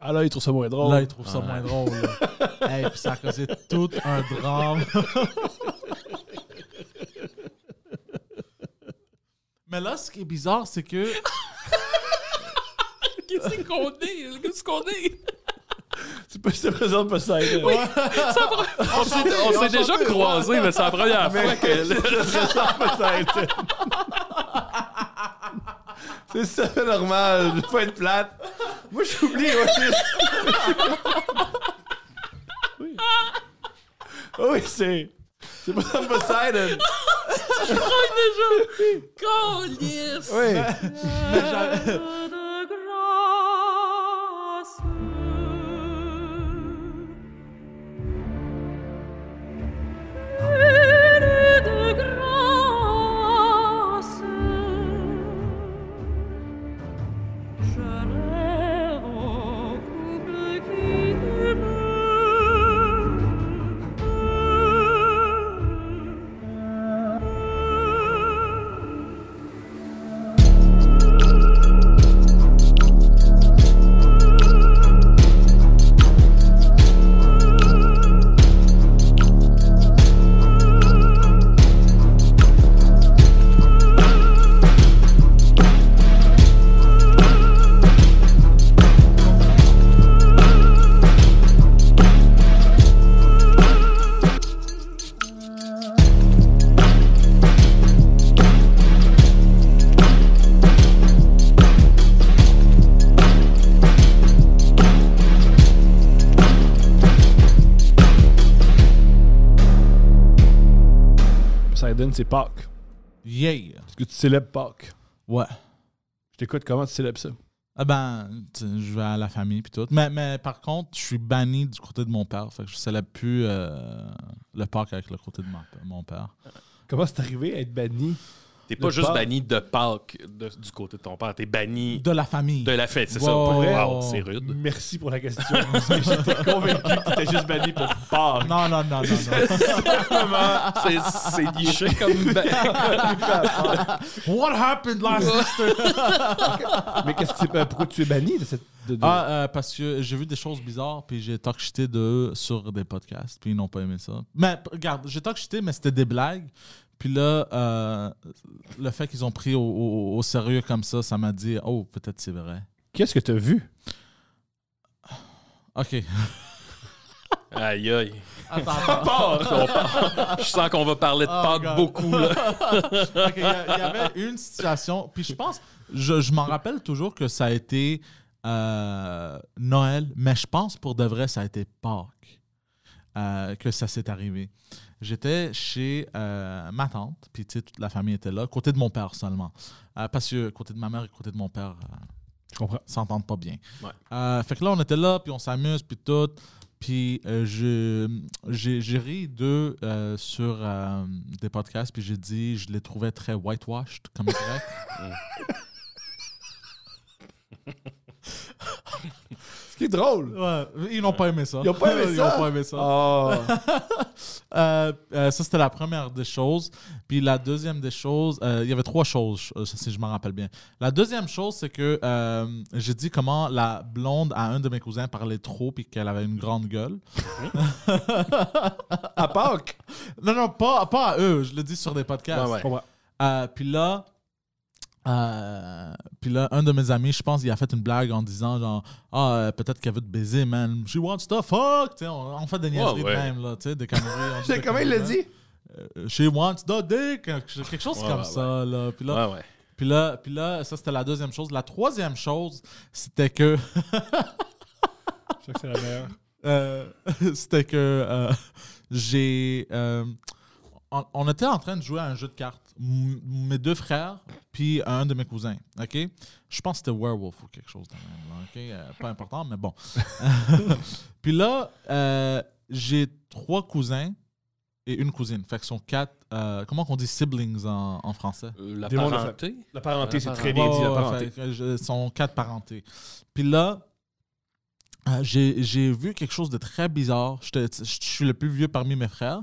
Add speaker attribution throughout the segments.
Speaker 1: Ah là, il trouve ça moins drôle.
Speaker 2: Là, il trouve ça
Speaker 3: Ouais.
Speaker 2: moins drôle. là. hey, puis ça a causé tout un drame. Mais là, ce qui est bizarre, c'est que.
Speaker 3: Qu'est-ce qu'on est? Qu'est-ce qu'on est?
Speaker 1: C'est pas si présent Poseidon.
Speaker 3: C'est la pre- On s'est- on s'est déjà croisés, mais c'est la première fois que.
Speaker 1: Poseidon. C'est ça fait normal. Je veux pas être plate. Moi, j'oublie Otis. oui. Ah oui, c'est. C'est Madame Poseidon.
Speaker 3: Calice!
Speaker 1: Oui.
Speaker 3: de grâce. Pleine de grâce. Je rêve au couple qui t'aime.
Speaker 1: Poseidon, c'est Pâques.
Speaker 2: Yeah!
Speaker 1: Parce que tu célèbres Pâques.
Speaker 2: Ouais.
Speaker 1: Je t'écoute, comment tu célèbres ça?
Speaker 2: Ah ben, tu sais, je vais à la famille puis tout. Mais, mais par contre, je suis banni du côté de mon père. Fait que je célèbre plus euh, le parc avec le côté de ma- mon père.
Speaker 1: Comment c'est arrivé à être banni?
Speaker 3: T'es pas
Speaker 1: Le
Speaker 3: juste
Speaker 1: Pâques.
Speaker 3: banni de Pâques de- du côté de ton père, t'es banni de,
Speaker 2: De la famille.
Speaker 3: la fête, c'est ça.
Speaker 2: Wow.
Speaker 3: Wow, c'est rude.
Speaker 1: Merci pour la question. parce que J'étais convaincu que t'étais juste banni pour Pâques.
Speaker 2: Non, non, non, non. non.
Speaker 3: C'est- C'est guiché.
Speaker 4: Comme ben,
Speaker 2: What happened last
Speaker 1: Mais qu'est-ce que c'est? euh, Pourquoi tu es banni de cette. de- de-
Speaker 2: Ah, euh, parce que j'ai vu des choses bizarres, puis j'ai talk shité de eux sur des podcasts, puis ils n'ont pas aimé ça. Mais p- regarde, j'ai talk shité, mais c'était des blagues. Puis là, euh, le fait qu'ils ont pris au, au- au sérieux comme ça, ça m'a dit, oh, peut-être c'est vrai.
Speaker 1: Qu'est-ce que t'as vu?
Speaker 2: OK.
Speaker 3: Aïe aïe.
Speaker 2: Attends,
Speaker 3: On part. Je sens qu'on va parler de
Speaker 2: Oh my
Speaker 3: Pâques
Speaker 2: God.
Speaker 3: beaucoup. Là.
Speaker 2: Ok, Il y, a- il y avait une situation, puis je pense, je, je m'en rappelle toujours que ça a été euh, Noël, mais je pense pour de vrai, ça a été Pâques euh, que ça s'est arrivé. J'étais chez euh, ma tante, puis tu sais, toute la famille était là, côté de mon père seulement. Euh, parce que côté de ma mère et côté de mon père, euh,
Speaker 1: Je comprends.
Speaker 2: s'entendent pas bien.
Speaker 3: Ouais.
Speaker 2: Euh, fait que là, on était là, puis on s'amuse, puis tout. Puis euh, je- j'ai j'ai ri d'eux euh, sur euh, des podcasts, puis j'ai dit, je les trouvais très whitewashed comme grec.
Speaker 1: Ce qui est drôle.
Speaker 2: Ouais, ils n'ont pas aimé ça.
Speaker 1: Ils ont pas aimé ça?
Speaker 2: Ils ont pas aimé ça.
Speaker 1: Oh.
Speaker 2: Euh, euh, ça, c'était la première des choses. Puis la deuxième des choses, euh, il y avait trois choses, euh, si je m'en rappelle bien. La deuxième chose, c'est que euh, j'ai dit comment la blonde à un de mes cousins parlait trop puis qu'elle avait une grande gueule.
Speaker 1: à Pâques.
Speaker 2: Non, non, pas, pas à eux, je le dis sur des podcasts.
Speaker 3: Ouais, ouais.
Speaker 1: Je comprends.
Speaker 2: Euh, puis là, euh, puis là, un de mes amis, je pense, il a fait une blague en disant genre, ah, euh, peut-être qu'elle veut te baiser, man. She wants the fuck. Tu sais, on, on fait des niaiseries de
Speaker 3: ouais.
Speaker 2: même, là, tu sais, des conneries. on dit
Speaker 1: C'est
Speaker 2: des
Speaker 1: comment il l'a
Speaker 2: conneries,
Speaker 1: dit?
Speaker 2: hein. Euh, She wants the dick. quelque- Quelque chose
Speaker 3: Ouais,
Speaker 2: comme
Speaker 3: ouais,
Speaker 2: ça, là. Puis là,
Speaker 3: Ouais, ouais.
Speaker 2: puis là, puis là, ça, c'était la deuxième chose. La troisième chose, c'était que.
Speaker 1: Je sais que c'est la meilleure.
Speaker 2: Euh, c'était que euh, j'ai. euh, on, on était en train de jouer à un jeu de cartes. M- mes deux frères, puis un de mes cousins. OK? Je pense que c'était Werewolf ou quelque chose. de même, là, OK? Euh, pas important, mais bon. puis là, euh, j'ai trois cousins et une cousine. Fait que ce sont quatre. euh, comment qu'on dit siblings en, en français?
Speaker 3: Euh, La
Speaker 1: Des mondes de
Speaker 3: parenté.
Speaker 1: La parenté, c'est
Speaker 3: La
Speaker 1: très bien
Speaker 2: Bon,
Speaker 1: dit, la
Speaker 2: ouais,
Speaker 1: parenté.
Speaker 2: fait que euh, je- sont quatre parentés. Puis là, euh, j'ai j'ai vu quelque chose de très bizarre. J'étais- Je suis le plus vieux parmi mes frères.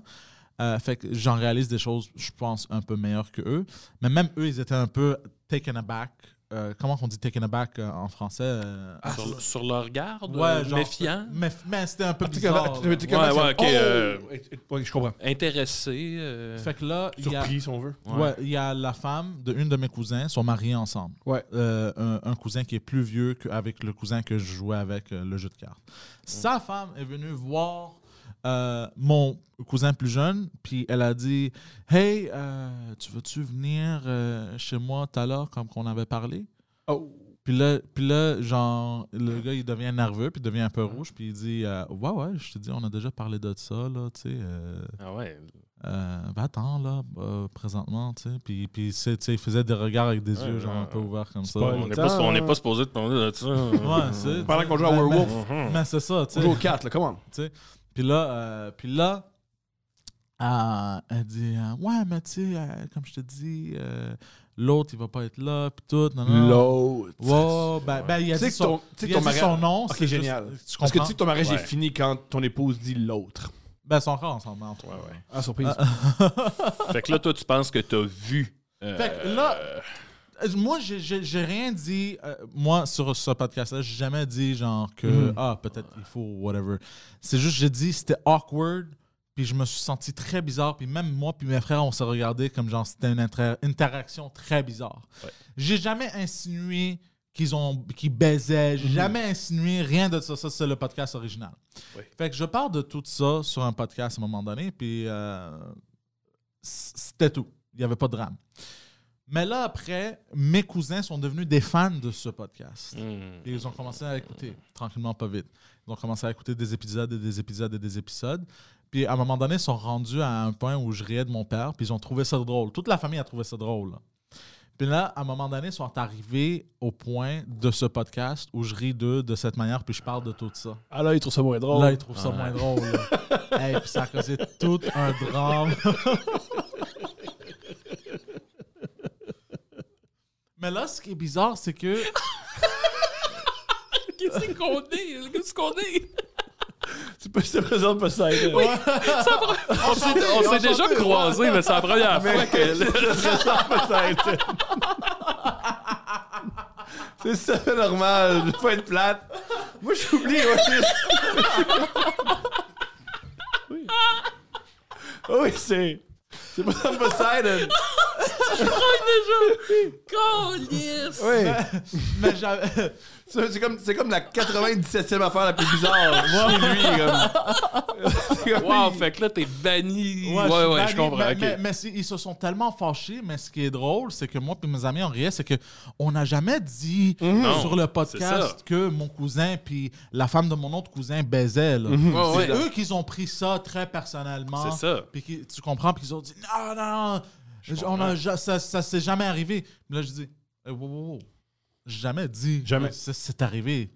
Speaker 2: Euh, fait que j'en réalise des choses, je pense, un peu meilleures que eux. Mais même eux, ils étaient un peu taken aback euh, comment on dit taken aback euh, en français euh,
Speaker 4: Sur, sur leur garde,
Speaker 2: Ouais,
Speaker 4: Ah, euh,
Speaker 2: genre,
Speaker 4: méfiant, Ah,
Speaker 2: mais, mais c'était un peu
Speaker 3: Tu sais
Speaker 2: bizarre.
Speaker 3: comment- tu sais- tu sais
Speaker 4: Ouais,
Speaker 3: comment
Speaker 4: ouais,
Speaker 3: ça-
Speaker 4: ok,
Speaker 3: Oh!
Speaker 4: euh,
Speaker 3: Et- et- ouais, je comprends.
Speaker 4: intéressé. euh,
Speaker 2: Fait que là, il y a-
Speaker 3: Surpris, si on veut.
Speaker 2: Ouais, il y a la femme de une de mes cousins, sont mariés ensemble.
Speaker 3: Ouais.
Speaker 2: Euh, un, un cousin qui est plus vieux qu'avec le cousin que je jouais avec euh, le jeu de cartes. Sa femme est venue voir euh, mon cousin plus jeune, puis elle a dit Hey, euh, tu veux-tu venir euh, chez moi tout à l'heure, comme qu'on avait parlé
Speaker 3: Oh.
Speaker 2: puis là, puis là, genre, le gars, il devient nerveux, puis il devient un peu rouge, puis il dit euh, Ouais, ouais, je te dis, on a déjà parlé de ça, là, tu sais. euh,
Speaker 4: Ah ouais.
Speaker 2: euh, ben attends, là, euh, présentement, tu sais. Puis, puis c'est- tu sais, il faisait des regards avec des
Speaker 4: Ouais,
Speaker 2: yeux, genre,
Speaker 4: ouais,
Speaker 2: un peu
Speaker 4: ouais.
Speaker 2: ouverts comme ça.
Speaker 3: Spoil.
Speaker 4: On
Speaker 2: Ouais,
Speaker 4: n'est pas,
Speaker 3: Attends.
Speaker 4: on n'est pas supposé te parler de ça.
Speaker 2: c'est.
Speaker 3: Pendant qu'on joue à
Speaker 2: Mais-
Speaker 3: Werewolf.
Speaker 2: mais-
Speaker 4: Mhm.
Speaker 2: Mais c'est ça, tu
Speaker 3: On joue
Speaker 2: sais.
Speaker 3: aux cartes, là, come on.
Speaker 2: Puis là, euh, puis là euh, elle dit euh, Ouais, mais tu sais, euh, comme je te dis, euh, l'autre, il va pas être là, puis tout. Non, non.
Speaker 3: L'autre.
Speaker 2: Wow, ben, ben, il a
Speaker 3: Tu sais
Speaker 2: dit
Speaker 3: que
Speaker 2: son,
Speaker 3: ton, tu sais que
Speaker 2: il a
Speaker 3: ton
Speaker 2: dit
Speaker 3: mariage.
Speaker 2: son nom.
Speaker 3: Ok,
Speaker 2: c'est juste-
Speaker 3: génial.
Speaker 2: tu
Speaker 3: Parce que tu
Speaker 2: comprends?
Speaker 3: sais que ton mariage
Speaker 4: Ouais.
Speaker 3: est fini quand ton épouse dit l'autre.
Speaker 2: Ben, ils sont encore ensemble, en tout cas.
Speaker 4: Ouais, ouais.
Speaker 3: Ah, surprise.
Speaker 4: Fait que là, toi, tu penses que t'as vu. euh,
Speaker 2: Fait que là, euh, moi, j'ai- j'ai j'ai rien dit. euh, moi, sur ce podcast-là, j'ai jamais dit genre que
Speaker 3: Mhm.
Speaker 2: ah, peut-être il faut, whatever. C'est juste, j'ai dit c'était awkward, puis je me suis senti très bizarre. Puis même moi, puis mes frères, on s'est regardé comme genre c'était une intra- interaction très bizarre.
Speaker 4: Ouais.
Speaker 2: J'ai jamais insinué qu'ils ont qu'ils baisaient, j'ai jamais insinué rien de ça. Ça, c'est le podcast original.
Speaker 4: Ouais.
Speaker 2: Fait que je parle de tout ça sur un podcast à un moment donné, puis euh, c- c'était tout. Il n'y avait pas de drame. Mais là, après, mes cousins sont devenus des fans de ce podcast.
Speaker 4: hmm.
Speaker 2: Et ils ont commencé à écouter, tranquillement, pas vite. Ils ont commencé à écouter des épisodes et des épisodes et des épisodes. Puis à un moment donné, ils sont rendus à un point où je riais de mon père, puis ils ont trouvé ça drôle. Toute la famille a trouvé ça drôle. là. Puis là, à un moment donné, ils sont arrivés au point de ce podcast où je ris d'eux de cette manière, puis je parle de tout ça.
Speaker 3: Ah là, il trouve ça moins drôle.
Speaker 2: Là, ils trouvent ça
Speaker 4: Ouais.
Speaker 2: moins drôle. là. hey, puis ça a causé tout un drame. Mais là, ce qui est bizarre, c'est que.
Speaker 4: Qu'est-ce qu'on est? Qu'est-ce qu'on est?
Speaker 3: Tu peux te présenter parce que ça aide.
Speaker 4: On s'est- on s'est déjà croisés, mais c'est la première fois que.
Speaker 3: Peut-être.
Speaker 2: C'est ça, normal. Je pas être plate.
Speaker 3: Moi, j'oublie. Ouais, oui. Ah oui, c'est. C'est pas Tom Poseidon.
Speaker 4: Colis!
Speaker 3: Oui.
Speaker 2: Mais j'avais.
Speaker 3: C'est c'est comme, c'est comme la 97e affaire la plus bizarre. Moi, lui, comme. C'est comme
Speaker 4: Wow,
Speaker 3: il-
Speaker 4: fait que là, t'es banni.
Speaker 2: je
Speaker 4: Ouais,
Speaker 2: suis
Speaker 4: ouais,
Speaker 2: banni,
Speaker 4: je comprends.
Speaker 2: Mais,
Speaker 4: ok.
Speaker 2: mais- mais c'est- ils se sont tellement fâchés. Mais ce qui est drôle, c'est que moi puis mes amis, on riait, c'est que on n'a jamais dit
Speaker 4: Mm-hmm. Non,
Speaker 2: sur le
Speaker 4: c'est ça.
Speaker 2: podcast que mon cousin puis la femme de mon autre cousin baisaient. là.
Speaker 4: Mm-hmm. Ouais, ouais.
Speaker 2: C'est eux qui ont pris ça très personnellement.
Speaker 4: C'est ça.
Speaker 2: Puis qui- tu comprends, puis qu'ils ont dit non, non, non, j- on a, ja- ça, ça s'est jamais arrivé. Puis là, je dis, Eh, wow, wow, wow. J'ai jamais dit
Speaker 3: Jamais.
Speaker 2: que ça c'est arrivé.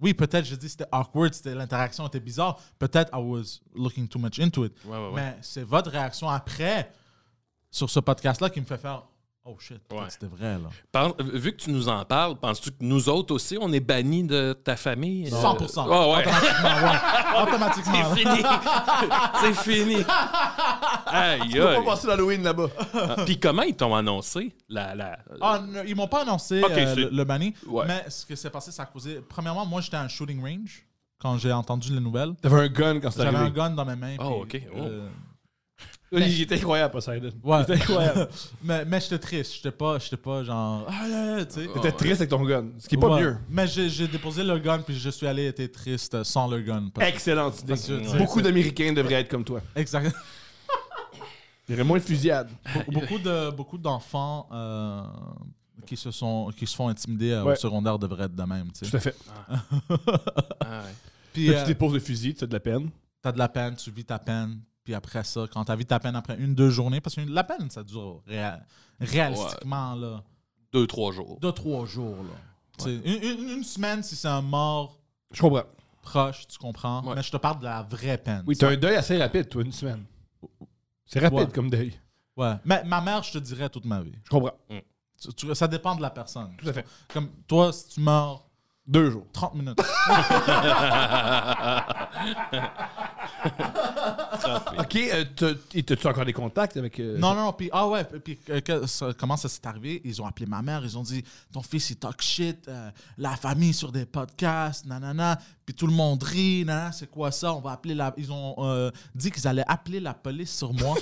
Speaker 2: Oui, peut-être, j'ai dit c'était awkward, c'était l'interaction était bizarre. Peut-être I was looking too much into it.
Speaker 4: Ouais, Ah ouais, ouais.
Speaker 2: Mais c'est votre réaction après sur ce podcast-là qui me fait faire oh shit, peut-être
Speaker 4: Ouais.
Speaker 2: c'était vrai là.
Speaker 4: Pense- vu que tu nous en parles, penses-tu que nous autres aussi, on est bannis de ta famille? Euh,
Speaker 2: 100%.
Speaker 4: Ouais, ouais.
Speaker 2: Automatiquement, ouais. Automatiquement.
Speaker 4: C'est
Speaker 2: là.
Speaker 4: fini. C'est fini. Aïe,
Speaker 3: On va
Speaker 4: aïe.
Speaker 3: passer l'Halloween là-bas.
Speaker 4: Puis comment ils t'ont annoncé la. la... euh,
Speaker 2: Ah, non, ils m'ont pas annoncé
Speaker 4: Ok,
Speaker 2: euh,
Speaker 4: c'est-
Speaker 2: le, le banni,
Speaker 4: Ouais.
Speaker 2: mais ce qui s'est passé, ça a causé. Premièrement, moi, j'étais à un shooting range quand j'ai entendu les nouvelles.
Speaker 3: T'avais un gun quand c'est
Speaker 2: J'avais un
Speaker 3: arrivé.
Speaker 2: gun dans mes mains.
Speaker 4: Oh,
Speaker 2: puis,
Speaker 4: ok, oh.
Speaker 2: euh,
Speaker 3: Il était incroyable, Poseidon.
Speaker 2: Ouais.
Speaker 3: Il était incroyable.
Speaker 2: mais mais j'étais triste. J'étais pas, j'étais pas genre. Ah, là, là, tu sais.
Speaker 3: T'étais triste avec ton gun, ce qui est pas
Speaker 2: Ouais.
Speaker 3: mieux.
Speaker 2: Mais j'ai j'ai déposé le gun, puis je suis allé être triste sans le gun. parce-
Speaker 3: Excellente idée.
Speaker 2: Parce que, tu sais,
Speaker 3: Beaucoup d'Américains devraient être comme toi.
Speaker 2: Exact.
Speaker 3: Il y aurait moins de fusillades.
Speaker 2: Be- beaucoup de beaucoup d'enfants euh, qui se sont qui se font intimider euh, au
Speaker 3: Ouais.
Speaker 2: secondaire devraient être de même. Tu
Speaker 3: Tout
Speaker 2: sais.
Speaker 3: à fait.
Speaker 4: Ah, ouais.
Speaker 2: Puis
Speaker 3: Là,
Speaker 2: euh,
Speaker 3: tu déposes le fusil, tu as de la peine.
Speaker 2: t'as de la peine, tu vis ta peine. Puis après ça, quand t'as vu ta peine après une, deux journées, parce que la peine, ça dure réa- réalistiquement là,
Speaker 4: Deux, trois jours.
Speaker 2: deux, trois jours. Là. Tu sais, Une, une- une semaine, si c'est un mort
Speaker 3: Je comprends.
Speaker 2: proche, tu comprends.
Speaker 4: Ouais.
Speaker 2: Mais je te parle de la vraie peine.
Speaker 3: Oui, t'as un deuil assez rapide, toi, une semaine. C'est rapide
Speaker 2: Ouais.
Speaker 3: comme deuil.
Speaker 2: Ouais. Mais ma mère, je te dirais toute ma vie.
Speaker 3: Je comprends.
Speaker 2: Tu- tu- ça dépend de la personne.
Speaker 3: Tout à fait.
Speaker 2: Comme toi, si tu meurs
Speaker 3: Deux jours.
Speaker 2: 30 minutes.
Speaker 1: frappé.
Speaker 3: OK, euh, t'as- et t'as-tu encore des contacts avec. euh,
Speaker 2: Non, non, puis, ah ouais, puis euh, que- ça- comment ça s'est arrivé? Ils ont appelé ma mère, ils ont dit, ton fils, il talk shit, euh, la famille sur des podcasts, nanana, puis tout le monde rit, nanana, c'est quoi ça? On va appeler la... Ils ont euh, dit qu'ils allaient appeler la police sur moi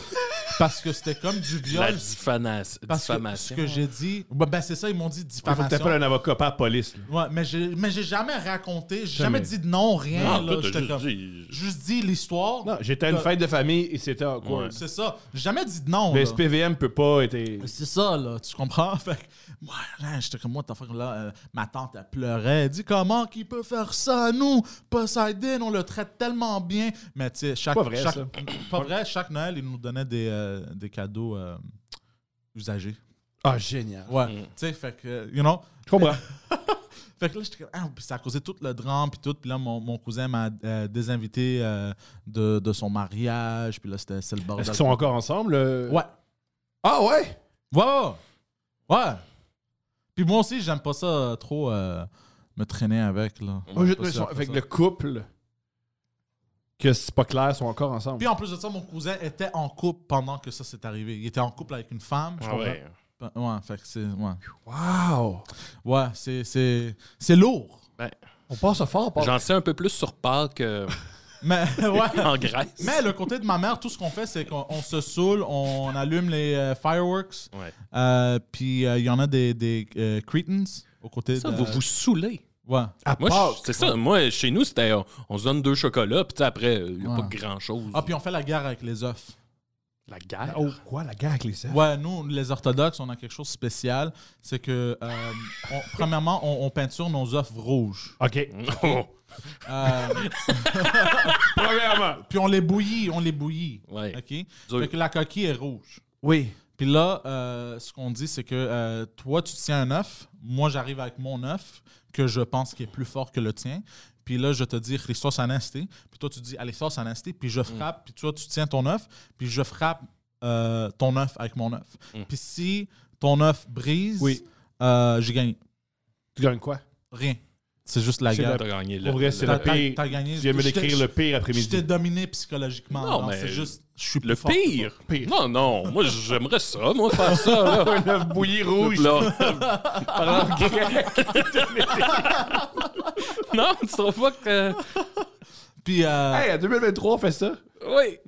Speaker 2: parce que c'était comme du
Speaker 4: La
Speaker 2: viol.
Speaker 4: diffamas-
Speaker 2: Parce que ce
Speaker 4: diffamation.
Speaker 2: que j'ai dit, ben, ben, c'est ça, ils m'ont dit
Speaker 1: Il faut que
Speaker 2: diffamation.
Speaker 1: t'appelles un avocat, pas la police. là.
Speaker 2: Ouais, mais j'ai mais j'ai jamais raconté, j'ai
Speaker 1: Jamais.
Speaker 2: jamais dit de non, rien.
Speaker 4: Non,
Speaker 2: là,
Speaker 4: toi, t'as
Speaker 2: j'étais
Speaker 4: juste
Speaker 2: comme-
Speaker 4: dit-
Speaker 2: juste dit l'histoire.
Speaker 1: Non, j'étais à une
Speaker 2: Ouais.
Speaker 1: fête de famille et c'était awkward.
Speaker 4: Ouais.
Speaker 2: C'est ça. J'ai jamais dit de non.
Speaker 1: Le
Speaker 2: là.
Speaker 1: SPVM peut pas être.
Speaker 2: C'est ça, là, tu comprends? Fait que, moi, là, j'étais comme moi, t'as fait comme là, euh, ma tante, elle pleurait. Elle dit, comment qu'il peut faire ça à nous? Poseidon, on le traite tellement bien. Mais tu sais, chaque.
Speaker 1: Pas vrai,
Speaker 2: chaque-
Speaker 1: ça.
Speaker 2: Pas vrai, chaque Noël, il nous donnait des, euh, des cadeaux euh, usagés.
Speaker 1: Ah, génial.
Speaker 2: Ouais.
Speaker 4: Mm.
Speaker 2: Tu sais, fait que, you know.
Speaker 1: Je comprends.
Speaker 2: Fait que là, j'étais comme, ah, puis ça a causé tout le drame, puis tout. Puis là, mon, mon cousin m'a euh, désinvité euh, de, de son mariage, puis là, c'était c'est le bordel.
Speaker 1: Est-ce qu'ils sont encore ensemble? euh?
Speaker 2: Ouais.
Speaker 1: Ah ouais?
Speaker 2: Ouais, ouais, ouais. Ouais. Puis moi aussi, j'aime pas ça euh, trop euh, me traîner avec, là.
Speaker 1: Moi, Ah, je
Speaker 2: Pas
Speaker 1: te
Speaker 2: sûr, pas
Speaker 1: avec
Speaker 2: sûr.
Speaker 1: le couple, que c'est pas clair, ils sont encore ensemble.
Speaker 2: Puis en plus de ça, mon cousin était en couple pendant que ça s'est arrivé. Il était en couple avec une femme. Je
Speaker 4: Ah
Speaker 2: comprends.
Speaker 4: ouais.
Speaker 2: Ben, Ouais, fait que c'est. Ouais,
Speaker 1: Wow!
Speaker 2: ouais c'est, c'est, c'est lourd.
Speaker 4: Ben,
Speaker 1: On passe fort,
Speaker 4: J'en sais un peu plus sur Pâques que
Speaker 2: Mais ouais.
Speaker 4: en Grèce.
Speaker 2: Mais le côté de ma mère, tout ce qu'on fait, c'est qu'on on se saoule, on allume les euh, fireworks.
Speaker 4: Ouais.
Speaker 2: Euh, puis euh, il y en a des, des euh, Cretans aux côtés
Speaker 4: Ça,
Speaker 2: de.
Speaker 4: vous vous saoulez.
Speaker 2: Ouais.
Speaker 1: À
Speaker 4: Moi,
Speaker 1: part-
Speaker 4: je- c'est ça. Moi, chez nous, c'était on, on se donne deux chocolats, puis tu sais, après, il n'y a pas
Speaker 2: Ouais.
Speaker 4: grand-chose.
Speaker 2: Ah, puis on fait la guerre avec les œufs.
Speaker 4: La guerre.
Speaker 1: Oh, quoi, la guerre avec les cerfs?
Speaker 2: Ouais, nous, les orthodoxes, on a quelque chose de spécial. C'est que, euh, on- premièrement, on, on peinture nos œufs rouges.
Speaker 1: OK.
Speaker 2: Euh,
Speaker 1: Premièrement.
Speaker 2: puis on les bouillit, on les bouillit.
Speaker 4: Ouais.
Speaker 2: OK?
Speaker 4: Dur.
Speaker 2: Fait que la coquille est rouge.
Speaker 1: Oui.
Speaker 2: Puis là, euh, ce qu'on dit, c'est que euh, toi, tu tiens un œuf. Moi, j'arrive avec mon œuf, que je pense qui est plus fort que le tien. Puis là, je te dis Christos Anasté. Puis toi, tu dis Alexos Anasté. Puis je
Speaker 4: Mm.
Speaker 2: frappe. Puis toi, tu tiens ton œuf. Puis je frappe euh, ton œuf avec mon œuf.
Speaker 4: Mm.
Speaker 2: Puis si ton œuf brise,
Speaker 1: Oui.
Speaker 2: euh, j'ai gagné.
Speaker 1: Tu gagnes quoi?
Speaker 2: Rien. C'est juste la
Speaker 1: C'est
Speaker 2: guerre.
Speaker 4: T'as gagné là.
Speaker 1: Pour vrai, c'est
Speaker 2: T'as-
Speaker 1: le
Speaker 2: t'as-
Speaker 1: pire.
Speaker 2: t'as gagné.
Speaker 1: Tu viens me
Speaker 2: Je t'ai-
Speaker 1: décrire le pire
Speaker 2: Je t'ai
Speaker 1: après-midi.
Speaker 2: dominé psychologiquement.
Speaker 4: Non,
Speaker 2: Non,
Speaker 4: mais
Speaker 2: C'est juste, je suis plus
Speaker 4: Le
Speaker 2: fort que toi.
Speaker 4: pire.
Speaker 1: Pire.
Speaker 4: Non, non. Moi, j'aimerais ça, moi, faire ça. Là.
Speaker 1: Un œuf bouilli rouge.
Speaker 4: Là. non, tu trouves pas que.
Speaker 2: Puis, euh,
Speaker 1: Hey, en 2023, on fait ça.
Speaker 4: Oui.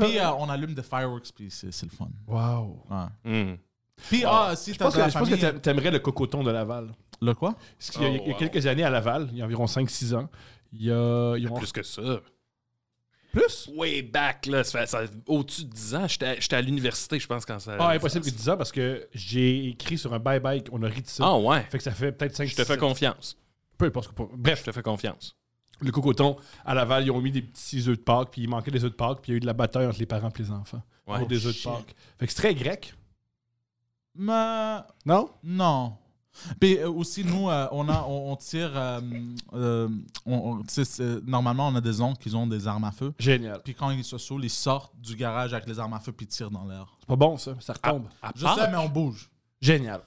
Speaker 2: puis, euh, on allume des fireworks, puis c'est c'est le fun.
Speaker 1: Wow.
Speaker 2: Ouais.
Speaker 4: Hmm.
Speaker 2: Puis, ah, si
Speaker 1: Je
Speaker 2: t'as
Speaker 1: pense
Speaker 2: de
Speaker 1: que,
Speaker 2: la
Speaker 1: je pense que
Speaker 2: famille...
Speaker 1: t'a- t'aimerais le cocoton de Laval.
Speaker 2: le quoi?
Speaker 1: Parce qu'il y a-
Speaker 4: Oh,
Speaker 1: il y a
Speaker 4: wow.
Speaker 1: quelques années à Laval, il y a environ 5-6 ans, il y a. Ils ont...
Speaker 4: Plus que ça.
Speaker 1: Plus?
Speaker 4: Way back, là. Ça fait ça- au-dessus de 10 ans, j'étais j'étais à l'université, je pense, quand ça.
Speaker 1: Ah, impossible que 10 ans parce que j'ai écrit sur un bye-bye, on a ri de ça.
Speaker 4: Ah, ouais.
Speaker 1: Fait que ça fait peut-être 5
Speaker 4: Je te fais confiance.
Speaker 1: Peu importe. ce que-
Speaker 4: Bref, je te fais confiance.
Speaker 1: Le cocoton, à Laval, ils ont mis des petits œufs de Pâques, puis il manquait des œufs de Pâques, puis il y a eu de la bataille entre les parents et les enfants
Speaker 4: Ouais.
Speaker 1: pour des œufs de
Speaker 2: shit.
Speaker 1: Pâques. Fait que c'est très grec.
Speaker 2: Mais,
Speaker 1: Non?
Speaker 2: non. Puis euh, aussi, nous, euh, on, a, on, on tire... euh, euh, on- on- tu sais, c'est- normalement, on a des oncles qui ont des armes à feu.
Speaker 1: Génial.
Speaker 2: Puis quand ils se saoulent, ils sortent du garage avec les armes à feu puis ils tirent dans l'air.
Speaker 1: C'est pas bon, ça. Ça retombe.
Speaker 4: À
Speaker 2: Je
Speaker 4: Pâques?
Speaker 2: sais, mais on bouge.
Speaker 1: Génial.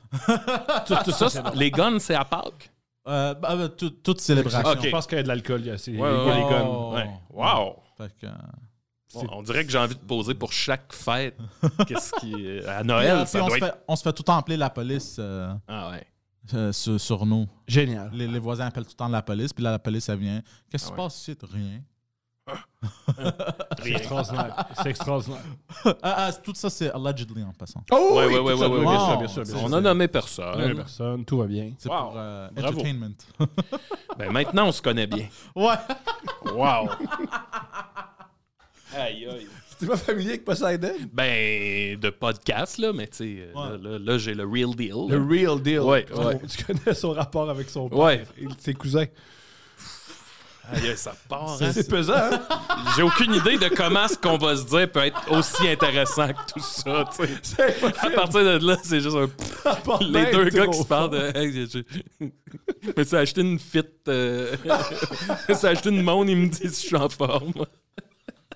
Speaker 4: Tout, tout ça, c'est- les guns, c'est à Pâques?
Speaker 2: Euh, bah, bah, tout- toute célébration.
Speaker 4: Ok.
Speaker 1: Je pense qu'il y a de l'alcool. il y a- C'est
Speaker 4: Ouais,
Speaker 1: il y a les
Speaker 2: ouais.
Speaker 1: guns.
Speaker 2: Oh.
Speaker 4: Ouais. Wow!
Speaker 2: Fait que, euh,
Speaker 1: C'est-
Speaker 4: On dirait que j'ai envie de poser pour chaque fête. Qu'est-ce qui est- À
Speaker 2: puis, euh,
Speaker 4: Noël, Ah ça
Speaker 2: puis on,
Speaker 4: doit
Speaker 2: se
Speaker 4: être.
Speaker 2: fait, on se fait tout le temps appeler la police euh,
Speaker 4: Ah ouais.
Speaker 2: euh, sur, sur nous.
Speaker 1: Génial.
Speaker 2: Les, les voisins appellent tout le temps la police, puis là, la police, elle vient. Qu'est-ce qui
Speaker 4: Ah
Speaker 2: se
Speaker 4: ouais.
Speaker 2: passe ici? Rien.
Speaker 1: C'est extraordinaire. C'est extraordinaire.
Speaker 2: Ah, ah, tout ça, c'est allegedly en passant.
Speaker 1: Oh!
Speaker 4: Ouais,
Speaker 1: oui,
Speaker 4: ouais,
Speaker 1: tout
Speaker 4: ouais,
Speaker 1: ça,
Speaker 4: ouais,
Speaker 1: oui,
Speaker 4: ouais,
Speaker 1: Bien
Speaker 2: ouais.
Speaker 1: sûr, bien sûr. bien sûr.
Speaker 4: On a nommé
Speaker 1: On a nommé
Speaker 4: personne.
Speaker 1: personne. Tout va bien.
Speaker 2: C'est
Speaker 4: Wow.
Speaker 2: pour euh,
Speaker 4: Bravo.
Speaker 2: entertainment.
Speaker 4: Ben maintenant, on se connaît bien.
Speaker 2: ouais.
Speaker 4: Wow! Aïe, aïe.
Speaker 1: T'es pas familier avec Poseidon?
Speaker 4: Ben, de podcast, là, mais tu sais, euh,
Speaker 2: Ouais.
Speaker 4: là, là, là, j'ai le real deal.
Speaker 1: Le real deal.
Speaker 4: Ouais,
Speaker 1: Tu-
Speaker 4: ouais.
Speaker 1: Tu connais son rapport avec son père
Speaker 4: Ouais.
Speaker 1: et ses cousins.
Speaker 4: Aïe, aïe, ça part. hein?
Speaker 1: C'est pesant, hein?
Speaker 4: J'ai aucune idée de comment ce qu'on va se dire peut être aussi intéressant que tout ça, tu sais.
Speaker 1: C'est
Speaker 4: À partir de là, c'est juste un pfff.
Speaker 3: Oh,
Speaker 1: rapport
Speaker 4: Les
Speaker 3: ben,
Speaker 1: bien
Speaker 4: deux gars
Speaker 1: trop
Speaker 4: qui se parlent de. Hey, je- je me suis acheté une fit. euh, je me suis acheté une montre, ils me disent si je suis en forme.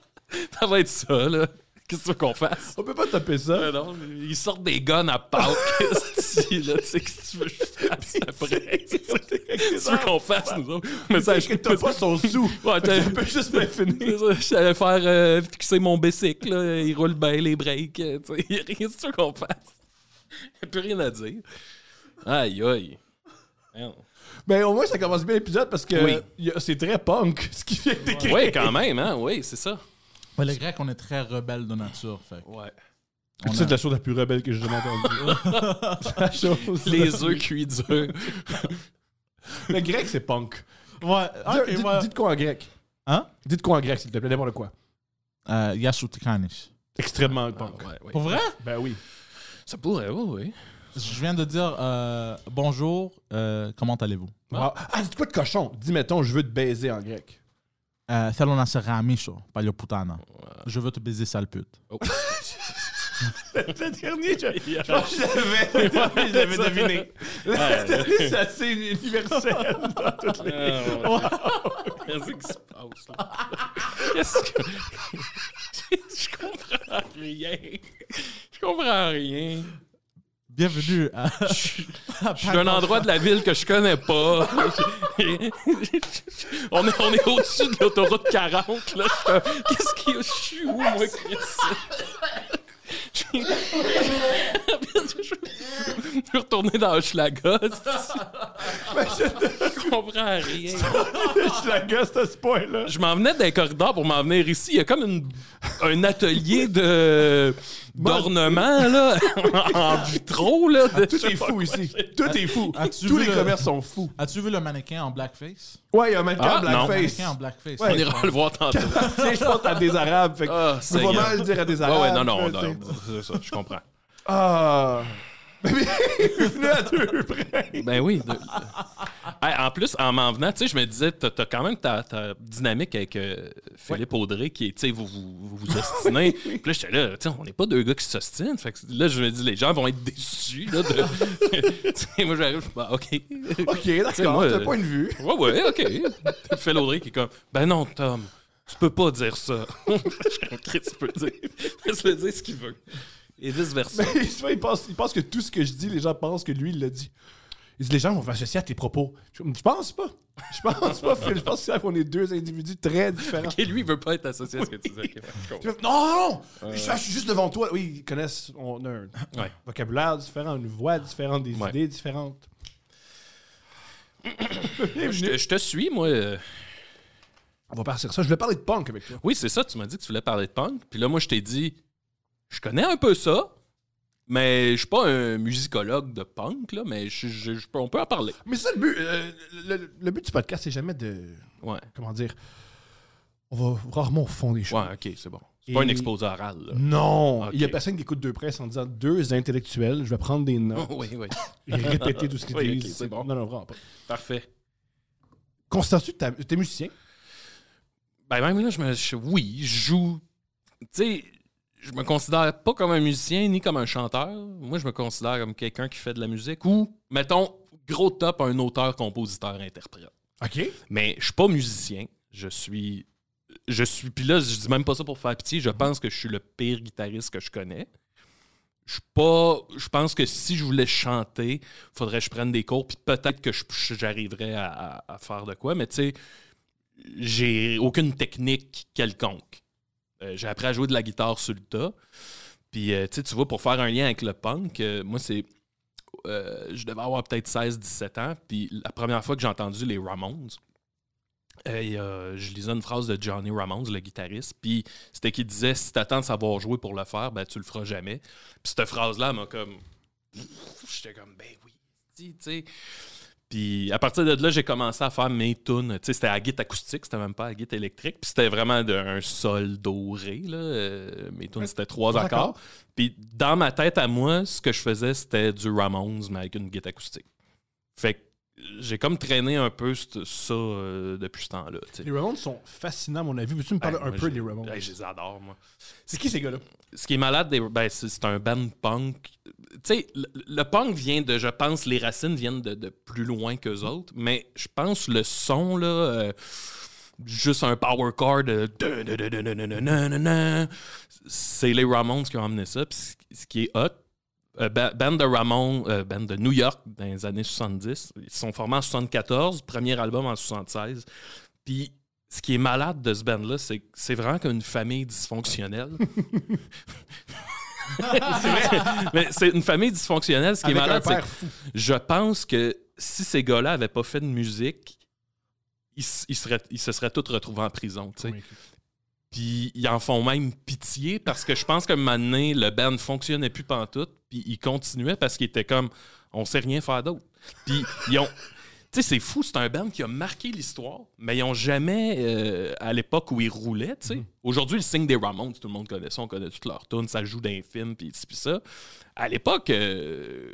Speaker 4: ça va être ça, là. Qu'est-ce que tu veux qu'on fasse?
Speaker 1: On peut pas taper ça.
Speaker 4: Euh, non, ils sortent des guns à Pâques. esti, là, tu sais, qu'est-ce que tu veux que je fasse? après.
Speaker 3: C'est ça, c'est quelque
Speaker 4: C'est sûr
Speaker 3: chose.
Speaker 4: qu'on fasse, nous autres. Mais ça,
Speaker 3: Parce que t'as pas son sou.
Speaker 4: Ouais, t'as-
Speaker 3: Tu peux juste me finir.
Speaker 4: C'est ça, J'allais faire euh, fixer mon bicycle, là, il roule bien les breaks. euh, tu sais, y a rien de sûr qu'on fasse. Il a plus rien à dire. Aïe, aïe. Merde.
Speaker 1: Ben,
Speaker 3: Mais au moins, ça commence bien l'épisode parce que
Speaker 4: Oui.
Speaker 3: y a- c'est très punk ce qu'il vient d'écrire.
Speaker 4: Oui, quand même, hein? Oui, c'est ça.
Speaker 2: Mais les Grecs, on est très rebelles de nature. Fait. que
Speaker 4: Ouais.
Speaker 2: on
Speaker 1: C'est
Speaker 2: a-
Speaker 1: de la chose la plus rebelle que j'ai jamais entendue. C'est la chose.
Speaker 4: Les œufs cuits durs.
Speaker 1: Le grec, c'est punk.
Speaker 2: Ouais, ok,
Speaker 1: dites,
Speaker 2: moi.
Speaker 1: dites quoi en grec.
Speaker 2: Hein?
Speaker 1: Dites quoi en grec, s'il te plaît, n'importe quoi.
Speaker 2: Euh, Yasutikanis.
Speaker 1: Extrêmement punk.
Speaker 4: Ah, Ouais, ouais.
Speaker 2: Pour vrai?
Speaker 1: Ben oui.
Speaker 4: Ça pourrait, oui, oui.
Speaker 2: Je viens de dire euh, bonjour, euh, comment allez-vous?
Speaker 1: Wow. Ah, dites quoi de cochon? Dis, mettons, je veux te baiser en grec.
Speaker 2: Euh, Θέλω να σε γαμίσω, παλιοπούτανα. Je veux te baiser, sale pute.
Speaker 3: Le dernier, je, je
Speaker 1: Ah,
Speaker 3: pense que j'avais, j'avais deviné. Le dernier, c'est assez universel.
Speaker 4: Qu'est-ce qui se passe, là? Qu'est-ce que. Je comprends rien. Je comprends rien.
Speaker 2: Bienvenue à.
Speaker 4: Je suis d'un endroit de la ville que je connais pas. on, est, on est au-dessus de l'autoroute 40, là. Je suis comme, Qu'est-ce qui. Je suis où, moi, Chris? Je suis- je suis retourné dans Hochelaga. Je comprends rien.
Speaker 1: je la gosse à ce point-là.
Speaker 4: Je m'en venais d'un corridor pour m'en venir ici. Il y a comme une- un atelier de d'ornement là, en vitraux là. de-
Speaker 1: Ah, Tout est fou ici. Tout est fou.
Speaker 2: As-tu
Speaker 1: Tous
Speaker 2: vu
Speaker 1: les
Speaker 2: le-
Speaker 1: commerces sont fous.
Speaker 2: As-tu vu le mannequin en blackface?
Speaker 1: Ouais, il y a un mannequin
Speaker 4: Ah, non.
Speaker 1: blackface.
Speaker 2: Mannequin en blackface.
Speaker 4: On ira le voir tantôt.
Speaker 1: Tu sais, je pense à des Arabes. Fait que tu
Speaker 4: Ah,
Speaker 1: peux pas
Speaker 4: Seigneur.
Speaker 1: mal le dire à des
Speaker 4: Ouais,
Speaker 1: Arabes.
Speaker 4: ouais, non, non,
Speaker 1: là,
Speaker 4: non,
Speaker 1: tu sais.
Speaker 4: c'est ça, je comprends.
Speaker 1: Ah. Bienvenue à deux près.
Speaker 4: Ben oui. de- Hey, en plus, en m'en venant, tu sais, je me disais, t'as t'as quand même ta, ta dynamique avec euh, Philippe Audrey qui est, tu sais, vous vous, vous, vous ostinez. Puis là, j'étais là, tu sais, on n'est pas deux gars qui s'ostinent. Fait que là, je me dis, les gens vont être déçus, là, de... tu sais, moi, j'arrive, bah, OK.
Speaker 3: OK,
Speaker 4: C'est moi,
Speaker 3: d'accord, c'est un
Speaker 4: euh,
Speaker 3: point de vue.
Speaker 4: Ouais, ouais, OK. Phil Audrey qui est comme, ben non, Tom, tu peux pas dire ça. je suis comme, Chris, tu peux dire. Laisse-le dire ce qu'il veut. Et vice-versa.
Speaker 1: Mais souvent, il pense, il pense que tout ce que je dis, les gens pensent que lui, il l'a dit. Il dit, les gens vont m'associer à tes propos. Je, je pense pas. Je pense pas, Phil. Je pense que c'est vrai qu'on est deux individus très différents.
Speaker 4: Et lui, il veut pas être associé à ce que tu dis. Ok, ouais, je comprends.
Speaker 1: Tu fais, Non, non, non! Je, je suis juste devant toi. Oui, ils connaissent, on a un
Speaker 4: Ouais.
Speaker 1: vocabulaire différent, une voix différente, des
Speaker 4: Ouais.
Speaker 1: idées différentes.
Speaker 4: Je te, je te suis, moi. euh,
Speaker 1: On va partir ça. Je voulais parler de punk avec toi.
Speaker 4: Oui, c'est ça. Tu m'as dit que tu voulais parler de punk. Puis là, moi, je t'ai dit, je connais un peu ça, mais je suis pas un musicologue de punk, là, mais je- je- je peux- on peut en parler.
Speaker 1: Mais c'est ça le but. Euh, le, le- le but du podcast, c'est jamais de.
Speaker 4: Ouais.
Speaker 1: Comment dire? On va rarement au fond des choses.
Speaker 4: Ouais, OK, c'est bon. C'est pas
Speaker 1: Et-
Speaker 4: un exposé oral, là.
Speaker 1: Non!
Speaker 4: Ok.
Speaker 1: Il y a personne qui écoute deux presse en disant deux intellectuels, je vais prendre des notes
Speaker 4: oui, oui.
Speaker 1: et répéter tout ce qu'ils
Speaker 4: Oui, ok,
Speaker 1: disent.
Speaker 4: c'est bon.
Speaker 1: Non, non, vraiment pas.
Speaker 4: Parfait.
Speaker 1: Constantin, t'as- t'es musicien?
Speaker 4: Ben, même là, je me. je- oui, je joue. Tu sais, je me considère pas comme un musicien ni comme un chanteur. Moi, je me considère comme quelqu'un qui fait de la musique ou, mettons, gros top, un auteur, compositeur, interprète.
Speaker 1: OK.
Speaker 4: Mais je suis pas musicien. Je suis. Je suis. Puis là, je dis même pas ça pour faire pitié. Je pense que je suis le pire guitariste que je connais. Je suis pas. Je pense que si je voulais chanter, faudrait que je prenne des cours. Puis peut-être que je- j'arriverais à, à- à faire de quoi. Mais tu sais, j'ai aucune technique quelconque. Euh, j'ai appris à jouer de la guitare sur le tas. Puis euh, tu sais, tu vois, pour faire un lien avec le punk, euh, moi, c'est. euh, je devais avoir peut-être 16-17 ans. Puis la première fois que j'ai entendu les Ramones, et, euh, je lisais une phrase de Johnny Ramones, le guitariste, puis c'était qu'il disait si t'attends de savoir jouer pour le faire, ben tu le feras jamais. Puis cette phrase-là elle m'a comme j'étais comme ben oui, si, tu sais. Puis à partir de là, j'ai commencé à faire mes tunes. Tu sais, c'était à guitare acoustique, c'était même pas à guitare électrique. Puis c'était vraiment de- un sol doré là. Euh, mes tunes c'était trois
Speaker 1: trois
Speaker 4: accords.
Speaker 1: accords.
Speaker 4: Puis dans ma tête à moi, ce que je faisais, c'était du Ramones mais avec une guitare acoustique. Fait que j'ai comme traîné un peu c'te- ça euh, depuis ce temps-là. tu sais.
Speaker 1: Les Ramones sont fascinants, à mon avis. Veux-tu me parler
Speaker 4: Hey,
Speaker 1: un
Speaker 4: moi,
Speaker 1: peu
Speaker 4: je-
Speaker 1: des Ramones?
Speaker 4: hey, je les adore, moi.
Speaker 1: c'est qui ces gars-là?
Speaker 4: Ce qui est malade, des- ben, c'est c'est un band punk. Tu sais, le, le punk vient de, je pense, les racines viennent de, de plus loin qu'eux autres, mais je pense le son, là, euh, juste un power chord, de dun, dun, dun, dun, dun, dun, dun, dun, dun, dun, c'est les Ramones qui ont amené ça. Puis ce- ce qui est hot, euh, ba- band de Ramon, euh, band de New York dans les années 70. Ils se sont formés en 74, premier album en 76. Puis ce qui est malade de ce band-là, c'est que c'est vraiment comme une famille dysfonctionnelle. c'est vrai. Mais c'est une famille dysfonctionnelle. Ce qui
Speaker 1: Avec
Speaker 4: est malade,
Speaker 1: un
Speaker 4: c'est
Speaker 1: père fou.
Speaker 4: je pense que si ces gars-là n'avaient pas fait de musique, ils, s- ils seraient- ils se seraient tous retrouvés en prison. tu sais. Puis ils en font même pitié parce que je pense qu'à un moment donné, le band fonctionnait plus pantoute. Puis ils continuaient parce qu'ils étaient comme on sait rien faire d'autre. Puis ils ont. Tu sais, c'est fou, c'est un band qui a marqué l'histoire, mais ils n'ont jamais, euh, à l'époque où ils roulaient, tu sais. Aujourd'hui, le signe des Ramones, tout le monde connaît ça, on connaît toutes leurs tunes, ça joue dans les films, puis ci, puis ça. À l'époque, euh,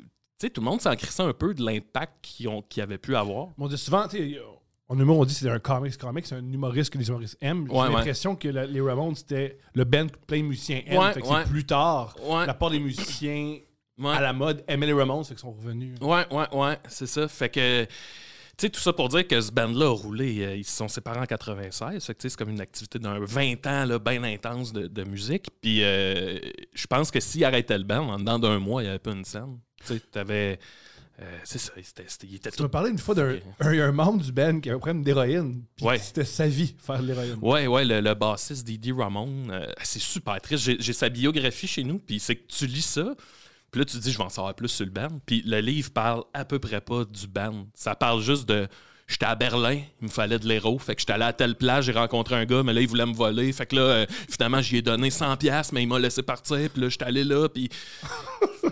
Speaker 4: tu sais, tout le monde s'en crissait un peu de l'impact qu'ils ont- qu'ils avaient pu avoir.
Speaker 1: Bon, on dit souvent, tu sais, en humour, on dit que c'est un comics, comics, c'est un humoriste que les humoristes aiment. J'ai
Speaker 4: Ouais, ouais.
Speaker 1: l'impression que la- les Ramones, c'était le band que plein de musiciens aiment.
Speaker 4: Ouais,
Speaker 1: fait que
Speaker 4: ouais.
Speaker 1: c'est plus tard.
Speaker 4: Ouais.
Speaker 1: La part des musiciens
Speaker 4: Ouais.
Speaker 1: à la mode aimaient les Ramones, fait qu'ils sont revenus.
Speaker 4: Ouais, ouais, ouais, c'est ça. Fait que, tu sais, tout ça pour dire que ce band-là a roulé. euh, Ils se sont séparés en 96. Fait que, tu sais, c'est comme une activité d'un 20 ans, là, bien intense de, de musique. Puis, euh, je pense que s'ils arrêtaient le band, en dedans d'un mois, il n'y avait pas une scène. Tu sais, t'avais. euh, c'est ça, ils étaient, c'était- ils étaient
Speaker 1: Tu m'as
Speaker 4: tout.
Speaker 1: parlé une fois d'un un, un membre du band qui avait un problème d'héroïne. puis
Speaker 4: Ouais.
Speaker 1: C'était sa vie, faire de l'héroïne.
Speaker 4: Ouais, ouais, le, le bassiste Didi Ramon, euh, c'est super triste. J'ai j'ai sa biographie chez nous, puis c'est que tu lis ça, puis là, tu te dis, je vais en savoir plus sur le band. Puis le livre parle à peu près pas du band. Ça parle juste de. J'étais à Berlin, il me fallait de l'héros. Fait que j'étais allé à telle plage, j'ai rencontré un gars, mais là, il voulait me voler. Fait que là, euh, finalement, j'y ai donné 100$, mais il m'a laissé partir. Puis là, j'étais allé là, puis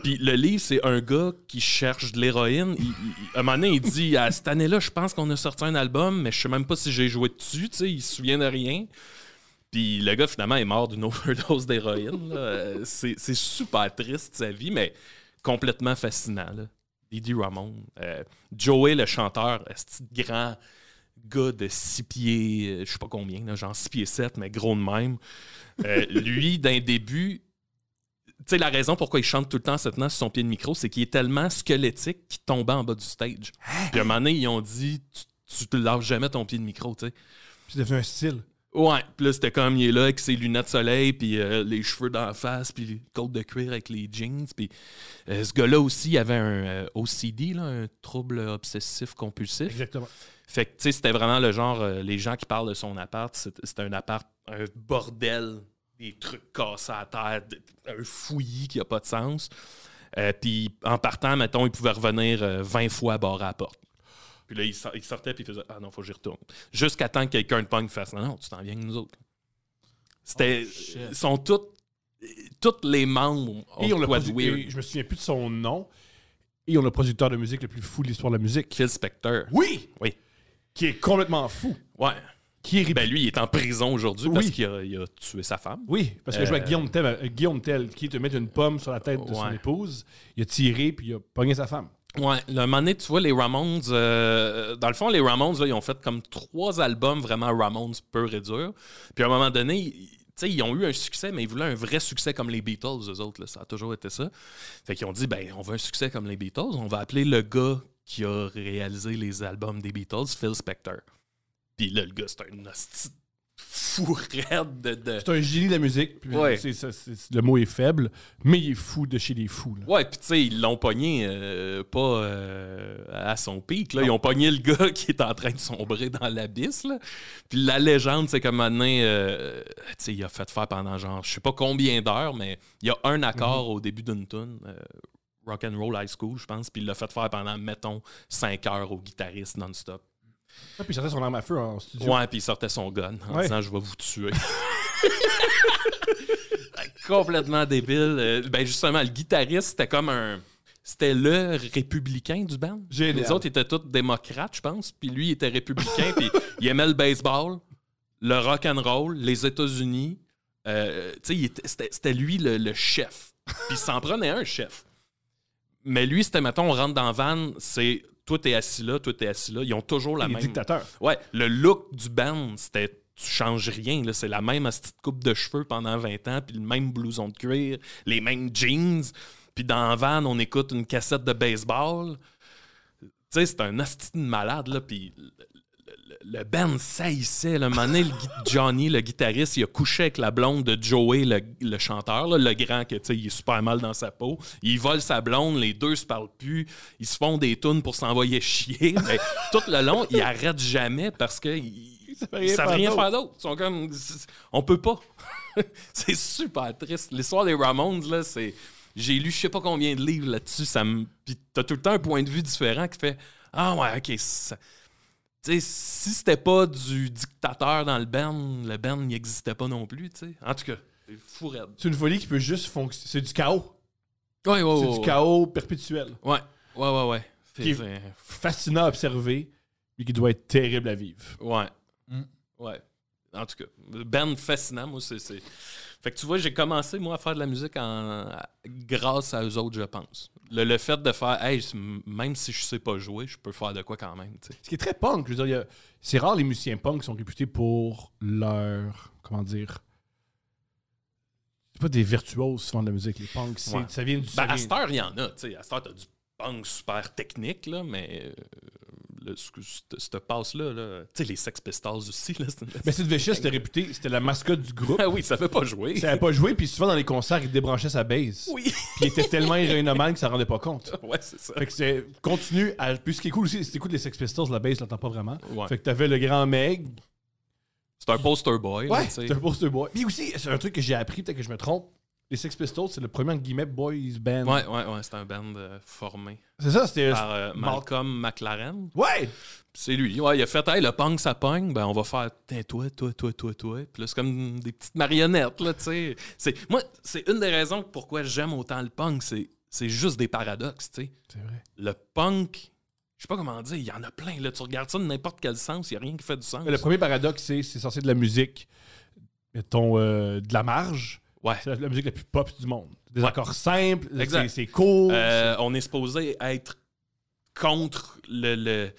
Speaker 4: puis le livre, c'est un gars qui cherche de l'héroïne. Il- il- il- à un moment donné, il dit à cette année-là, je pense qu'on a sorti un album, mais je sais même pas si j'ai joué dessus. Tu sais, il se souvient de rien. Puis le gars, finalement, est mort d'une overdose d'héroïne. là. Euh, C'est c'est super triste, sa vie, mais complètement fascinant. Là. Didi Ramon. Euh, Joey, le chanteur, ce petit grand gars de 6 pieds, euh, je sais pas combien, là, genre 6 pieds 7, mais gros de même. Euh, lui, d'un début, tu sais, la raison pourquoi il chante tout le temps en se tenant sur son pied de micro, c'est qu'il est tellement squelettique qu'il tombait en bas du stage. Puis à un moment donné, ils ont dit Tu, tu te lâches jamais ton pied de micro, tu sais.
Speaker 1: Puis C'est devenu un style.
Speaker 4: Ouais, puis là, c'était comme il est là avec ses lunettes soleil, puis euh, les cheveux dans la face, puis les côtes de cuir avec les jeans. Puis euh, ce gars-là aussi, il avait un euh, OCD, là, un trouble obsessif compulsif.
Speaker 1: Exactement.
Speaker 4: Fait que, tu sais, c'était vraiment le genre, euh, les gens qui parlent de son appart, c'est- c'était un appart, un bordel, des trucs cassés à terre, d- un fouillis qui n'a pas de sens. Euh, Puis en partant, mettons, il pouvait revenir euh, 20 fois barrer à la porte. Puis là, il, sor- il sortait, puis il faisait Ah non, faut que j'y retourne. Jusqu'à temps que quelqu'un de punk fasse Non, non, tu t'en viens avec nous autres. C'était.
Speaker 2: Oh, shit.
Speaker 4: ils sont tous. Tous les membres ont
Speaker 1: Et on l'a
Speaker 4: de Oh, quoi de
Speaker 1: produ-
Speaker 4: weird.
Speaker 1: et je me souviens plus de son nom. Et on a le producteur de musique le plus fou de l'histoire de la musique.
Speaker 4: Phil Spector.
Speaker 1: Oui!
Speaker 4: Oui.
Speaker 1: Qui est complètement fou.
Speaker 4: Ouais.
Speaker 1: Qui est réputé-
Speaker 4: Ben lui, il est en prison aujourd'hui
Speaker 1: Oui.
Speaker 4: parce qu'il a- il a tué sa femme.
Speaker 1: Oui, parce que je vois
Speaker 4: Euh,
Speaker 1: Guillaume Tell, euh, Guillaume Tell qui te met une pomme sur la tête de son
Speaker 4: Ouais. Euh,
Speaker 1: épouse. Il a tiré puis il a pogné sa femme.
Speaker 4: Ouais, le moment donné, tu vois, les Ramones, euh, dans le fond, les Ramones, là, ils ont fait comme trois albums vraiment Ramones pur et dur. Puis à un moment donné, ils- tu sais, ils ont eu un succès, mais ils voulaient un vrai succès comme les Beatles, eux autres, là, ça a toujours été ça. Fait qu'ils ont dit, ben, on veut un succès comme les Beatles, on va appeler le gars qui a réalisé les albums des Beatles, Phil Spector. Puis là, le gars, c'est un hostie fou raide de... de-
Speaker 1: C'est un génie de la musique. puis
Speaker 4: Ouais.
Speaker 1: c'est- ça, c'est- le mot est faible, mais il est fou de chez les fous. là.
Speaker 4: Ouais, puis tu sais, ils l'ont pogné euh, pas euh, à son pic. Là. Ils ont pogné le gars qui est en train de sombrer dans l'abysse. là. Puis la légende, c'est comme maintenant, euh, tu sais, il a fait faire pendant genre, je sais pas combien d'heures, mais il y a un accord au début d'une tune, euh, Rock and Roll High School, je pense, puis il l'a fait faire pendant, mettons, 5 heures au guitariste non-stop.
Speaker 1: Ah, puis il sortait son arme à feu en studio.
Speaker 4: Ouais, puis il sortait son gun en
Speaker 1: Ouais.
Speaker 4: disant je vais vous tuer. Complètement débile. Euh, Ben justement, le guitariste, c'était comme un. C'était le républicain du band.
Speaker 1: Génial.
Speaker 4: Les autres étaient tous démocrates, je pense. Puis lui, il était républicain. puis il aimait le baseball, le rock and roll, les États-Unis. Euh, tu sais, il était- c'était c'était lui le, le chef. Puis il s'en prenait un chef. Mais lui, c'était, mettons, on rentre dans la van, c'est toi, t'es assis là, toi, t'es assis là. Ils ont toujours la
Speaker 1: Il est
Speaker 4: même.
Speaker 1: dictateur.
Speaker 4: Ouais, le look du band, c'était tu changes rien. là. C'est la même petite coupe de cheveux pendant 20 ans, puis le même blouson de cuir, les mêmes jeans. Puis dans la van, on écoute une cassette de baseball. Tu sais, c'est un asti de malade, là. Puis le, le- le band saillissait. Là. Un moment donné, le gui- Johnny, le guitariste, il a couché avec la blonde de Joey, le, le chanteur, là, le grand, que, tu sais, il est super mal dans sa peau. Il vole sa blonde, les deux se parlent plus. Ils se font des tunes pour s'envoyer chier. Mais tout le long, ils arrêtent jamais parce que ils-
Speaker 1: savent rien
Speaker 4: ils savent
Speaker 1: faire
Speaker 4: rien
Speaker 1: d'autre.
Speaker 4: faire d'autre. Ils sont comme... c'est- On peut pas. c'est super triste. L'histoire des Ramones, là, c'est... J'ai lu je sais pas combien de livres là-dessus. Ça me... Puis t'as tout le temps un point de vue différent qui fait... Ah ouais, OK, ça- tu sais, si c'était pas du dictateur dans le band, le band n'existait pas non plus, tu sais. En tout cas, c'est fou raide.
Speaker 1: C'est une folie qui peut juste fonctionner. C'est du chaos.
Speaker 4: Ouais, ouais, ouais.
Speaker 1: C'est du chaos perpétuel.
Speaker 4: Ouais, ouais, ouais, ouais. C'est-
Speaker 1: Qui-
Speaker 4: c'est-
Speaker 1: Fascinant à observer, mais qui doit être terrible à vivre.
Speaker 4: Ouais.
Speaker 1: Hmm.
Speaker 2: Mm.
Speaker 4: Ouais. En tout cas, le band fascinant, moi, c'est... c'est- Fait que tu vois, j'ai commencé, moi, à faire de la musique en... grâce à eux autres, je pense. Le, le fait de faire, hey, c'est- même si je sais pas jouer, je peux faire de quoi quand même, tu sais.
Speaker 1: Ce qui est très punk. Je veux dire, il y a- c'est rare les musiciens punk qui sont réputés pour leur. Comment dire C'est pas des virtuoses souvent de la musique, les punks. C'est-
Speaker 4: Ouais.
Speaker 1: Ça vient du.
Speaker 4: Ben,
Speaker 1: ça
Speaker 4: à
Speaker 1: vient-
Speaker 4: cette heure, il y en a. tu sais. À cette heure, t'as du punk super technique, là, mais euh, le- ce que- cette- cette passe-là, là, tu sais, les Sex Pistols aussi. Là, c'est-
Speaker 1: Mais Sid Vicious était réputé, c'était la mascotte du groupe.
Speaker 4: ah oui, ça fait pas jouer.
Speaker 1: Il savait pas jouer, puis souvent dans les concerts, il débranchait sa bass.
Speaker 4: Oui,
Speaker 1: Puis il était tellement héroïnomane que ça rendait pas compte.
Speaker 4: ouais, c'est ça.
Speaker 1: Fait que c'est. Continue à. Puis ce qui est cool aussi, c'est que t'écoutes les Sex Pistols, la bass, l'entend pas vraiment.
Speaker 4: Ouais.
Speaker 1: Fait que t'avais le grand Meg.
Speaker 4: C'est un poster boy. là,
Speaker 1: Ouais,
Speaker 4: tu sais.
Speaker 1: c'est un poster boy. Puis aussi, c'est un truc que j'ai appris, peut-être que je me trompe. Les Sex Pistols, c'est le premier, en guillemets, boys band.
Speaker 4: ouais, ouais, ouais, c'est un band euh, formé
Speaker 1: C'est ça, c'était.
Speaker 4: par euh, Malcolm McLaren.
Speaker 1: Ouais!
Speaker 4: C'est lui. Ouais, il a fait, hey, le punk, ça pogne. Ben, on va faire, tiens, toi, toi, toi, toi, toi. Puis là, c'est comme des petites marionnettes, là, tu sais. C'est- Moi, c'est une des raisons pourquoi j'aime autant le punk. C'est c'est juste des paradoxes, tu sais.
Speaker 1: C'est vrai.
Speaker 4: le punk, je sais pas comment dire, il y en a plein. Là, tu regardes ça de n'importe quel sens, il n'y a rien qui fait du sens.
Speaker 1: Le premier paradoxe, c'est c'est censé être de la musique, mettons, euh, de la marge.
Speaker 4: Ouais.
Speaker 1: C'est la, la musique la plus pop du monde. Des
Speaker 4: Ouais.
Speaker 1: accords simples, c'est-
Speaker 4: Exact.
Speaker 1: c'est court.
Speaker 4: Euh, on est supposé être contre le- le-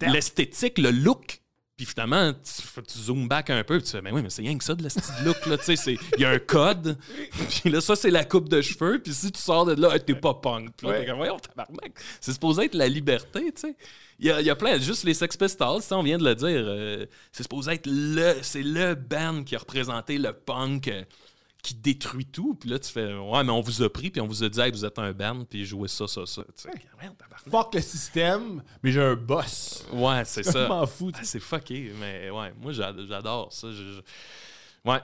Speaker 4: l'esthétique, le, look. Puis finalement, tu, f- tu zoomes back un peu, puis tu fais, mais oui, mais c'est rien que ça de l'esthétique de look. là, tu sais, c'est- Il y a un code, puis là, ça, c'est la coupe de cheveux, puis si tu sors de là, Hey, t'es pas punk. Puis là, t'es comme, voyons, tabarnak. C'est supposé être la liberté, tu sais. Il y, a- il y a plein, juste les Sex Pistols, ça, on vient de le dire. euh, c'est supposé être le, c'est le band qui a représenté le punk euh, qui détruit tout. Puis là, tu fais, ouais, mais on vous a pris, puis on vous a dit, hey, vous êtes un band, puis jouez ça, ça, ça. Tu sais, merde, tabarnak.
Speaker 1: Fuck le système, mais j'ai un boss.
Speaker 4: Ouais, c'est
Speaker 1: Je
Speaker 4: ça.
Speaker 1: m'en fous.
Speaker 4: Ah, c'est fucké, mais ouais, moi, j'a- j'adore ça. Je- je- Ouais.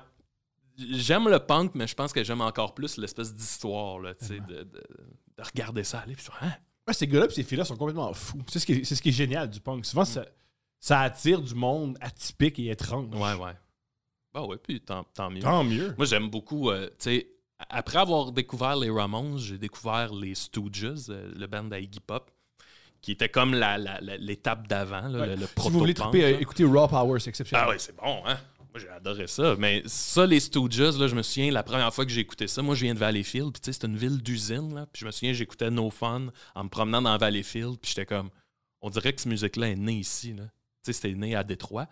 Speaker 4: J'aime le punk, mais je pense que j'aime encore plus l'espèce d'histoire, là, tu sais, de, de- de regarder ça aller, puis tu fais, Hein?
Speaker 1: Ouais, ces gars-là pis ces filles-là sont complètement fous. C'est ce, qui est- c'est ce qui est génial du punk. Souvent, ça, ça attire du monde atypique et étrange.
Speaker 4: Ouais, ouais. Bah ouais, puis tant, tant mieux.
Speaker 1: Tant mieux.
Speaker 4: Moi, j'aime beaucoup, euh, tu sais, après avoir découvert les Ramones, j'ai découvert les Stooges, euh, le band à Iggy Pop, qui était comme la- la- la- l'étape d'avant, là,
Speaker 1: Ouais.
Speaker 4: le, le
Speaker 1: Si vous voulez
Speaker 4: proto-punk,
Speaker 1: triper,
Speaker 4: là.
Speaker 1: euh, écoutez Raw Power, c'est exceptionnel.
Speaker 4: Ah ouais, c'est bon, hein? Moi, j'ai adoré ça. Mais ça, les Stooges, là, je me souviens, la première fois que j'ai écouté ça, moi, je viens de Valleyfield, puis tu sais, c'est une ville d'usine, là. Puis je me souviens, j'écoutais No Fun en me promenant dans Valleyfield, puis j'étais comme, on dirait que cette musique-là est née ici, là. Tu sais, c'était né à Détroit.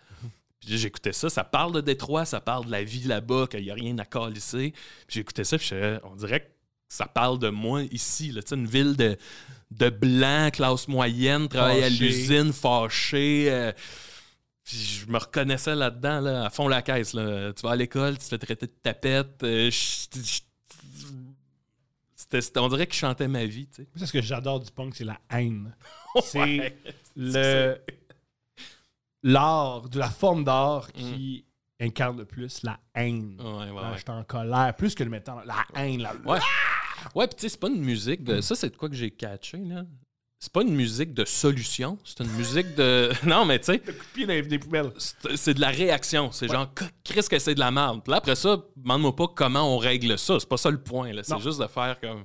Speaker 4: Puis j'écoutais ça, ça parle de Détroit, ça parle de la vie là-bas, qu'il n'y a rien à calisser. Puis j'écoutais ça, puis j'étais, on dirait que ça parle de moi ici, là. Tu sais, une ville de, de blancs, classe moyenne, travaille à
Speaker 1: Fâché.
Speaker 4: l'usine, fâché. euh, puis je me reconnaissais là-dedans, là, à fond la caisse. Là. Tu vas à l'école, tu te fais traiter de tapette. euh, je- je- c'était- c'était- on dirait que je chantais ma vie, tu sais.
Speaker 1: Moi, C'est ce que j'adore du punk, c'est la haine. C'est
Speaker 4: Ouais.
Speaker 1: le l'art, de la forme d'art qui incarne le plus la haine.
Speaker 4: Mm. Ouais, ouais,
Speaker 1: Là,
Speaker 4: ouais.
Speaker 1: J'étais en colère, plus que le mettant la haine. La...
Speaker 4: Ouais. Ouais, puis tu sais, c'est pas une musique de. Ça, c'est de quoi que j'ai catché, là. C'est pas une musique de solution, c'est une musique de. Non, mais tu sais,
Speaker 1: Le coup de pied dans les- des poubelles.
Speaker 4: c'est c'est de la réaction. C'est genre, qu'est-ce que c'est de la merde? Puis là, après ça, demande-moi pas comment on règle ça. C'est pas ça le point, là. C'est
Speaker 1: Non.
Speaker 4: juste de faire comme.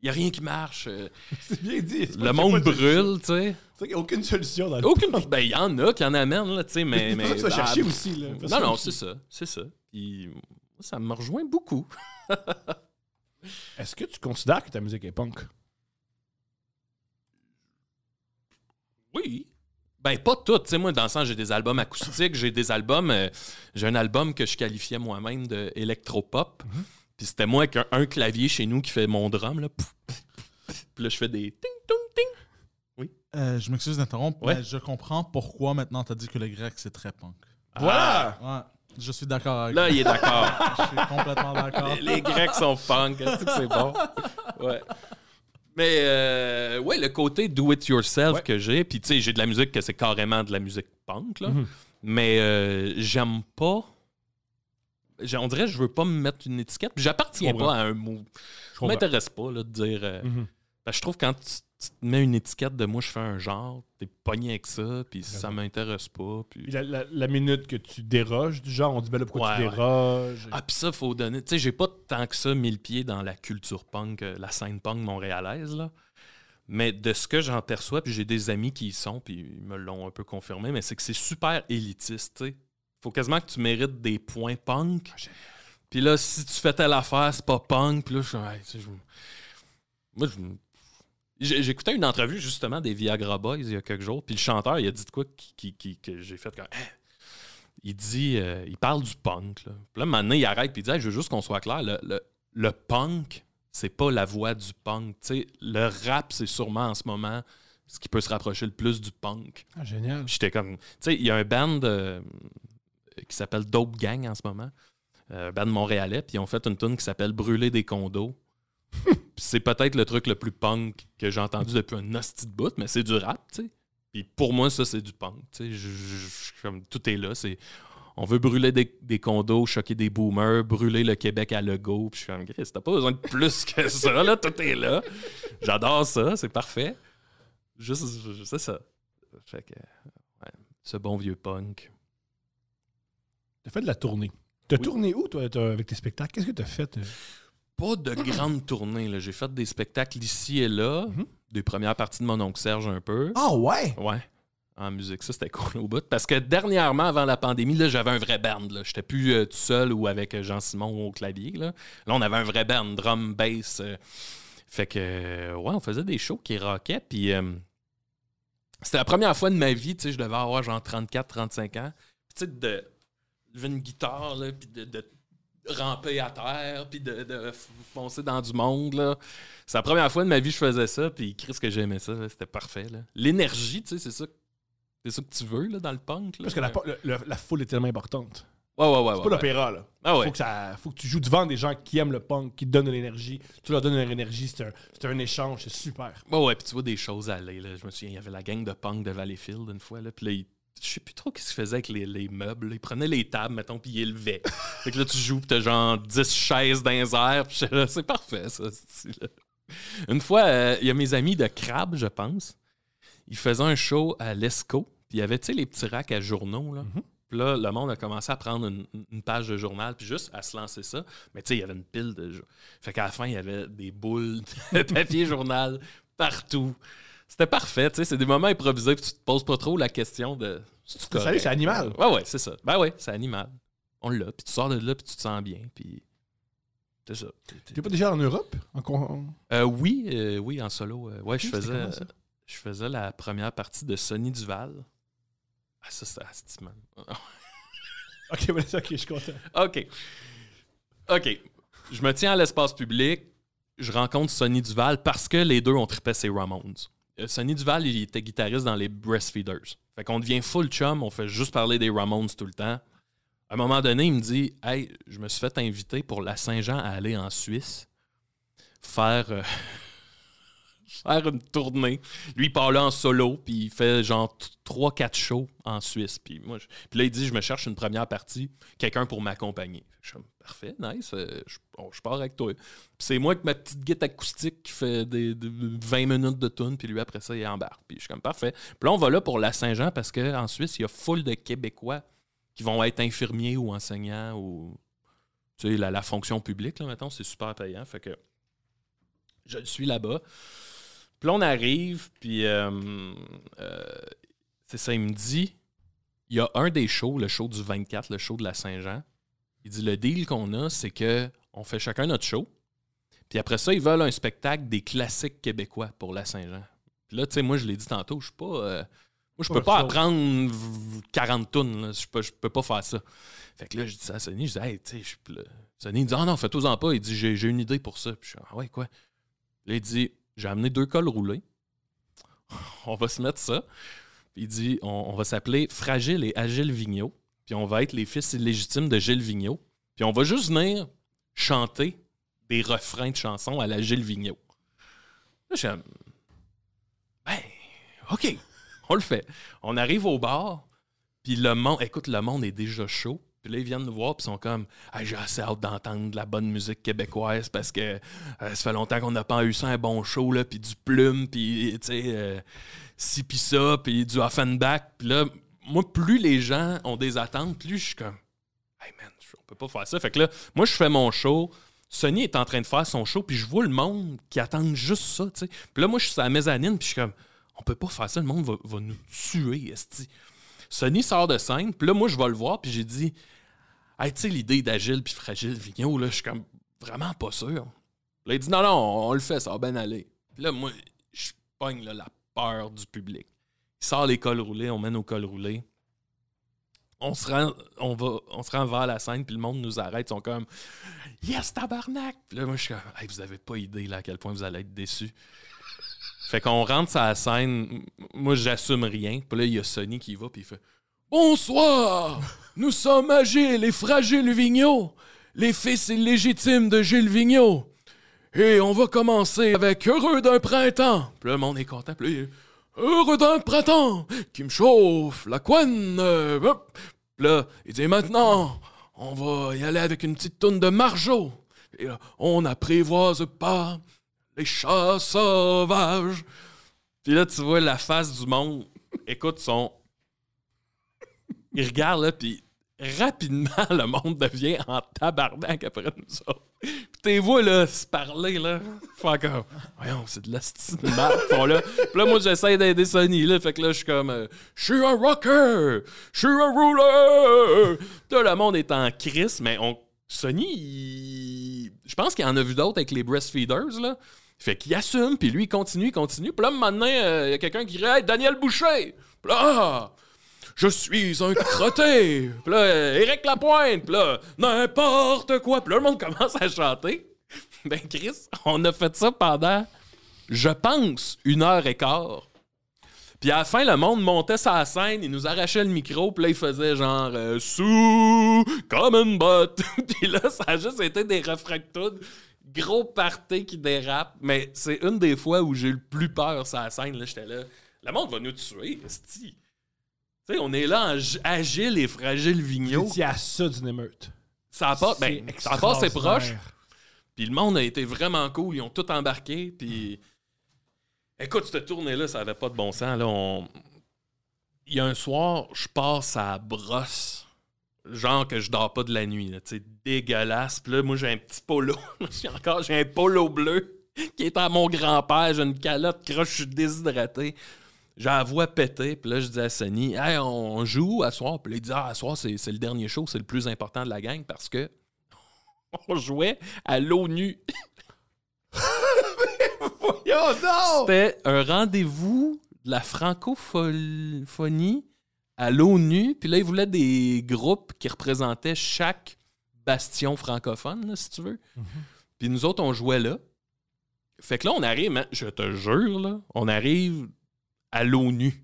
Speaker 4: Il a rien qui marche. euh,
Speaker 1: C'est bien dit. c'est pas-
Speaker 4: Le
Speaker 1: c'est
Speaker 4: monde
Speaker 1: pas-
Speaker 4: brûle, tu sais.
Speaker 1: c'est qu'il y a aucune solution dans le
Speaker 4: Aucune. Ben, il y en a qui en amènent, là, tu sais,
Speaker 1: C'est
Speaker 4: mais.
Speaker 1: pour ça
Speaker 4: mais
Speaker 1: que tu vas chercher
Speaker 4: Ah,
Speaker 1: aussi. Là.
Speaker 4: Non, non, c'est ça. C'est ça. Puis, moi, ça me rejoint beaucoup.
Speaker 1: Est-ce que tu considères que ta musique est punk?
Speaker 4: Oui. Ben, pas toutes. Tu sais, moi, dans le sens, j'ai des albums acoustiques, j'ai des albums. euh, j'ai un album que je qualifiais moi-même de électropop. Puis c'était moi avec un, un clavier chez nous qui fait mon drum, là. Pouf, pouf, pouf. Puis là, je fais des ting, tong, ting. Oui.
Speaker 2: Euh, je m'excuse d'interrompre,
Speaker 4: Ouais.
Speaker 2: mais je comprends pourquoi maintenant t'as dit que le grec c'est très punk.
Speaker 3: Voilà!
Speaker 2: Ouais, je suis d'accord avec
Speaker 4: Ah! Là, il est d'accord.
Speaker 2: toi. Je suis complètement d'accord.
Speaker 4: les, les Grecs sont punk. Est-ce que c'est bon? Ouais. Mais euh, ouais, le côté do it yourself
Speaker 1: Ouais.
Speaker 4: que j'ai, puis tu sais, j'ai de la musique que c'est carrément de la musique punk, là.
Speaker 1: Mhm.
Speaker 4: Mais euh, j'aime pas. j'ai- On dirait que je veux pas me mettre une étiquette. puis J'appartiens
Speaker 1: Je comprends.
Speaker 4: pas à un mot.
Speaker 1: Je
Speaker 4: Je m'intéresse pas là, de dire. euh,
Speaker 1: Mhm.
Speaker 4: parce que je trouve que quand tu, tu te mets une étiquette de moi, je fais un genre, t'es pogné avec ça, puis ça m'intéresse pas. Puis...
Speaker 1: Puis La, la- la minute que tu déroges, du genre, on dit, ben là, pourquoi
Speaker 4: Ouais,
Speaker 1: tu
Speaker 4: ouais.
Speaker 1: déroges?
Speaker 4: Ah, puis ça, faut donner. Tu sais, j'ai pas tant que ça mille pieds dans la culture punk, euh, la scène punk montréalaise, là. Mais de ce que j'en perçois, puis j'ai des amis qui y sont, puis ils me l'ont un peu confirmé, mais c'est que c'est super élitiste, tu sais. Faut quasiment que tu mérites des points punk. Puis là, si tu fais telle affaire, c'est pas punk. Puis là, je suis. Hey, tu sais, je- Moi, je. J'ai- J'écoutais une entrevue justement des Viagra Boys il y a quelques jours, puis le chanteur, il a dit de quoi qui, qui- qui- que j'ai fait comme. Hein? Il dit, euh, il parle du punk. Là. Puis là, maintenant, il arrête puis il dit, Hey, je veux juste qu'on soit clair, le, le- le punk, c'est pas la voix du punk. Tu sais, le rap, c'est sûrement en ce moment ce qui peut se rapprocher le plus du punk.
Speaker 1: Ah, génial.
Speaker 4: Puis J'étais comme. Tu sais, il y a un band euh, qui s'appelle Dope Gang en ce moment, euh, un band montréalais, puis ils ont fait une tune qui s'appelle Brûler des condos. Puis c'est peut-être le truc le plus punk que j'ai entendu depuis un hostie de bout, mais c'est du rap, tu sais. Puis pour moi, ça, c'est du punk. Tu sais, Je- je- je- comme tout est là. c'est On veut brûler des, des condos, choquer des boomers, brûler le Québec à Lego. Puis je suis comme, Chris, t'as pas besoin de plus que ça, là. Tout est là. J'adore ça, c'est parfait. Juste, je- c'est ça. Fait que, ouais, ce bon vieux punk.
Speaker 1: T'as fait de la tournée. T'as
Speaker 4: Oui.
Speaker 1: tourné où, toi, t'as- avec tes spectacles? Qu'est-ce que t'as fait? euh?
Speaker 4: Pas de grande tournée, là. J'ai fait des spectacles ici et là,
Speaker 1: Mhm.
Speaker 4: des premières parties de mon oncle Serge un peu.
Speaker 1: Ah ouais!
Speaker 4: Ouais. En musique, ça c'était cool au bout. Parce que dernièrement, avant la pandémie, là, j'avais un vrai band. Là. J'étais plus euh, tout seul ou avec euh, Jean-Simon au clavier. Là. là, on avait un vrai band, drum, bass. euh. Fait que, euh, ouais, on faisait des shows qui rockaient. Puis euh, c'était la première fois de ma vie, tu sais, je devais avoir genre 34, 35 ans. Puis, tu sais, de lever une guitare, là, puis de, de ramper à terre, puis de, de f- foncer dans du monde, là. C'est la première fois de ma vie que je faisais ça, puis Chris que j'aimais ça, là, c'était parfait. là. L'énergie, tu sais, c'est ça, c'est ça que tu veux là, dans le punk. là.
Speaker 1: Parce que la, po- le- le- la foule est tellement importante.
Speaker 4: Ouais, ouais, ouais.
Speaker 1: C'est
Speaker 4: ouais,
Speaker 1: pas
Speaker 4: ouais.
Speaker 1: l'opéra, là.
Speaker 4: Ah ouais.
Speaker 1: Faut, que ça, faut que tu joues devant des gens qui aiment le punk, qui te donnent de l'énergie. Tu leur donnes de l'énergie, c'est un, c'est un échange, c'est super.
Speaker 4: Ouais, ouais, puis tu vois des choses aller. Là. Je me souviens, il y avait la gang de punk de Valleyfield une fois, là, puis là, ils- je sais plus trop qu'est-ce qu'ils faisaient avec les, les meubles. là. Ils prenaient les tables, mettons, puis ils élevaient. fait que là, tu joues, puis t'as genre 10 chaises dans les airs, puis j'étais là, c'est parfait, ça, ce style-là. Une fois, euh, il y a mes amis de Crab, je pense. Ils faisaient un show à l'ESCO, puis il y avait, tu sais, les petits racks à journaux, là. Puis là, le monde a commencé à prendre une, une page de journal, puis juste à se lancer ça. Mais tu sais, il y avait une pile de. jo- Fait qu'à la fin, il y avait des boules de papier journal partout. C'était parfait, tu sais. C'est des moments improvisés, puis tu te poses pas trop la question de. C'est-tu
Speaker 1: Salut,
Speaker 4: correct?
Speaker 1: c'est animal.
Speaker 4: Ouais, ouais, c'est ça. Ben ouais, c'est animal. On l'a, puis tu sors de là, puis tu te sens bien, puis. C'est ça.
Speaker 1: T'es pas déjà en Europe? En con-
Speaker 4: Euh, oui, euh, oui, en solo. euh, ouais, je
Speaker 1: c'était
Speaker 4: faisais,
Speaker 1: comment, ça?
Speaker 4: euh, je faisais la première partie de Sonny Duval. Ah, ça, c'est asti, man.
Speaker 1: Ok, voilà, c'est ok, je suis content.
Speaker 4: OK. OK. Je me tiens à l'espace public. Je rencontre Sonny Duval parce que les deux ont trippé ses Ramones. Euh, Sonny Duval, il était guitariste dans les Breastfeeders. Fait qu'on devient full chum, on fait juste parler des Ramones tout le temps. À un moment donné, il me dit Hey, je me suis fait inviter pour la Saint-Jean à aller en Suisse faire, euh, faire une tournée. Lui, il part là en solo, puis il fait genre 3-4 shows en Suisse. Puis, moi, je- puis là, il dit Je me cherche une première partie quelqu'un pour m'accompagner. Fait que Je suis comme, parfait, nice, euh, je, bon, je pars avec toi. Puis c'est moi avec ma petite guitare acoustique qui fait des, des 20 minutes de tune, puis lui après ça, il embarque. Puis je suis comme, parfait. Puis là, on va là pour la Saint-Jean parce qu'en Suisse, il y a full de Québécois qui vont être infirmiers ou enseignants ou. Tu sais, la, la fonction publique, là, maintenant, c'est super payant. Fait que je le suis là-bas. Puis là, on arrive, puis euh, euh, c'est ça, il me dit il y a un des shows, le show du 24, le show de la Saint-Jean. Il dit le deal qu'on a, c'est que on fait chacun notre show. Puis après ça, ils veulent un spectacle des classiques québécois pour la Saint-Jean. Puis là, tu sais, moi, je l'ai dit tantôt, je suis pas. euh, moi, je peux
Speaker 1: Pas
Speaker 4: pas
Speaker 1: un show.
Speaker 4: apprendre v- 40 tonnes. là. Je peux, je peux pas faire ça. Fait que là, je dis ça à Sonny, je dis, hey, tu sais, je suis là. Sonny, il dit, ah non, fais-toi-en pas. Il dit, j'ai j'ai une idée pour ça. Puis je suis, ah ouais, quoi? Là, il dit, j'ai amené deux cols roulés. on va se mettre ça. Il dit on, on va s'appeler Fragile et Agile Vigneault, puis on va être les fils illégitimes de Gilles Vigneault, puis on va juste venir chanter des refrains de chansons à la Gilles Vigneault. Là, je suis comme, ben, OK, on le fait. On arrive au bar, puis le monde, écoute, le monde est déjà chaud. Puis là, ils viennent nous voir, puis ils sont comme, Hey, j'ai assez hâte d'entendre de la bonne musique québécoise parce que euh, ça fait longtemps qu'on n'a pas eu ça, un bon show, là, puis du plume, puis, tu sais, euh, ci, puis ça, puis du Offenbach. Puis là, moi, plus les gens ont des attentes, plus je suis comme, hey man, on peut pas faire ça. Fait que là, moi, je fais mon show. Sony est en train de faire son show, puis je vois le monde qui attend juste ça, tu sais. Puis là, moi, je suis à la mezzanine, puis je suis comme, on peut pas faire ça, le monde va, va nous tuer, esti. Sony sort de scène, puis là, moi, je vais le voir, puis j'ai dit, hey, tu sais, l'idée d'Agile puis Fragile Vigneault, là, je suis comme, vraiment pas sûr. Là, il dit, non, non, on, on le fait, ça va bien aller. Puis là, moi, je pogne là, la peur du public. Il sort les cols roulés, on mène au col roulé on se rend, on va, on se rend vers la scène, puis le monde nous arrête. Ils sont comme Yes, tabarnak! Puis là, moi, je suis comme Hey, vous avez pas idée là, à quel point vous allez être déçus. Fait qu'on rentre sur la scène. Moi, j'assume rien. Puis là, il y a Sony qui y va, puis il fait Bonsoir! Nous sommes agiles et fragiles Vigneault, les fils illégitimes de Gilles Vigneault. Et on va commencer avec Heureux d'un printemps. Puis là, le monde est content. Puis là, il est, Heureux d'un printemps qui me chauffe la couenne. euh, hop. Puis là, il dit maintenant, on va y aller avec une petite toune de Marjo. Et là, on n'apprivoise pas les chats sauvages. Puis là, tu vois la face du monde. Écoute, son. Il regarde, là, puis rapidement, le monde devient en tabarnak après nous autres. Puis t'es vois, là, se parler, là. Fait comme, voyons, c'est de la style de merde, font là. Puis là, moi, j'essaie d'aider Sony, là. Fait que là, je suis comme, euh, je suis un rocker, je suis un ruler. Tout le monde est en crise, mais on... Sony, il- je pense qu'il en a vu d'autres avec les breastfeeders, là. Fait qu'il assume, puis lui, il continue, il continue. Puis là, maintenant, euh, il y a quelqu'un qui dit Hey, Daniel Boucher! Puis là, Ah! Je suis un crotté! Puis là, euh, Éric Lapointe! Puis là, n'importe quoi! Puis là, le monde commence à chanter. Ben, Chris, on a fait ça pendant, je pense, une heure et quart. Puis à la fin, le monde montait sa scène, il nous arrachait le micro, puis là, il faisait genre euh, Sous, comme une botte. puis là, ça a juste été des refractoudes. Gros party qui dérape, mais c'est une des fois où j'ai eu le plus peur sur la scène. Là, j'étais là. Le monde va nous tuer, esti. Tu sais, on est là en j- agile et fragile vigneault.
Speaker 1: y à ça d'une émeute.
Speaker 4: Ça a pas, ben,
Speaker 1: C'est
Speaker 4: ça a pas ses proches.
Speaker 1: extraordinaire.
Speaker 4: Puis le monde a été vraiment cool. Ils ont tout embarqué. Puis. Écoute, cette tournée-là, ça avait pas de bon sens. Là, on... Il y a un soir, je passe à brosse. Genre que je dors pas de la nuit. là, Tu sais, dégueulasse. Puis là, moi, j'ai un petit polo. j'ai encore, j'ai un polo bleu qui est à mon grand-père. J'ai une calotte croche, je suis déshydraté. J'ai la voix pétée, puis là, je dis à Sonny, hey, on joue à soir. Puis là, il dit, ah, à soir, c'est c'est le dernier show, c'est le plus important de la gang parce que on jouait à l'ONU.
Speaker 3: Yo,
Speaker 1: Oh!
Speaker 3: non!
Speaker 4: C'était un rendez-vous de la francophonie à l'ONU. Puis là, ils voulaient des groupes qui représentaient chaque bastion francophone, là, si tu veux. Puis nous autres, on jouait là. Fait que là, on arrive, man, je te jure, là, on arrive à l'ONU.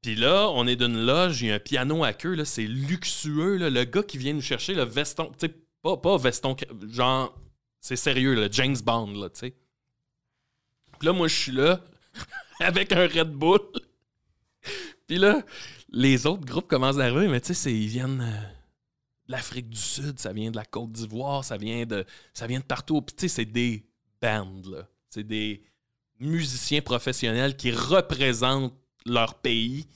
Speaker 4: Puis là, on est d'une loge, il y a un piano à queue, là, c'est luxueux. là. Le gars qui vient nous chercher, le veston, tu sais, pas, pas veston, genre, c'est sérieux, le James Bond, là, tu sais. Puis là, moi, je suis là avec un Red Bull. Puis là, les autres groupes commencent à arriver, mais tu sais, c'est- ils viennent euh, de l'Afrique du Sud, ça vient de la Côte d'Ivoire, ça vient de ça vient de partout. Puis tu sais, c'est des bands, là. C'est des musiciens professionnels qui représentent leur pays.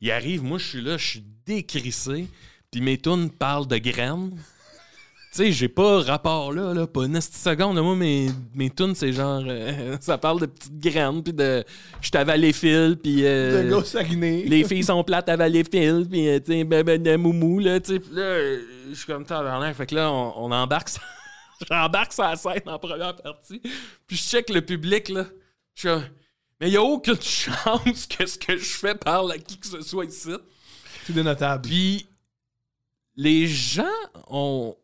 Speaker 4: Ils arrivent, moi, je suis là, je suis décrissé. Puis mes tunes parlent de graines. Tu sais, j'ai pas rapport là, là, pas une petite seconde. Moi, mes, mes tunes, c'est genre. euh, ça parle de petites graines, puis de. Je t'avale les fils, puis. euh,
Speaker 1: Le gars Saguenay.
Speaker 4: les filles sont plates à Valleyfield, puis euh, tu sais, ben, ben, ben, moumou, là, tu sais. Puis là, euh, je suis comme tabarnak. Fait que là, on, on embarque sur- J'embarque sur la scène en première partie, puis je check le public, là. Je suis comme, Mais il n'y a aucune chance que ce que je fais parle à qui que ce soit ici.
Speaker 1: Tout de notable.
Speaker 4: Puis les gens ont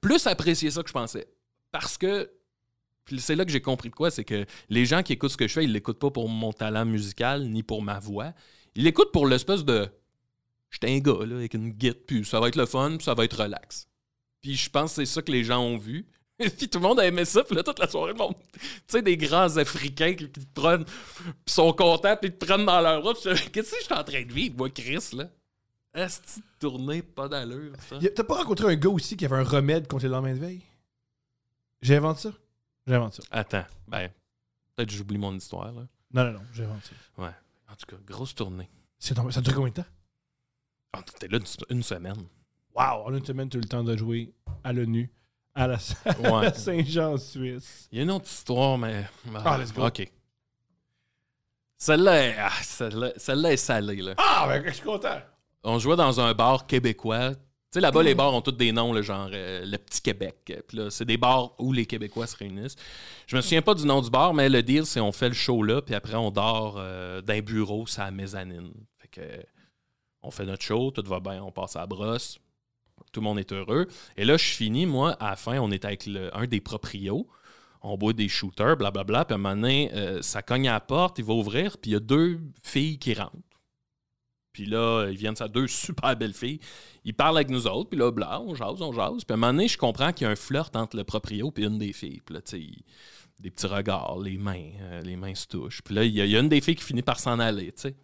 Speaker 4: plus apprécié ça que je pensais. Parce que Puis c'est là que j'ai compris de quoi, c'est que les gens qui écoutent ce que je fais, ils l'écoutent pas pour mon talent musical ni pour ma voix. Ils l'écoutent pour l'espèce de j'étais un gars là, avec une guide, puis ça va être le fun, puis ça va être relax. Puis je pense que c'est ça que les gens ont vu. puis tout le monde a aimé ça, puis là, toute la soirée, le monde. Tu sais, des grands Africains qui, qui te prennent, puis sont contents, puis ils te prennent dans leur bras. puis je- Qu'est-ce que je suis en train de vivre, moi, Chris, là? Est-ce que tournée pas d'allure, ça?
Speaker 1: Y a- T'as pas rencontré un gars aussi qui avait un remède contre les lendemains de veille? J'invente ça? J'invente ça.
Speaker 4: Attends, ben, peut-être que j'oublie mon histoire, là.
Speaker 1: Non, non, non, j'invente ça.
Speaker 4: En tout cas, grosse tournée.
Speaker 1: C'est tombé- Ça dure combien de temps?
Speaker 4: On était Ah, là une, une semaine.
Speaker 1: Wow! On a une semaine tout le temps de jouer à l'ONU, à la
Speaker 4: Ouais.
Speaker 1: Saint-Jean-Suisse.
Speaker 4: Il y a une autre histoire, mais.
Speaker 1: Ah, let's go.
Speaker 4: OK. Celle-là est, ah, celle-là, celle-là est salée, là.
Speaker 1: Ah, ben, je suis content!
Speaker 4: On jouait dans un bar québécois. Tu sais, là-bas, les bars ont tous des noms, là, genre euh, le Petit Québec. Puis là, c'est des bars où les Québécois se réunissent. Je me souviens pas du nom du bar, mais le deal, c'est on fait le show là, puis après, on dort euh, d'un bureau, ça la mezzanine. Fait que, euh, on fait notre show, tout va bien, on passe à la brosse, tout le monde est heureux. Et là, je finis, moi, à la fin, on est avec le- un des proprios. On boit des shooters, blablabla. Puis à un moment donné, euh, ça cogne à la porte, il va ouvrir, puis il y a deux filles qui rentrent. Puis là, ils viennent, ça deux super belles filles. Ils parlent avec nous autres, puis là, bla, on jase, on jase. Puis à un moment donné, je comprends qu'il y a un flirt entre le proprio et une des filles. Puis là, tu sais, il- des petits regards, les mains, euh, les mains se touchent. Puis là, il y, a- il y a une des filles qui finit par s'en aller, tu sais.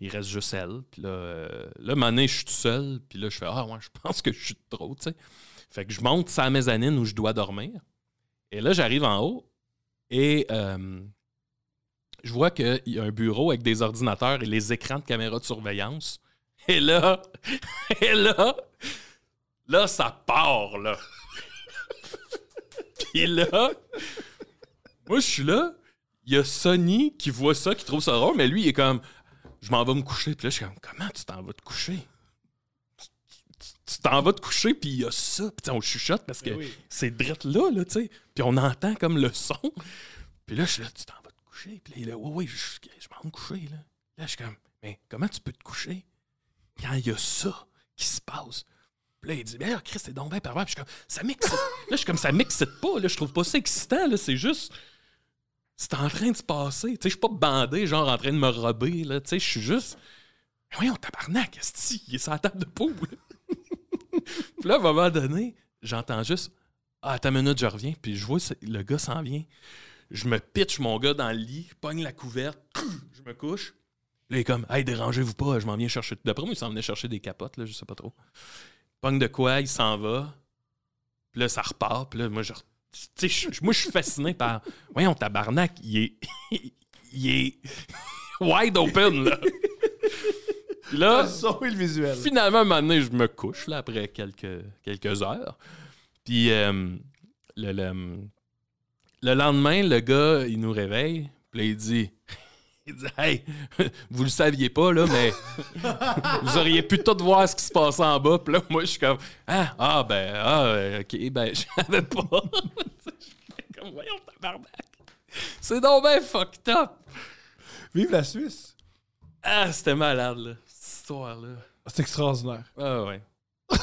Speaker 4: Il reste juste elle. Puis là, euh, là, à un moment donné, je suis tout seul. Puis là, je fais, ah ouais, je pense que je suis de trop, tu sais. Fait que je monte sa mezzanine où je dois dormir. Et là, j'arrive en haut et euh, je vois qu'il y a un bureau avec des ordinateurs et les écrans de caméras de surveillance. Et là, et là, là, ça part, là. Puis là, moi, je suis là. Il y a Sonny qui voit ça, qui trouve ça drôle, mais lui, il est comme, je m'en vais me coucher. Puis là, je suis comme, comment tu t'en vas te coucher? Tu- Tu t'en vas te coucher, puis il y a ça. Puis tu sais, on chuchote parce que c'est drette là, là, tu sais. Puis on entend comme le son. Puis là, je suis là, tu t'en vas te coucher. Puis là, il est là, oui, oui, je, je m'en vais me coucher, là. Là, je suis comme, mais comment tu peux te coucher quand il y a ça qui se passe? Puis là, il dit, mais là, Chris, t'es donc bien pervers. Puis je suis comme, ça m'excite. là, je suis comme, ça m'excite pas, là. Je trouve pas ça excitant, là. C'est juste, c'est en train de se passer. Tu sais, je suis pas bandé, genre en train de me rober, là. Tu sais, je suis juste, mais voyons, tabarnak, esti, il est sur la table de poule. Puis là, à un moment donné, j'entends juste Ah, attends une minute, je reviens. Puis je vois c'est- le gars s'en vient. Je me pitch mon gars dans le lit, pogne la couverte, je me couche. Là, il est comme Hey, dérangez-vous pas, je m'en viens chercher. D'après moi, il s'en venait chercher des capotes, là, je sais pas trop. Pogne de quoi, il s'en va. Puis là, ça repart. Puis là, moi, je. re- Tu sais, je- moi, je suis fasciné par. Voyons, tabarnak, il est. il est. wide open, là. Puis là.
Speaker 1: Le son et Ah, le visuel.
Speaker 4: Finalement, un moment donné, je me couche là, après quelques, quelques heures. Puis euh, le, le- le lendemain, le gars, il nous réveille. Puis là, il dit, il dit Hey, vous le saviez pas, là, mais vous auriez pu tout voir ce qui se passait en bas. Puis là, moi, je suis comme Ah, ah ben, ah, euh, ok, ben, je savais pas. Je fais comme Voyons, tabarnak. C'est donc ben fucked up.
Speaker 1: Vive la Suisse!
Speaker 4: Ah, c'était malade, là, cette histoire-là.
Speaker 1: C'est extraordinaire.
Speaker 4: Ah ouais.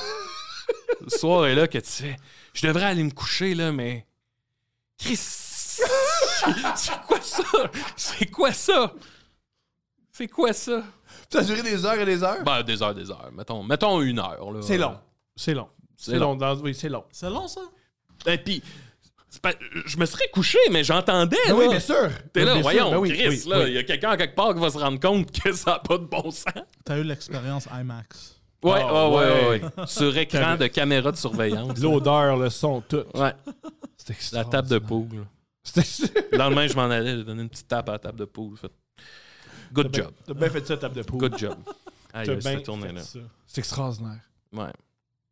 Speaker 4: Ce soir est là que tu fais. Je devrais aller me coucher là, mais. Chris! C'est quoi ça? C'est quoi ça? C'est quoi ça?
Speaker 1: Ça a duré des heures et des heures?
Speaker 4: Ben, des heures, des heures. Mettons, mettons une heure. là.
Speaker 1: c'est long. C'est long. C'est long. dans- Oui, c'est long.
Speaker 2: C'est long, ça?
Speaker 4: Euh, Et puis, c'est pas- euh, je me serais couché, mais j'entendais. là.
Speaker 1: Eh Ben oui, bien sûr!
Speaker 4: T'es là,
Speaker 1: Bien sûr,
Speaker 4: voyons,
Speaker 1: ben oui,
Speaker 4: Chris,
Speaker 1: oui,
Speaker 4: là, il
Speaker 1: oui.
Speaker 4: y a quelqu'un quelque part qui va se rendre compte que ça n'a pas de bon sens.
Speaker 2: T'as eu l'expérience IMAX.
Speaker 4: Ouais,
Speaker 1: Ah,
Speaker 4: ouais, ouais,
Speaker 1: ouais.
Speaker 4: ouais, ouais. Sur écran de caméra de surveillance.
Speaker 1: L'odeur, le son, tout.
Speaker 4: Ouais,
Speaker 1: C'est
Speaker 4: la
Speaker 1: extraordinaire.
Speaker 4: table de poule.
Speaker 1: C'était-
Speaker 4: Le lendemain, je m'en allais, j'ai donné une petite tape à la table de poule. Fait. Good job,
Speaker 1: T'as bien fait ça, table de poule.
Speaker 4: good job. Aïe,
Speaker 1: T'as bien
Speaker 4: cette tournée-là.
Speaker 1: fait ça. C'est extraordinaire.
Speaker 4: Ouais.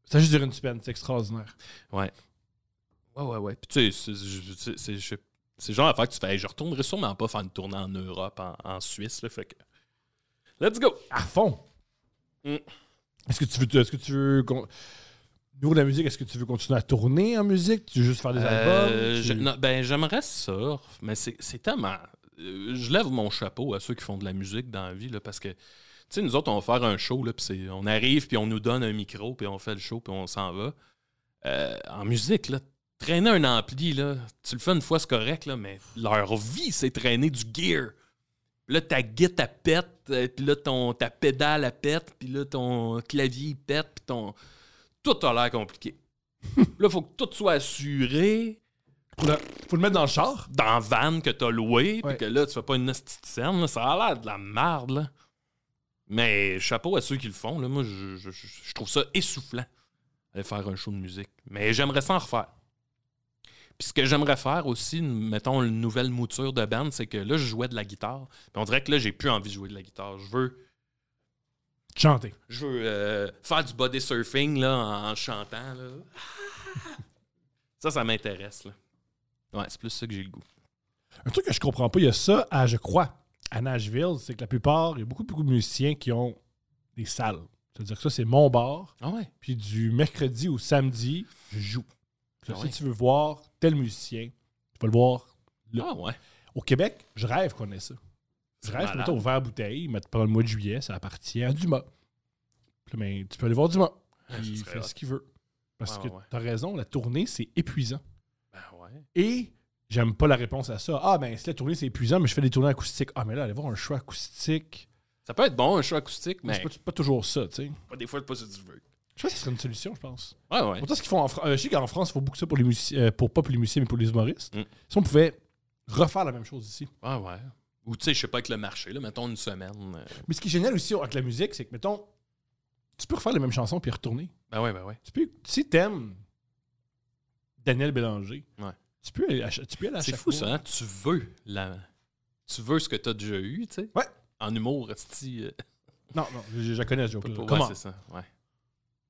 Speaker 1: Ça a juste duré une semaine, c'est extraordinaire.
Speaker 4: ouais, ouais, ouais. Puis tu sais, c'est- je- c'est- c'est- je- c'est genre l'affaire que tu fais, Hey, je retournerai sûrement pas faire une tournée en Europe, en, en Suisse. Là, fait que. Let's go!
Speaker 1: À fond!
Speaker 4: Mm.
Speaker 1: Est-ce que tu veux. Est-ce que tu veux. qu'on- Nous, la musique, est-ce que tu veux continuer à tourner en musique? Tu veux juste faire des albums?
Speaker 4: Euh,
Speaker 1: Tu-
Speaker 4: je- non, ben, j'aimerais ça, mais c'est c'est tellement. euh, Je lève mon chapeau à ceux qui font de la musique dans la vie, là, parce que, tu sais, nous autres, on va faire un show, là, puis c'est- on arrive, puis on nous donne un micro, puis on fait le show, puis on s'en va. Euh, en musique, là, traîner un ampli, là, tu le fais une fois, c'est correct, là, mais leur vie, c'est traîner du gear. Là, ta guitare, elle pète, euh, puis là, ton, ta pédale, elle pète, puis là, ton clavier, il pète, puis ton... Tout a l'air compliqué. là, faut que tout soit assuré
Speaker 1: Faut le, faut le mettre dans le char.
Speaker 4: dans la van que t'as loué, puis
Speaker 1: Ouais.
Speaker 4: que là, tu fais pas une hostie de scène. là. Ça a l'air de la merde, là. Mais chapeau à ceux qui le font, là. Moi, je, je- je- je trouve ça essoufflant, aller faire un show de musique. Mais j'aimerais ça en refaire. Puis ce que j'aimerais faire aussi, mettons, une nouvelle mouture de band, c'est que là, je jouais de la guitare. Puis on dirait que là, j'ai plus envie de jouer de la guitare. Je veux
Speaker 1: Chanter.
Speaker 4: je veux euh, faire du body surfing là, en, en chantant. Là. Ça, ça m'intéresse. là. Ouais, c'est plus ça que j'ai le goût.
Speaker 1: Un truc que je comprends pas, il y a ça à, je crois, à Nashville, c'est que la plupart, il y a beaucoup, beaucoup de musiciens qui ont des salles. C'est-à-dire que ça, c'est mon bar,
Speaker 4: Ah ouais?
Speaker 1: puis du mercredi au samedi, je joue. Puis là,
Speaker 4: Ah
Speaker 1: si
Speaker 4: ouais.
Speaker 1: tu veux voir tel musicien, tu vas le voir. là.
Speaker 4: Ah ouais.
Speaker 1: Au Québec, je rêve qu'on ait ça. Je
Speaker 4: C'est
Speaker 1: rêve,
Speaker 4: malade.
Speaker 1: mettons, au verre bouteille, mais pendant le mois de juillet, ça appartient à Dumas. Puis là, ben, tu peux aller voir Dumas. Il
Speaker 4: serait
Speaker 1: fait
Speaker 4: hot.
Speaker 1: ce qu'il veut. Parce
Speaker 4: Ouais,
Speaker 1: que
Speaker 4: ouais, ouais.
Speaker 1: t'as raison, la tournée, c'est épuisant.
Speaker 4: Ben ouais.
Speaker 1: Et j'aime pas la réponse à ça. Ah, ben, si la tournée, c'est épuisant, mais je fais des tournées acoustiques. Ah, mais là, aller voir un show acoustique,
Speaker 4: Ça peut être bon, un show acoustique, mais
Speaker 1: c'est pas, pas toujours ça, tu sais.
Speaker 4: pas des fois, c'est pas ce que tu veux.
Speaker 1: Je pense que ce serait une solution, je pense.
Speaker 4: Ouais, ouais.
Speaker 1: Pourtant, ce qu'ils font en France, je sais qu'en France, il faut beaucoup ça pour les musiciens, euh, pour pas pour les musiciens, mais pour les humoristes.
Speaker 4: Mm.
Speaker 1: Si on pouvait refaire la même chose ici.
Speaker 4: Ouais, ouais. Ou tu sais, je sais pas, avec le marché, là, mettons une semaine. euh,
Speaker 1: Mais ce qui est génial aussi avec la musique, c'est que, mettons, tu peux refaire les mêmes chansons puis y retourner.
Speaker 4: Ben ouais, ben ouais.
Speaker 1: Tu peux, si t'aimes Daniel Bélanger,
Speaker 4: Ouais.
Speaker 1: tu peux aller à, cha- tu peux aller à
Speaker 4: C'est
Speaker 1: chaque
Speaker 4: fou,
Speaker 1: mois.
Speaker 4: ça, hein? Tu veux la... Tu veux ce que t'as déjà eu, tu sais?
Speaker 1: Ouais.
Speaker 4: En humour, esti, euh,
Speaker 1: Non, non, je, je la connais, je
Speaker 4: pas- pas- ouais,
Speaker 1: Comment?
Speaker 4: c'est ça. Ouais.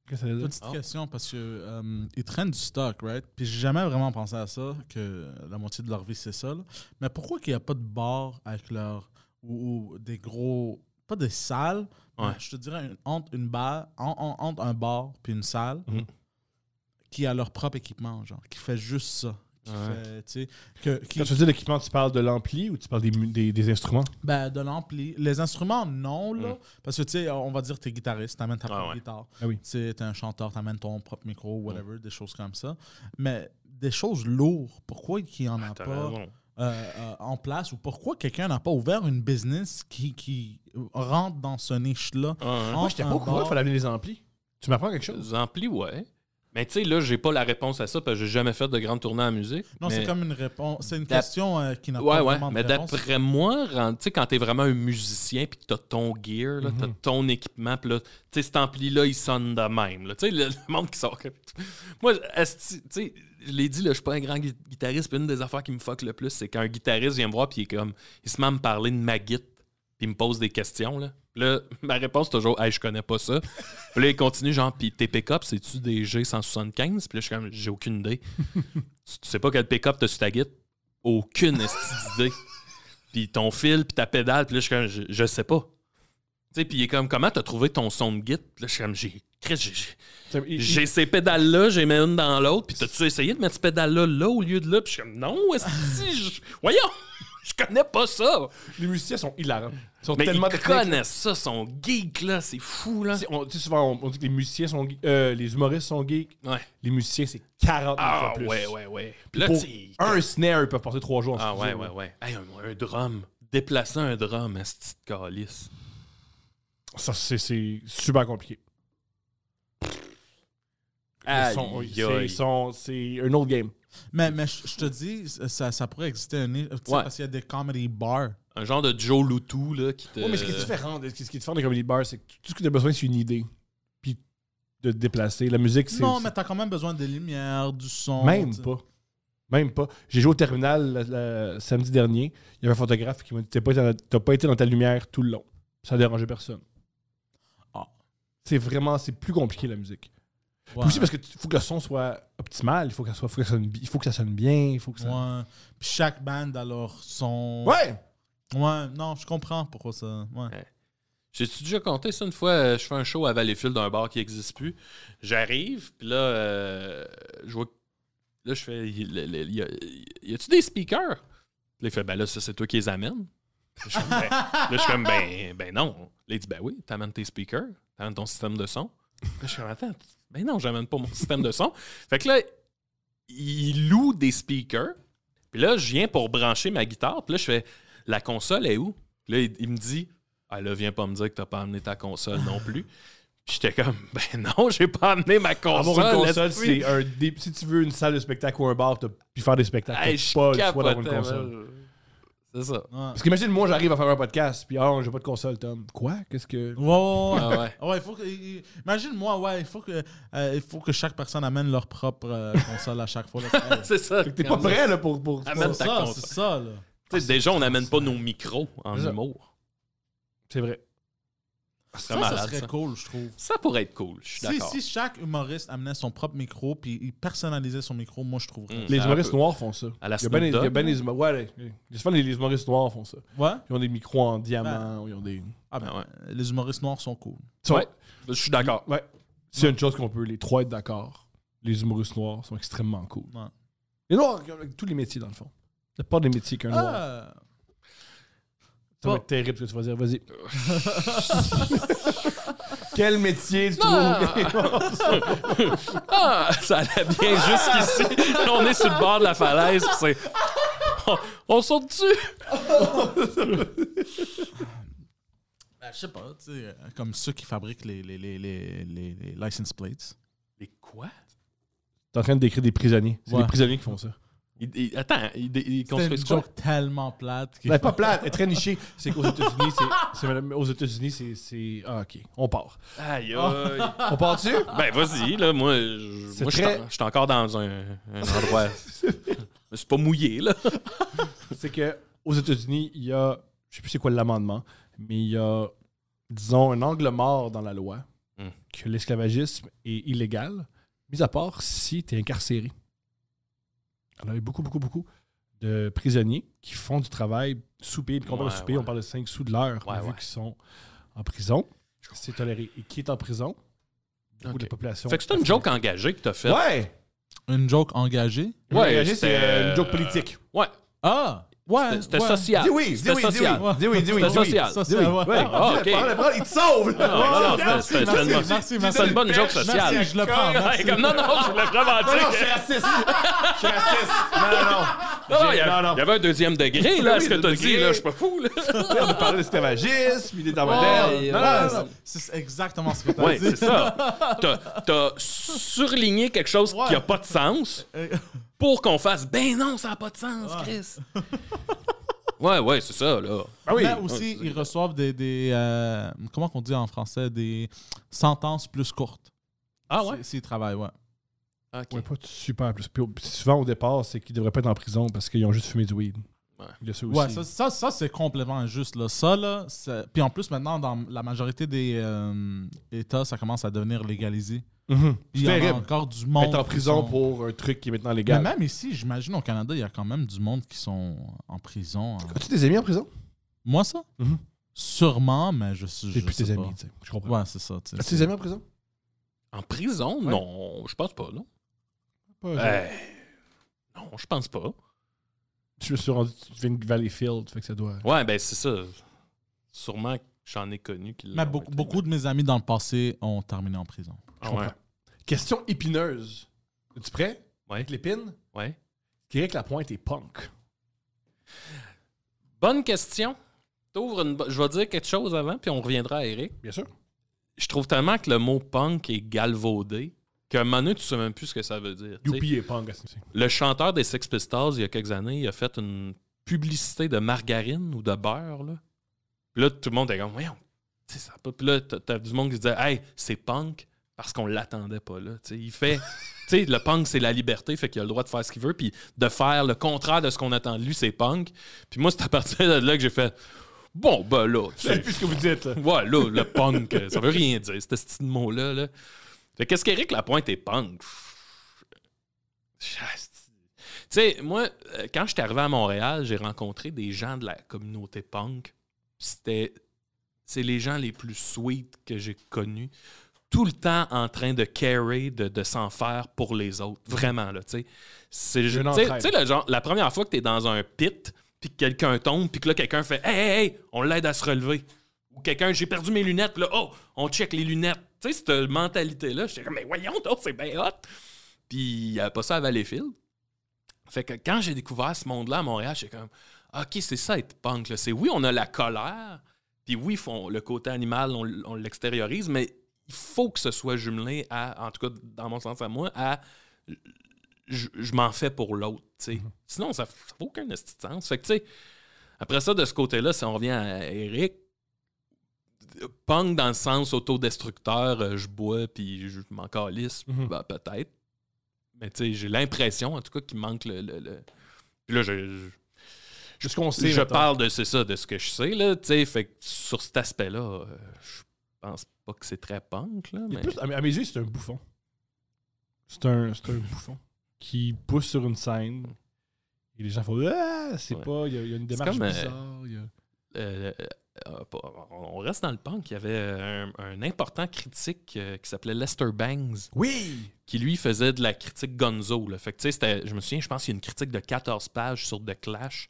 Speaker 1: Qu'est-ce que ça veut dire?
Speaker 2: Petite
Speaker 4: Ah.
Speaker 2: question, parce que euh, ils traînent du stock, right? Puis j'ai jamais vraiment pensé à ça, que la moitié de leur vie, c'est ça. là. Mais pourquoi qu'il n'y a pas de bar avec leur. ou, ou des gros. pas des salles, mais
Speaker 4: Ouais.
Speaker 2: je te dirais une- entre, une bar, en- en- entre un bar puis une salle,
Speaker 4: Mhm.
Speaker 2: qui a leur propre équipement, genre, qui fait juste ça. Qui
Speaker 4: Ouais.
Speaker 2: fait, tu sais, que- qui-
Speaker 1: Quand tu dis l'équipement, tu parles de l'ampli ou tu parles des, mu- des, des instruments?
Speaker 2: Ben, de l'ampli. Les instruments, non, là.
Speaker 4: Mm.
Speaker 2: Parce que, tu sais, on va dire, t'es guitariste, t'amènes ta
Speaker 4: Ah
Speaker 2: propre
Speaker 4: ouais. Hmm.
Speaker 2: guitare.
Speaker 1: Ah oui.
Speaker 2: Tu sais, t'es un chanteur, t'amènes ton propre micro, whatever, des choses comme ça. Mais des choses lourdes, pourquoi qu'il n'y en a
Speaker 4: Ah, T'as
Speaker 2: pas
Speaker 4: raison.
Speaker 2: euh, euh, en place ou pourquoi quelqu'un n'a pas ouvert une business qui, qui rentre dans ce niche-là?
Speaker 4: Ah,
Speaker 2: Entre
Speaker 1: Moi, j'étais pas
Speaker 2: un
Speaker 1: au courant, il
Speaker 2: bar-
Speaker 1: fallait amener les amplis. Tu m'apprends quelque chose?
Speaker 4: Des amplis, ouais. Mais tu sais, là, j'ai pas la réponse à ça parce que j'ai jamais fait de grande tournée en musique.
Speaker 2: Non,
Speaker 4: mais-
Speaker 2: c'est comme une réponse. C'est une
Speaker 4: D'ap-
Speaker 2: question euh, qui n'a
Speaker 4: Ouais,
Speaker 2: pas
Speaker 4: ouais.
Speaker 2: vraiment de
Speaker 4: Mais
Speaker 2: réponse.
Speaker 4: d'après moi, rend- tu sais, quand t'es vraiment un musicien puis que t'as ton gear, là, t'as
Speaker 1: Mhm.
Speaker 4: ton équipement, puis là, tu sais, cet ampli-là, il sonne de même. là. Tu sais, le, le monde qui sort. comme- Moi, esti- tu sais, je l'ai dit, là, je suis pas un grand gui- guitariste, puis une des affaires qui me fuck le plus, c'est qu'un guitariste vient me voir puis il est comme, il se met à me parler de ma guitare puis il me pose des questions, là. Puis là, ma réponse est toujours, hey, je connais pas ça. Puis là, il continue, genre, puis tes pick-up, c'est-tu des G175? Puis là, je suis comme, j'ai aucune idée. tu, tu sais pas quel pick-up t'as sur ta guitare? Aucune esti d'idée. Puis ton fil, puis ta pédale, puis là, je suis comme, je, je sais pas. Tu sais, puis il est comme, comment t'as trouvé ton son de guitare? Puis là, je suis comme, j'ai. Chris, j'ai- j'ai-
Speaker 1: Ça- il-
Speaker 4: J'ai ces pédales-là, j'ai mis une dans l'autre, puis t'as-tu essayé de mettre ces pédales-là là au lieu de là? Puis je suis comme, non, esti, je- voyons, je connais pas ça!
Speaker 1: Les musiciens sont hilarants. Ils sont
Speaker 4: Mais
Speaker 1: tellement
Speaker 4: ils
Speaker 1: techniques.
Speaker 4: connaissent ça, son geek, là, c'est fou, là.
Speaker 1: Tu sais, on- tu sais, souvent, on, on dit que les musiciens sont geeks. euh, les humoristes sont geeks.
Speaker 4: Ouais.
Speaker 1: Les musiciens, c'est 40
Speaker 4: Ah,
Speaker 1: fois plus.
Speaker 4: ouais, ouais, ouais. Puis là,
Speaker 1: Pour
Speaker 4: tu sais,
Speaker 1: un snare, ils peuvent passer trois jours en
Speaker 4: Ah,
Speaker 1: studio,
Speaker 4: ouais,
Speaker 1: là.
Speaker 4: ouais, ouais. Hey, un, un drum. Déplacer un drum, à ce petite calice.
Speaker 1: Ça, c'est- c'est super compliqué. Ils sont-
Speaker 4: Aïe,
Speaker 1: c'est-
Speaker 4: aïe.
Speaker 1: ils sont- C'est un autre game.
Speaker 2: Mais, mais je je te dis, ça, ça pourrait exister un niche. tu sais,
Speaker 4: Ouais.
Speaker 2: Parce qu'il y a des comedy bars.
Speaker 4: Un genre de Joe Loutou, là, qui te.
Speaker 1: Ouais, mais ce qui est différent, de- ce qui est différent des comedy bars, c'est que tout ce que tu as besoin, c'est une idée. Puis de te déplacer. La musique, c'est.
Speaker 2: Non, mais t'as quand même besoin des lumières, du son.
Speaker 1: Même
Speaker 2: tu sais.
Speaker 1: pas. Même pas. J'ai joué au terminal le- le samedi dernier. Il y avait un photographe qui m'a dit T'as pas, été dans- t'as pas été dans ta lumière tout le long. Ça a dérangé personne.
Speaker 2: Ah.
Speaker 1: C'est vraiment, c'est plus compliqué la musique. Puis
Speaker 2: Ouais.
Speaker 1: Aussi parce qu'il faut que le son soit optimal, il faut, que ça soit- faut que ça sonne, bi- il faut que ça sonne bien, il faut que ça.
Speaker 2: Ouais. Puis chaque band a leur son.
Speaker 1: Ouais!
Speaker 2: Ouais, non, je comprends pourquoi ça. Ouais.
Speaker 4: J'ai-tu déjà compté ça une fois? euh, Je fais un show à Valleyfield d'un bar qui n'existe plus. J'arrive, puis là, euh, je vois. Là, je fais. il- il- il- Y, a- y a-tu des speakers? Puis là, il fait, ben là, ça, c'est toi qui les amènes. Je fais, ben- là, je suis comme, ben, ben non. Là, il dit, ben oui, t'amènes tes speakers, t'amènes ton système de son. Là, je suis comme, attends, ben non, j'amène pas mon système de son. Fait que là, il loue des speakers. Puis là, je viens pour brancher ma guitare. Puis là, je fais La console est où Puis là, il, il me dit Ah là, viens pas me dire que t'as pas amené ta console non plus. Puis j'étais comme Ben non, j'ai pas amené ma console.
Speaker 1: Avoir une console,
Speaker 4: esti.
Speaker 1: c'est un dé- Si tu veux une salle de spectacle ou un bar, t'as- puis faire des spectacles,
Speaker 4: Hey,
Speaker 1: t'as
Speaker 4: je
Speaker 1: pas le choix d'avoir une
Speaker 4: capotais,
Speaker 1: console.
Speaker 4: man. C'est ça.
Speaker 2: Ouais.
Speaker 1: Parce qu'imagine, moi, j'arrive à faire un podcast, puis ah, j'ai pas de console, Tom. Quoi Qu'est-ce que.
Speaker 2: Ouais, ouais, ouais.
Speaker 4: Ah ouais.
Speaker 2: Ah ouais, faut que. Imagine-moi, ouais, il faut que, euh, il faut que chaque personne amène leur propre euh, console à chaque fois. là. Ouais. Ah,
Speaker 4: C'est ça.
Speaker 1: T'es pas prêt, là, pour. pour...
Speaker 4: Amène
Speaker 2: C'est
Speaker 4: ta
Speaker 2: ça,
Speaker 4: console.
Speaker 2: c'est ça, là.
Speaker 4: Ah, Tu sais, déjà, on n'amène pas nos micros en
Speaker 1: C'est ça.
Speaker 4: humour.
Speaker 1: C'est vrai.
Speaker 4: C'est
Speaker 2: Ça, ça
Speaker 4: malade,
Speaker 2: serait
Speaker 4: ça.
Speaker 2: cool, je trouve.
Speaker 4: Ça pourrait être cool, je suis
Speaker 2: Si,
Speaker 4: d'accord.
Speaker 2: si chaque humoriste amenait son propre micro puis il personnalisait son micro, moi je trouverais.
Speaker 4: Mm.
Speaker 1: Les
Speaker 4: Ça
Speaker 1: humoristes
Speaker 4: peut.
Speaker 1: noirs font ça.
Speaker 4: À la
Speaker 1: Il y a bien des,
Speaker 4: Snoop
Speaker 1: il y a
Speaker 4: Dogg,
Speaker 1: ben
Speaker 4: là.
Speaker 1: des humoristes. Ouais, les, les- souvent, les, les humoristes noirs font ça.
Speaker 4: Mm.
Speaker 2: Ouais?
Speaker 1: Ils ont des micros en diamant, ils ont des.
Speaker 2: Ah, ben, Les humoristes noirs sont cool.
Speaker 1: Ils sont-
Speaker 4: Ouais. Je suis d'accord.
Speaker 1: Ouais. S'il y a une chose qu'on peut les trois être d'accord, les humoristes noirs sont extrêmement cool.
Speaker 2: Ouais.
Speaker 1: Les noirs, avec tous les métiers, dans le fond. La plupart des métiers qu'un noir.
Speaker 2: Ah,
Speaker 1: Ça va être terrible ce que tu vas dire. Vas-y. Quel métier tu
Speaker 4: Ah, ça allait bien jusqu'ici. Là, on est sur le bord de la falaise, puis c'est. On, on saute dessus.
Speaker 2: ben, je sais pas, tu sais, euh, comme ceux qui fabriquent les, les, les, les, les- les license plates.
Speaker 4: Mais quoi?
Speaker 1: T'es en train de décrire des prisonniers. C'est
Speaker 2: Ouais.
Speaker 1: les prisonniers qui font ça.
Speaker 4: Il- il- attends, il, il
Speaker 2: C'est une
Speaker 4: construit quoi?
Speaker 2: joke tellement plate. que-
Speaker 1: Elle est Ben, pas plate, elle est très nichée. C'est qu'aux États-Unis, c'est- c'est. madame- Aux États-Unis, c'est- c'est. Ah, ok. On part.
Speaker 4: Aïe, aïe.
Speaker 2: Ah.
Speaker 1: On part dessus?
Speaker 4: Ben, vas-y, là. Moi, je
Speaker 1: Ah. C'est
Speaker 4: moi, je suis
Speaker 1: très-
Speaker 4: en- je suis encore dans un, un endroit. Je me suis pas mouillé, là.
Speaker 1: c'est que aux États-Unis, il y a, je sais plus c'est quoi l'amendement, mais il y a, disons, un angle mort dans la loi
Speaker 4: Hmm.
Speaker 1: que l'esclavagisme est illégal, mis à part si tu es incarcéré. Alors, il y a beaucoup, beaucoup, beaucoup de prisonniers qui font du travail sous pays. Quand on parle de
Speaker 4: Ouais,
Speaker 1: sous pays,
Speaker 4: ouais.
Speaker 1: on parle de 5 sous de l'heure,
Speaker 4: Ouais,
Speaker 1: vu
Speaker 4: ouais.
Speaker 1: qu'ils sont en prison. C'est toléré. Et qui est en prison? Beaucoup
Speaker 4: Ok.
Speaker 1: de la population.
Speaker 4: Fait que c'est une joke engagée que t'as faite.
Speaker 1: Ouais!
Speaker 2: Une joke engagée.
Speaker 4: Ouais,
Speaker 1: Engagé, c'est
Speaker 4: c'était-
Speaker 1: euh, une joke politique.
Speaker 4: Ouais.
Speaker 2: Ah! Ouais!
Speaker 4: C'était c'était
Speaker 2: ouais.
Speaker 4: social.
Speaker 1: Dis oui, dis
Speaker 4: C'était
Speaker 1: oui, dis oui.
Speaker 4: euh, social.
Speaker 1: Dis oui, dis oui,
Speaker 4: C'était
Speaker 1: dis oui.
Speaker 4: social.
Speaker 2: Ça,
Speaker 1: Dis
Speaker 2: c'est-
Speaker 1: oui.
Speaker 2: ouais.
Speaker 1: Ouais.
Speaker 4: Ah, ok.
Speaker 1: Prends le bras, il te sauve! là.
Speaker 4: Ah, non, non,
Speaker 1: Ouais,
Speaker 4: c'était- c'était c'était une bonne-
Speaker 2: Merci, merci, merci.
Speaker 4: c'était une bonne joke
Speaker 2: Merci,
Speaker 4: sociale.
Speaker 2: je le prends.
Speaker 4: Ouais,
Speaker 2: merci.
Speaker 4: comme, non, non, je voulais vraiment
Speaker 1: Non, non,
Speaker 4: dire
Speaker 1: je suis
Speaker 4: que-
Speaker 1: raciste. Je suis raciste. Non, non, non.
Speaker 4: Non, non, il y
Speaker 1: Non,
Speaker 4: avait-
Speaker 1: non.
Speaker 4: euh, il y avait un deuxième degré, là,
Speaker 1: Oui,
Speaker 4: ce que
Speaker 1: le
Speaker 4: t'as dit,
Speaker 1: degré.
Speaker 4: là, je suis pas fou, là.
Speaker 1: On parlait d'esclavagisme, puis des temps
Speaker 4: Ouais,
Speaker 1: modernes. Non,
Speaker 4: ouais,
Speaker 1: non, non, non.
Speaker 2: Ah, C'est exactement ce que tu as
Speaker 4: Ouais,
Speaker 2: dit.
Speaker 4: c'est ça. T'as t'as surligné quelque chose qui a pas de sens
Speaker 2: Euh,
Speaker 4: pour qu'on fasse ben non, ça a pas de sens, Chris. Ouais, ouais, c'est ça, là.
Speaker 1: Ah oui.
Speaker 2: Mais aussi, ils reçoivent des. des, euh, comment qu'on dit en français Des sentences plus courtes.
Speaker 4: Ah ouais?
Speaker 2: Si- S'ils travaillent, ouais.
Speaker 4: Ok.
Speaker 1: Ouais, pas super plus. Puis souvent, au départ, c'est qu'ils devraient pas être en prison parce qu'ils ont juste fumé du weed.
Speaker 4: Ouais.
Speaker 1: Il y a ça aussi.
Speaker 2: Ouais, ça, ça, ça, c'est complètement injuste. Là. Ça, là, c'est- puis en plus, maintenant, dans la majorité des euh, États, ça commence à devenir légalisé.
Speaker 1: Mhm.
Speaker 2: Puis
Speaker 1: C'est
Speaker 2: Il y en a
Speaker 1: terrible.
Speaker 2: encore du monde.
Speaker 1: Être en
Speaker 2: qui
Speaker 1: prison
Speaker 2: sont-
Speaker 1: pour un truc qui est maintenant
Speaker 2: Mais
Speaker 1: légal.
Speaker 2: même ici, j'imagine, au Canada, il y a quand même du monde qui sont en prison. en-
Speaker 1: As-tu des amis en prison?
Speaker 2: Moi, ça
Speaker 1: Mhm.
Speaker 2: Sûrement, mais je suis.
Speaker 1: J'ai
Speaker 2: je
Speaker 1: plus
Speaker 2: sais
Speaker 1: tes
Speaker 2: pas.
Speaker 1: amis, tu sais. Je comprends.
Speaker 2: Ouais, c'est ça. tu sais.
Speaker 1: As-tu des amis en prison?
Speaker 4: En prison? Non, je pense pas, non. Ben,
Speaker 1: Pas-
Speaker 4: Non, je pense pas.
Speaker 1: Je me suis rendu. Tu viens de Valleyfield, fait que ça doit.
Speaker 4: Ouais, ben c'est ça. Sûrement que j'en ai connu qui
Speaker 2: Mais
Speaker 4: l'ont
Speaker 2: beaucoup,
Speaker 4: été.
Speaker 2: beaucoup de mes amis dans le passé ont terminé en prison.
Speaker 4: Ah ouais.
Speaker 1: Question épineuse. Es-tu prêt?
Speaker 4: Ouais.
Speaker 1: Avec l'épine?
Speaker 4: ouais.
Speaker 1: Québec Lapointe est punk.
Speaker 4: Bonne question. T'ouvres une bo- Je vais dire quelque chose avant, puis on reviendra à Eric.
Speaker 1: Bien sûr.
Speaker 4: Je trouve tellement que le mot punk est galvaudé qu'à un moment donné, tu sais même plus ce que ça veut dire. tu sais.
Speaker 1: Youpi est punk. c'est- c'est-
Speaker 4: Le chanteur des Sex Pistols, il y a quelques années, il a fait une publicité de margarine ou de beurre. Là, Puis là tout le monde est comme, voyons, tu sais, ça a pas. Puis là, t'as- t'as du monde qui se disait, hey, c'est punk parce qu'on l'attendait pas là. Tu sais, il fait. Tu sais, le punk, c'est la liberté, fait qu'il a le droit de faire ce qu'il veut, puis de faire le contraire de ce qu'on attend de lui, c'est punk. Puis moi, c'est à partir de là que j'ai fait, bon, ben là, tu sais,
Speaker 1: C'est plus ce que vous dites. là.
Speaker 4: Ouais, là, le punk, euh, ça veut rien dire, ce petit mot-là. Là. Fait qu'est-ce qu'Éric Lapointe est punk? Chasti. Tu sais, moi, euh, quand j'étais arrivé à Montréal, j'ai rencontré des gens de la communauté punk. C'était. C'est les gens les plus sweet que j'ai connus. Tout le temps en train de carry, de, de s'en faire pour les autres. Vraiment, là, tu sais. C'est- Tu
Speaker 1: Une
Speaker 4: sais,
Speaker 1: entraide.
Speaker 4: tu sais, le genre, la première fois que t'es dans un pit, puis que quelqu'un tombe, puis que là, quelqu'un fait Hey, hey, hey, on l'aide à se relever ou quelqu'un, j'ai perdu mes lunettes, puis là, oh, on check les lunettes. Tu sais, cette mentalité-là, j'étais comme, mais voyons, donc, c'est bien hot. Puis il n'y avait pas ça à Valleyfield. Fait que quand j'ai découvert ce monde-là à Montréal, j'étais comme OK, c'est ça être punk. là. C'est oui, on a la colère, puis oui, font le côté animal, on, l- on l'extériorise, mais il faut que ce soit jumelé à, en tout cas dans mon sens à moi, à je, je m'en fais pour l'autre. tu sais. Sinon, ça f- ça fait aucun esti de sens. Fait que tu sais, après ça, de ce côté-là, si on revient à Eric, punk dans le sens autodestructeur, euh, je bois puis je m'en calisse,
Speaker 1: Mhm.
Speaker 4: ben, peut-être. Mais tu sais, j'ai l'impression, en tout cas, qu'il manque le. le- le- Puis là, je- je
Speaker 1: Juste qu'on
Speaker 4: si
Speaker 1: sait.
Speaker 4: je
Speaker 1: mettons.
Speaker 4: parle de c'est ça, de ce que je sais, là, tu sais, fait que sur cet aspect-là, euh, je pense pas que c'est très punk, là,
Speaker 1: Il est
Speaker 4: mais...
Speaker 1: plus- à, mes- à mes yeux, c'est un bouffon. C'est un, c'est un bouffon qui pousse sur une scène. Et les gens font Ah, c'est
Speaker 4: Ouais.
Speaker 1: pas. Il y, a- il y a une démarche
Speaker 4: comme, euh,
Speaker 1: bizarre. il y a-
Speaker 4: euh, euh, pas- on reste dans le punk. Il y avait euh, un, un important critique euh, qui s'appelait Lester Bangs,
Speaker 1: Oui!
Speaker 4: qui lui faisait de la critique gonzo. Là. Fait que, tu sais, c'était- je me souviens, je pense qu'il y a une critique de 14 pages sur The Clash.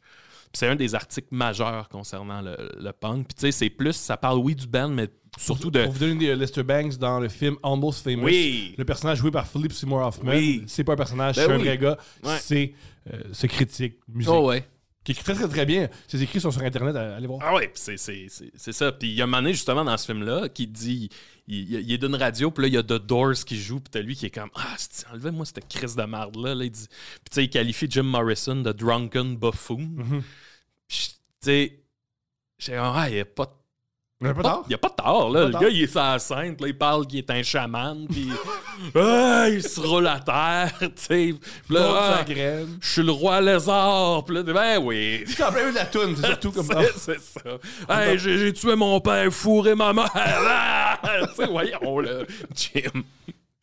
Speaker 4: Puis c'est un des articles majeurs concernant le, le punk. Puis tu sais, c'est plus, ça parle oui du band, mais surtout de.
Speaker 1: Pour vous donner des- euh, Lester Banks dans le film Almost Famous.
Speaker 4: Oui!
Speaker 1: Le personnage joué par Philip Seymour Hoffman,
Speaker 4: Oui.
Speaker 1: c'est pas un personnage,
Speaker 4: Ben
Speaker 1: c'est un
Speaker 4: oui.
Speaker 1: vrai gars.
Speaker 4: Ouais.
Speaker 1: C'est euh, ce critique musique
Speaker 4: Oh ouais.
Speaker 1: qui écrit très très très bien. Ses écrits sont sur internet, allez voir.
Speaker 4: Ah ouais, pis c'est- c'est c'est- c'est ça. Puis il y a un moment donné, justement, dans ce film-là, qui dit il, il- il est d'une radio, puis là, il y a The Doors qui joue, puis t'as lui qui est comme Ah, c'est- enlevez-moi cette crise de marde-là. Là, il dit- Puis tu sais, il qualifie Jim Morrison de drunken buffoon.
Speaker 1: Mhm.
Speaker 4: Puis tu sais, j'ai comme Ah, il n'y a pas de
Speaker 1: On a pas tard.
Speaker 4: Ah! il n'y a pas de tard, là.
Speaker 1: Pas
Speaker 4: le
Speaker 1: tard.
Speaker 4: gars, il est sur la scène, puis là, il parle qu'il est un chaman, puis Ah, il se roule à terre, tu sais. Puis
Speaker 1: Là,
Speaker 4: là,
Speaker 1: sa
Speaker 4: Ah,
Speaker 1: graine.
Speaker 4: je suis le roi lézard, puis là, ben oui,
Speaker 1: C'est en plein milieu de la toune, c'est surtout comme ah, ça.
Speaker 4: c'est, c'est ça. Hey, j'ai, j'ai tué mon père, fourré ma mère. Ah! tu sais, voyons, là, Jim.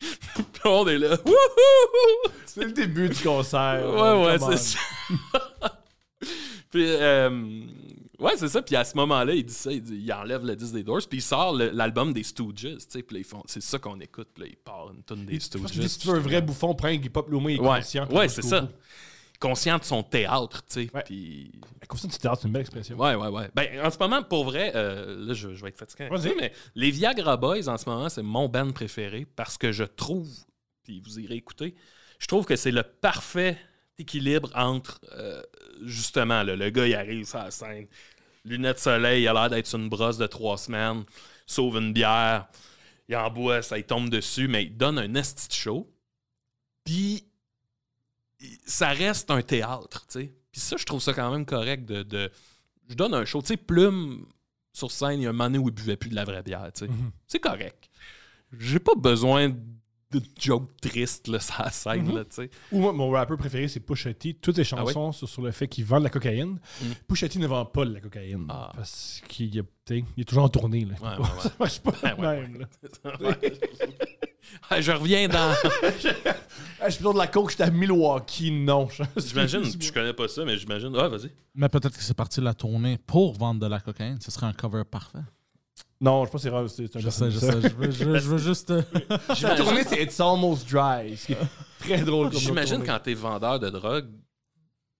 Speaker 4: Puis on est là. Wouhou!
Speaker 1: C'est le début du concert.
Speaker 4: Ouais, ouais,
Speaker 1: Come on.
Speaker 4: c'est ça. Puis, euh, ouais, c'est ça. Puis à ce moment-là, il dit ça. Il, dit- il enlève le disque des Doors. Puis il sort le- l'album des Stooges. Tu sais, puis là, ils font, c'est ça qu'on écoute. Puis là, il part une tonne des
Speaker 1: Je
Speaker 4: Stooges.
Speaker 1: pense que Si tu veux un vrai bouffon, prends Iggy Pop, Lomé, il est
Speaker 4: ouais,
Speaker 1: conscient. puis
Speaker 4: ouais
Speaker 1: il va
Speaker 4: c'est
Speaker 1: jusqu'au
Speaker 4: ça.
Speaker 1: bout.
Speaker 4: Conscient de son théâtre, tu sais.
Speaker 1: Ouais.
Speaker 4: Puis
Speaker 1: Mais Conscient du théâtre, c'est une belle expression.
Speaker 4: Ouais, ouais, ouais. Ben, en ce moment, pour vrai, euh, là, je, je vais être fatigué. un
Speaker 1: Vas-y.
Speaker 4: peu, mais les Viagra Boys, en ce moment, c'est mon band préféré parce que je trouve, puis vous irez écouter, je trouve que c'est le parfait équilibre entre, euh, justement, là, le gars, il arrive sur la scène, lunettes de soleil, il a l'air d'être sur une brosse de trois semaines, sauve une bière, il en boit, ça il tombe dessus, mais il donne un esti de show. Puis, il- ça reste un théâtre, tu sais. Puis ça, je trouve ça quand même correct de- de je donne un show. Tu sais, Plume, sur scène, il y a un moment donné où il buvait plus de la vraie bière. tu sais.
Speaker 1: Mhm.
Speaker 4: C'est correct. J'ai pas besoin de jokes tristes là, sur la scène.
Speaker 1: Mhm.
Speaker 4: là, tu sais.
Speaker 1: Ou moi, mon rappeur préféré, c'est Pusha T. Toutes ses
Speaker 4: Ah ouais?
Speaker 1: chansons sont sur le fait qu'il vend de la cocaïne.
Speaker 4: Mm.
Speaker 1: Pusha T ne vend pas de la cocaïne.
Speaker 4: Ah.
Speaker 1: Parce qu'il y a- t'sais, il est toujours en tournée. Là.
Speaker 4: Ouais, ouais, ouais.
Speaker 1: ça marche pas.
Speaker 4: Ouais,
Speaker 1: de
Speaker 4: ouais,
Speaker 1: même,
Speaker 4: ouais.
Speaker 1: là.
Speaker 4: Ah, je reviens dans.
Speaker 1: Ah, je suis plutôt de la coke, j'étais à Milwaukee. Non. je-
Speaker 4: J'imagine, je connais pas ça, mais j'imagine. Ah, vas-y.
Speaker 2: Mais peut-être que c'est parti de la tournée pour vendre de la cocaïne. Ce serait un cover parfait.
Speaker 1: Non, je pense que c'est rare, c'est c'est un
Speaker 2: Je sais, je sais. Je veux, je- je veux juste. euh,
Speaker 1: La tournée, c'est It's Almost Dry. Ce qui est très drôle comme
Speaker 4: J'imagine
Speaker 1: tournée.
Speaker 4: quand t'es vendeur de drogue,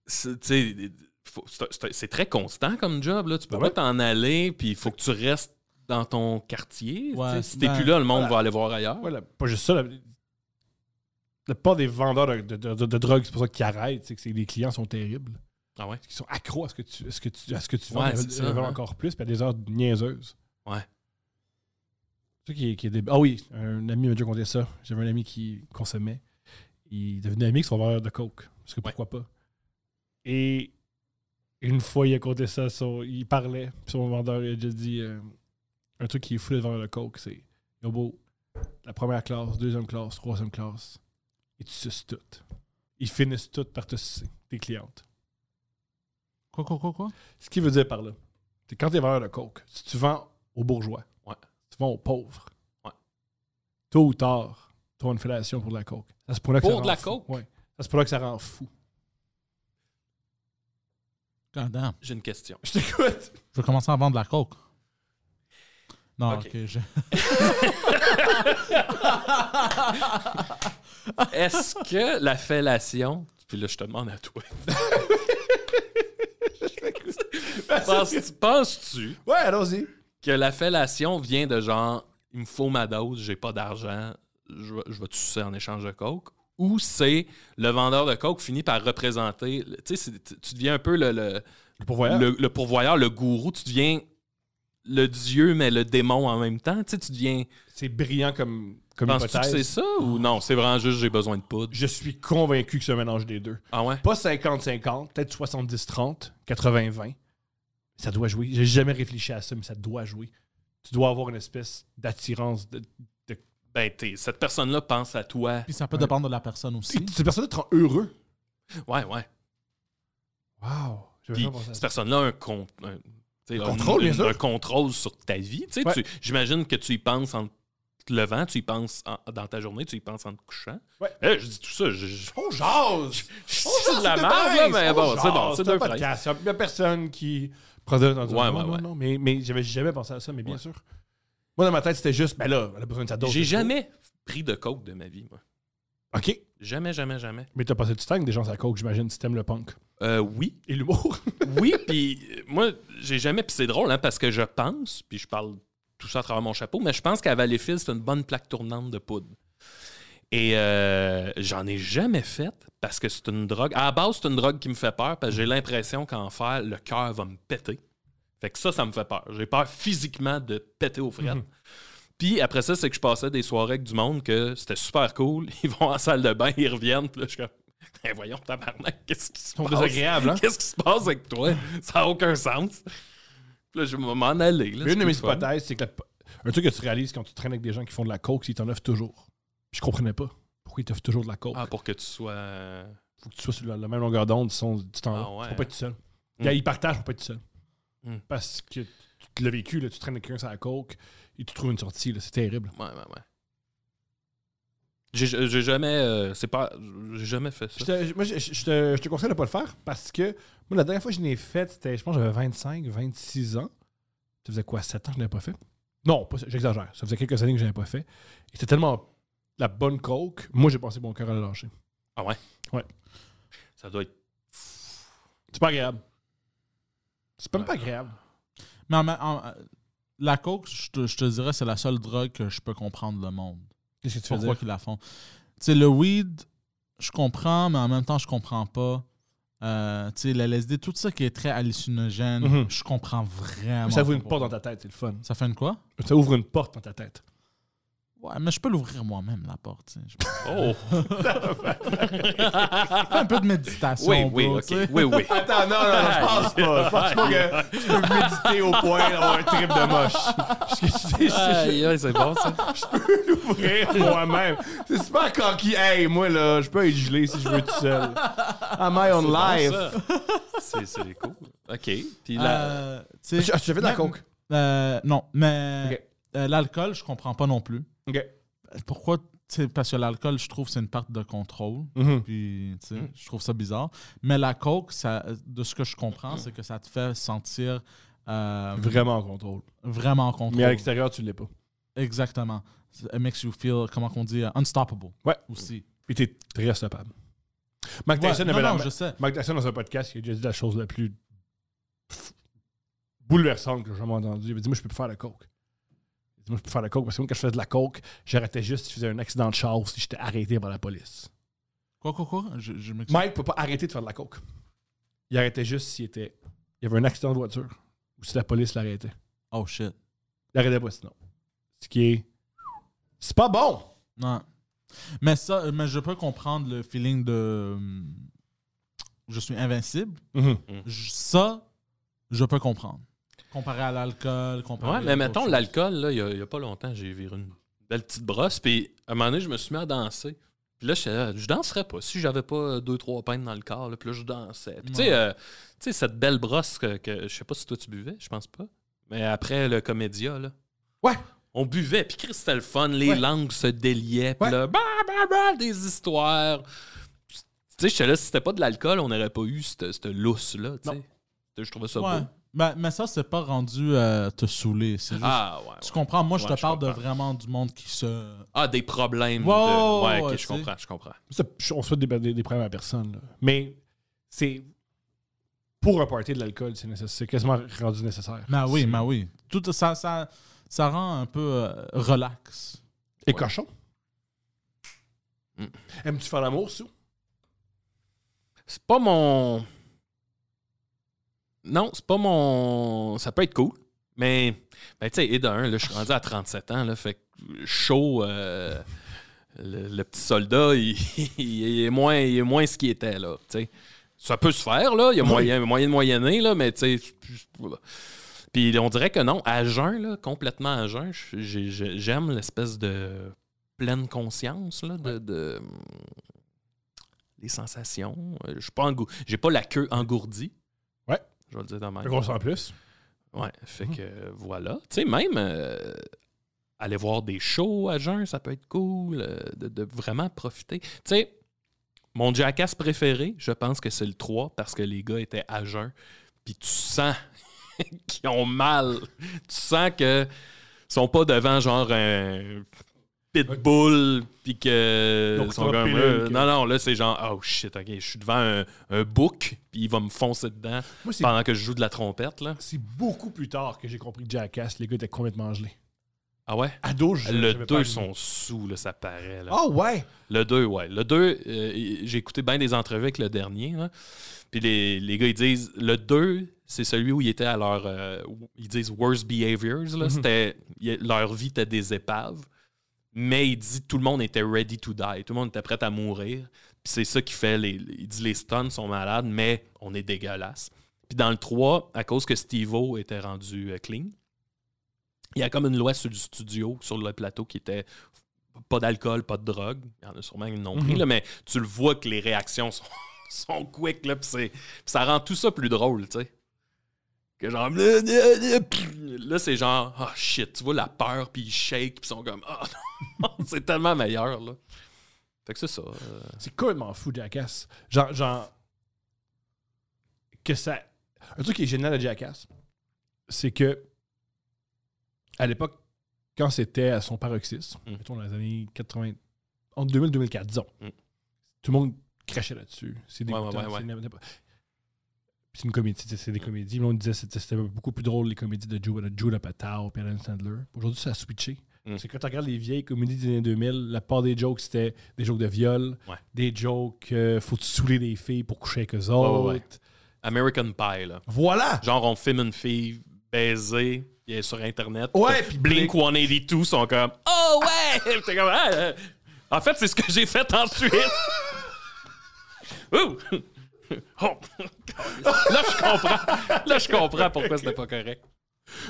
Speaker 4: c'est tu sais, faut- c'est un- c'est un- c'est très constant comme job. Là. Tu peux
Speaker 1: Ben
Speaker 4: pas
Speaker 1: ouais.
Speaker 4: t'en aller, puis il faut que tu restes dans ton quartier. tu
Speaker 2: Ouais,
Speaker 4: sais. si t'es
Speaker 2: ben,
Speaker 4: plus là, le monde
Speaker 1: voilà.
Speaker 4: va aller voir ailleurs.
Speaker 1: Ouais, la- pas juste ça. La, la plupart des vendeurs de, de, de- de drogue, c'est pour ça qu'ils arrêtent. c'est que c'est- les clients sont terribles.
Speaker 4: Ah ouais?
Speaker 1: Ils sont accros à ce que tu, à ce que tu, à ce que tu vends.
Speaker 4: Ouais,
Speaker 1: ils veulent-
Speaker 4: c'est
Speaker 1: ils
Speaker 4: ça,
Speaker 1: veulent
Speaker 4: hein.
Speaker 1: encore plus, puis à des heures niaiseuses.
Speaker 4: Ouais.
Speaker 1: C'est ça qui est, qui est dé- Ah oui, un ami m'a déjà conté ça. J'avais un ami qui consommait. Il devenait ami avec son vendeur de coke. Parce que pourquoi pas? Et une fois, il a compté ça. son- il parlait. Puis son vendeur il a déjà dit euh, un truc qui est fou, le vendeur de coke, c'est il a beau la première classe, deuxième classe, troisième classe, et tu suces toutes. Ils finissent toutes par te sucer, tes clientes.
Speaker 2: Quoi, quoi, quoi, quoi?
Speaker 1: Ce qu'il veut dire par là, c'est quand t'es vendeur de coke, si tu vends aux bourgeois,
Speaker 4: Ouais.
Speaker 1: si tu vends aux pauvres,
Speaker 4: Ouais.
Speaker 1: tôt ou tard, tu une fellation pour de la coke. Ça se pourrait que
Speaker 4: Pour
Speaker 1: ça rend
Speaker 4: de la
Speaker 1: fou.
Speaker 4: coke?
Speaker 1: Ouais. Ça se pourrait que ça rend fou.
Speaker 2: God Ah, damn.
Speaker 4: J'ai une question.
Speaker 1: Je t'écoute.
Speaker 2: Je vais commencer à vendre de la coke. Non,
Speaker 4: Ok.
Speaker 2: ok. je-
Speaker 4: Est-ce que la fellation. Puis là, je te demande à toi. Penses- Penses-tu
Speaker 1: Ouais, allons-y.
Speaker 4: que la fellation vient de genre, il me faut ma dose, j'ai pas d'argent, je, vais- je vais te sucer en échange de coke? ou c'est le vendeur de coke finit par représenter. le- Tu sais, c'est- tu- tu deviens un peu le, le,
Speaker 1: Le pourvoyeur.
Speaker 4: le- le pourvoyeur, le gourou. Tu deviens le dieu, mais le démon en même temps. Tu sais, tu deviens.
Speaker 1: C'est brillant comme, comme
Speaker 4: Penses-tu que c'est
Speaker 1: hypothèse.
Speaker 4: ça ou non? C'est vraiment juste j'ai besoin de poudre.
Speaker 1: Je suis convaincu que c'est un mélange des deux.
Speaker 4: Ah ouais?
Speaker 1: Pas 50-50, peut-être 70-30, 80-20. Ça doit jouer. J'ai jamais réfléchi à ça, mais ça doit jouer. Tu dois avoir une espèce d'attirance. De,
Speaker 4: Ben, t'es- cette personne-là pense à toi.
Speaker 2: Puis ça peut dépendre de la personne aussi.
Speaker 1: Cette personne-là te rend heureux.
Speaker 4: Ouais, ouais.
Speaker 1: Wow.
Speaker 4: Puis cette personne-là a un, con- un- tu sais,
Speaker 1: Un
Speaker 4: a
Speaker 1: contrôle, bien
Speaker 4: une-
Speaker 1: sûr.
Speaker 4: un contrôle sur ta vie. tu sais.
Speaker 1: Ouais.
Speaker 4: Tu- J'imagine que tu y penses en te levant, tu y penses en- dans ta journée, tu y penses en te couchant.
Speaker 1: Ouais.
Speaker 4: Eh, je dis tout ça. Je, je-
Speaker 1: On jase!
Speaker 4: je-
Speaker 1: On
Speaker 4: c'est
Speaker 1: jase,
Speaker 4: de la
Speaker 1: c'est
Speaker 4: merde, là,
Speaker 1: nice,
Speaker 4: mais
Speaker 1: on
Speaker 4: bon, c'est
Speaker 1: jase,
Speaker 4: bon, c'est deux
Speaker 1: un
Speaker 4: frères.
Speaker 1: podcast. Il y a personne qui prend de
Speaker 4: Ouais,
Speaker 1: non,
Speaker 4: ouais,
Speaker 1: non,
Speaker 4: ouais.
Speaker 1: non, mais, mais j'avais jamais pensé à ça, mais bien
Speaker 4: Ouais.
Speaker 1: sûr. Moi, dans ma tête, c'était juste, ben là, elle a besoin de sa dose.
Speaker 4: J'ai
Speaker 1: c'est cool.
Speaker 4: jamais pris de coke de ma vie, moi.
Speaker 1: OK.
Speaker 4: Jamais, jamais, jamais.
Speaker 1: Mais t'as passé du temps avec des gens à la coke, j'imagine, si t'aimes le punk.
Speaker 4: Euh, oui,
Speaker 1: Et l'humour.
Speaker 4: Oui, puis euh, moi, j'ai jamais. Puis c'est drôle, hein, parce que je pense, puis je parle tout ça à travers mon chapeau, mais je pense qu'à Valleyfield, c'est une bonne plaque tournante de poudre. Et euh, j'en ai jamais fait parce que c'est une drogue. À la base, c'est une drogue qui me fait peur parce que j'ai l'impression qu'en faire, le cœur va me péter. Fait que ça, ça me fait peur. J'ai peur physiquement de péter aux frettes. Puis après ça, c'est que je passais des soirées avec du monde que c'était super cool. Ils vont en salle de bain, ils reviennent. Puis là, je suis comme, ben voyons, tabarnak, qu'est-ce qui se
Speaker 1: sont
Speaker 4: passe?
Speaker 1: désagréables, hein?
Speaker 4: Qu'est-ce qui se passe avec toi? Ça n'a aucun sens. Puis là, je vais m'en aller. là,
Speaker 1: Mais
Speaker 4: c'est
Speaker 1: une de
Speaker 4: plus
Speaker 1: mes
Speaker 4: fun.
Speaker 1: hypothèses, c'est que la- un truc que tu réalises quand tu traînes avec des gens qui font de la coke, c'est qu'ils t'en offrent toujours. Puis je comprenais pas pourquoi ils t'offrent toujours de la coke.
Speaker 4: Ah, pour que tu sois. euh,
Speaker 1: faut que tu sois sur la, la même longueur d'onde, sinon tu t'en
Speaker 4: Ah
Speaker 1: vas.
Speaker 4: ouais.
Speaker 1: Tu peux pas être tout seul.
Speaker 4: Mm.
Speaker 1: Gars, Ils partagent, faut pas être tout seul.
Speaker 4: Mm.
Speaker 1: Parce que tu tu l'as vécu, là, tu traînes avec quelqu'un sur la coke et tu trouves une sortie, là, c'est terrible.
Speaker 4: Ouais, ouais, ouais. J'ai j'ai jamais. euh, c'est pas. J'ai jamais fait
Speaker 1: Je
Speaker 4: ça.
Speaker 1: te, moi, je, je- je te, je te conseille de pas le faire parce que moi, la dernière fois que je l'ai fait, c'était, je pense, que j'avais 25, 26 ans. Ça faisait quoi, 7 ans que je l'avais pas fait? Non, pas ça, j'exagère. Ça faisait quelques années que je l'avais pas fait. Et c'était tellement la bonne coke, moi, j'ai passé mon cœur à la lâcher.
Speaker 4: Ça doit être.
Speaker 1: C'est pas agréable. C'est même pas
Speaker 4: Ouais.
Speaker 1: agréable.
Speaker 2: Mais en- en- euh, la coke, je te, je te dirais, c'est la seule drogue que je peux comprendre le monde.
Speaker 1: Qu'est-ce que tu veux
Speaker 2: Pourquoi
Speaker 1: dire?
Speaker 2: qu'ils la font. Tu sais, le weed, je comprends, mais en même temps, je comprends pas. Euh, tu sais, le LSD, tout ça qui est très hallucinogène,
Speaker 1: Mhm.
Speaker 2: je comprends vraiment.
Speaker 1: Ça ouvre
Speaker 2: pas
Speaker 1: une porte dans
Speaker 2: pourquoi.
Speaker 1: ta tête, c'est le fun.
Speaker 2: Ça fait une quoi?
Speaker 1: Ça ouvre une porte dans ta tête.
Speaker 2: Ouais, mais je peux l'ouvrir moi-même, la porte. tu sais. Je fais
Speaker 4: Oh!
Speaker 2: un peu de méditation.
Speaker 4: oui, oui,
Speaker 2: bro,
Speaker 4: ok.
Speaker 2: tu sais.
Speaker 4: Oui, oui.
Speaker 3: Attends, non, non, non, je pense pas. Je pense pas que tu peux méditer au point d'avoir un trip de
Speaker 4: Aïe, aïe, c'est bon, ça.
Speaker 3: mourir moi-même. C'est super coquille. Hey, moi, là, je peux être gelé si je veux tout seul. Am I on
Speaker 4: C'est
Speaker 3: live?
Speaker 4: bon, ça. C'est c'est cool. OK. Puis là.
Speaker 2: Euh, tu
Speaker 1: Tu
Speaker 2: sais,
Speaker 1: tu as fait de la
Speaker 2: Mais-
Speaker 1: coke.
Speaker 2: euh, non, mais
Speaker 1: Ok.
Speaker 2: euh, l'alcool, je comprends pas non plus.
Speaker 1: OK.
Speaker 2: Pourquoi? tu sais, Parce que l'alcool, je trouve, c'est une perte de contrôle.
Speaker 3: Mhm.
Speaker 2: Puis, tu sais,
Speaker 4: Mm.
Speaker 2: je trouve ça bizarre. Mais la coke, ça, de ce que je comprends, c'est que ça te fait sentir euh,
Speaker 1: Vraiment en contrôle.
Speaker 2: vraiment en contrôle.
Speaker 1: Mais à l'extérieur, tu l'es pas.
Speaker 2: Exactement. It makes you feel, comment qu'on dit, euh, unstoppable.
Speaker 1: Ouais.
Speaker 2: Aussi.
Speaker 1: Puis t'es très stoppable. Mike
Speaker 2: Ouais,
Speaker 1: Tyson
Speaker 2: non,
Speaker 1: avait la-
Speaker 2: non, je sais.
Speaker 1: Mike Tyson, dans un podcast, il a déjà dit la chose la plus pff, bouleversante que j'ai jamais entendue. Il m'a dit Moi, je peux plus faire la coke. Il dit, Moi, je peux faire la coke parce que moi, quand je faisais de la coke, j'arrêtais juste si je faisais un accident de char ou si j'étais arrêté par la police.
Speaker 2: Quoi, quoi, quoi? Je, je m'excuse.
Speaker 1: Mike peut pas arrêter de faire de la coke. Il arrêtait juste s'il était. Il y avait un accident de voiture ou si la police l'arrêtait.
Speaker 2: Oh, shit.
Speaker 1: Il arrêtait pas sinon. Ce qui est. C'est pas bon!
Speaker 2: Non. Mais ça, euh, mais je peux comprendre le feeling de... hum, Je suis invincible.
Speaker 1: Mm-hmm.
Speaker 2: Je- ça, je peux comprendre. Comparé à l'alcool, comparé
Speaker 4: Ouais,
Speaker 2: à
Speaker 4: mais mettons,
Speaker 2: d'autres
Speaker 4: l'alcool, là, il y a, il y a pas longtemps, j'ai viré une belle petite brosse, puis à un moment donné, je me suis mis à danser. Puis là, je, euh, je danserais pas si j'avais pas euh, deux, trois pintes dans le corps, là, puis là, je dansais. Puis tu
Speaker 2: Ouais.
Speaker 4: sais, euh, tu sais, cette belle brosse que, que- je sais pas si toi tu buvais, je pense pas, mais après le comédia, là.
Speaker 1: Ouais.
Speaker 4: On buvait, puis Chris, c'était le fun, les
Speaker 1: Ouais.
Speaker 4: langues se déliaient, puis
Speaker 1: Ouais.
Speaker 4: là, bah, bah, bah, des histoires. Puis, Tu sais, j'étais là, si c'était pas de l'alcool, on n'aurait pas eu cette, cette lousse-là, tu sais. Je trouvais ça
Speaker 2: choses. Ouais.
Speaker 4: beau.
Speaker 2: Mais, mais ça, c'est pas rendu euh, te saouler. C'est juste
Speaker 4: Ah, ouais.
Speaker 2: Tu
Speaker 4: ouais.
Speaker 2: comprends? Moi, je
Speaker 4: Ouais,
Speaker 2: te
Speaker 4: je
Speaker 2: parle de
Speaker 4: comprends.
Speaker 2: vraiment du monde qui se.
Speaker 4: Ah, des problèmes.
Speaker 2: Ouais, ouais,
Speaker 4: de... ouais,
Speaker 2: ouais,
Speaker 4: ok,
Speaker 2: tu
Speaker 4: je
Speaker 2: sais.
Speaker 4: comprends, je comprends.
Speaker 1: Ça, je- on souhaite des, des, des problèmes à personne. là. Mais c'est. Pour un party de l'alcool, c'est nécessaire. C'est quasiment rendu nécessaire.
Speaker 2: Mais Ben oui,
Speaker 1: C'est-
Speaker 2: mais oui. Tout ça, ça, ça rend un peu euh, relax.
Speaker 1: Et
Speaker 4: Ouais.
Speaker 1: cochon.
Speaker 4: Mm.
Speaker 1: Aimes-tu faire l'amour, Sou?
Speaker 4: C'est pas mon. Non, c'est pas mon. Ça peut être cool. Mais, ben, tu sais, et de un, là, je suis rendu à 37 ans, là, fait que chaud, euh, le, le petit soldat, il, il est moins, il est moins ce qu'il était, là, tu sais. Ça peut se faire, là, il y a moyen, moyen de moyenner, là, mais, tu sais, c'est plus- puis on dirait que non, à jeun, là, complètement à jeun, j'ai- j'ai- j'aime l'espèce de pleine conscience, là, de... de- les sensations. Euh, Je suis pas engou- j'ai pas la queue engourdie.
Speaker 1: Ouais.
Speaker 4: Je vais le dire de même.
Speaker 1: Un gros en plus.
Speaker 4: Ouais, fait
Speaker 1: Hum.
Speaker 4: que euh, voilà. Tu sais, même euh, aller voir des shows à jeun, ça peut être cool, euh, de, de vraiment profiter. Tu sais, mon jackass préféré, je pense que c'est le 3 parce que les gars étaient à jeun, puis tu sens qu'ils ont mal. Tu sens que sont pas devant genre un pitbull, puis que
Speaker 1: Donc,
Speaker 4: sont
Speaker 1: toi,
Speaker 4: comme,
Speaker 1: pilule,
Speaker 4: euh,
Speaker 1: que-
Speaker 4: non non là c'est genre oh shit ok je suis devant un, un bouc puis il va me foncer dedans
Speaker 1: Moi, c'est
Speaker 4: pendant que je joue de la trompette là
Speaker 1: c'est beaucoup plus tard que j'ai compris que Jackass, les gars étaient complètement gelés.
Speaker 4: ah ouais
Speaker 1: Ado, je
Speaker 4: Le
Speaker 1: j'avais pas
Speaker 4: 2
Speaker 1: allumé.
Speaker 4: sont sous, là, ça paraît. là.
Speaker 1: Ah ouais!
Speaker 4: Le 2, ouais. Le 2, j'ai écouté bien des entrevues avec le dernier. là. Puis les, les gars, ils disent le 2, c'est celui où ils étaient à leur. euh, ils disent worst behaviors. Là.
Speaker 1: Mhm.
Speaker 4: C'était- il- leur vie était des épaves. Mais il dit tout le monde était ready to die. Tout le monde était prêt à mourir. Puis c'est ça qui fait. Les, il dit les stuns sont malades, mais on est dégueulasse. Puis dans le 3, à cause que Steve-O était rendu euh, clean, il y a comme une loi sur le studio, sur le plateau, qui était pas d'alcool, pas de drogue. Il y en a sûrement qui l'ont pris,
Speaker 1: Mhm.
Speaker 4: là, mais tu le vois que les réactions sont, sont quick, là, puis c'est- puis ça rend tout ça plus drôle, tu sais. Que genre, là, là, là, pff, là, c'est genre, ah shit, tu vois la peur, puis ils shake, puis ils sont comme, ah non, c'est tellement meilleur, là. Fait que c'est ça. euh,
Speaker 1: C'est complètement fou, Jackass. Genre, genre. Que ça. Un truc qui est génial à Jackass, c'est que. À l'époque, quand c'était à son paroxysme,
Speaker 4: Mm.
Speaker 1: mettons dans les années 80. Entre 2000 et 2004, disons.
Speaker 4: Mm.
Speaker 1: Tout le monde crachait là-dessus. C'est
Speaker 4: Ouais, ouais,
Speaker 1: dégoûtant,
Speaker 4: ouais, ouais. Mm.
Speaker 1: c'est n'importe quoi. Puis c'est une comédie, tu sais, c'est des comédies. Là, on disait c'était c'était beaucoup plus drôle les comédies de Joe, de Joe Apatow puis Adam Sandler. Aujourd'hui, ça a switché.
Speaker 4: Mm.
Speaker 1: C'est que quand tu regardes les vieilles comédies des années 2000, la part des jokes, c'était des jokes de viol,
Speaker 4: Ouais.
Speaker 1: des jokes euh, faut-tu saouler les filles pour coucher avec eux autres.
Speaker 4: ouais, ouais. American Pie, là.
Speaker 1: Voilà!
Speaker 4: Genre, on filme une fille baiser, puis elle est sur Internet.
Speaker 3: Ouais, puis
Speaker 4: Blink 182 sont comme Oh ouais! Puis t'es comme, Ah, euh, En fait, c'est ce que j'ai fait ensuite. Ouh! Oh. Là, je comprends. Là, je comprends pourquoi c'était pas correct.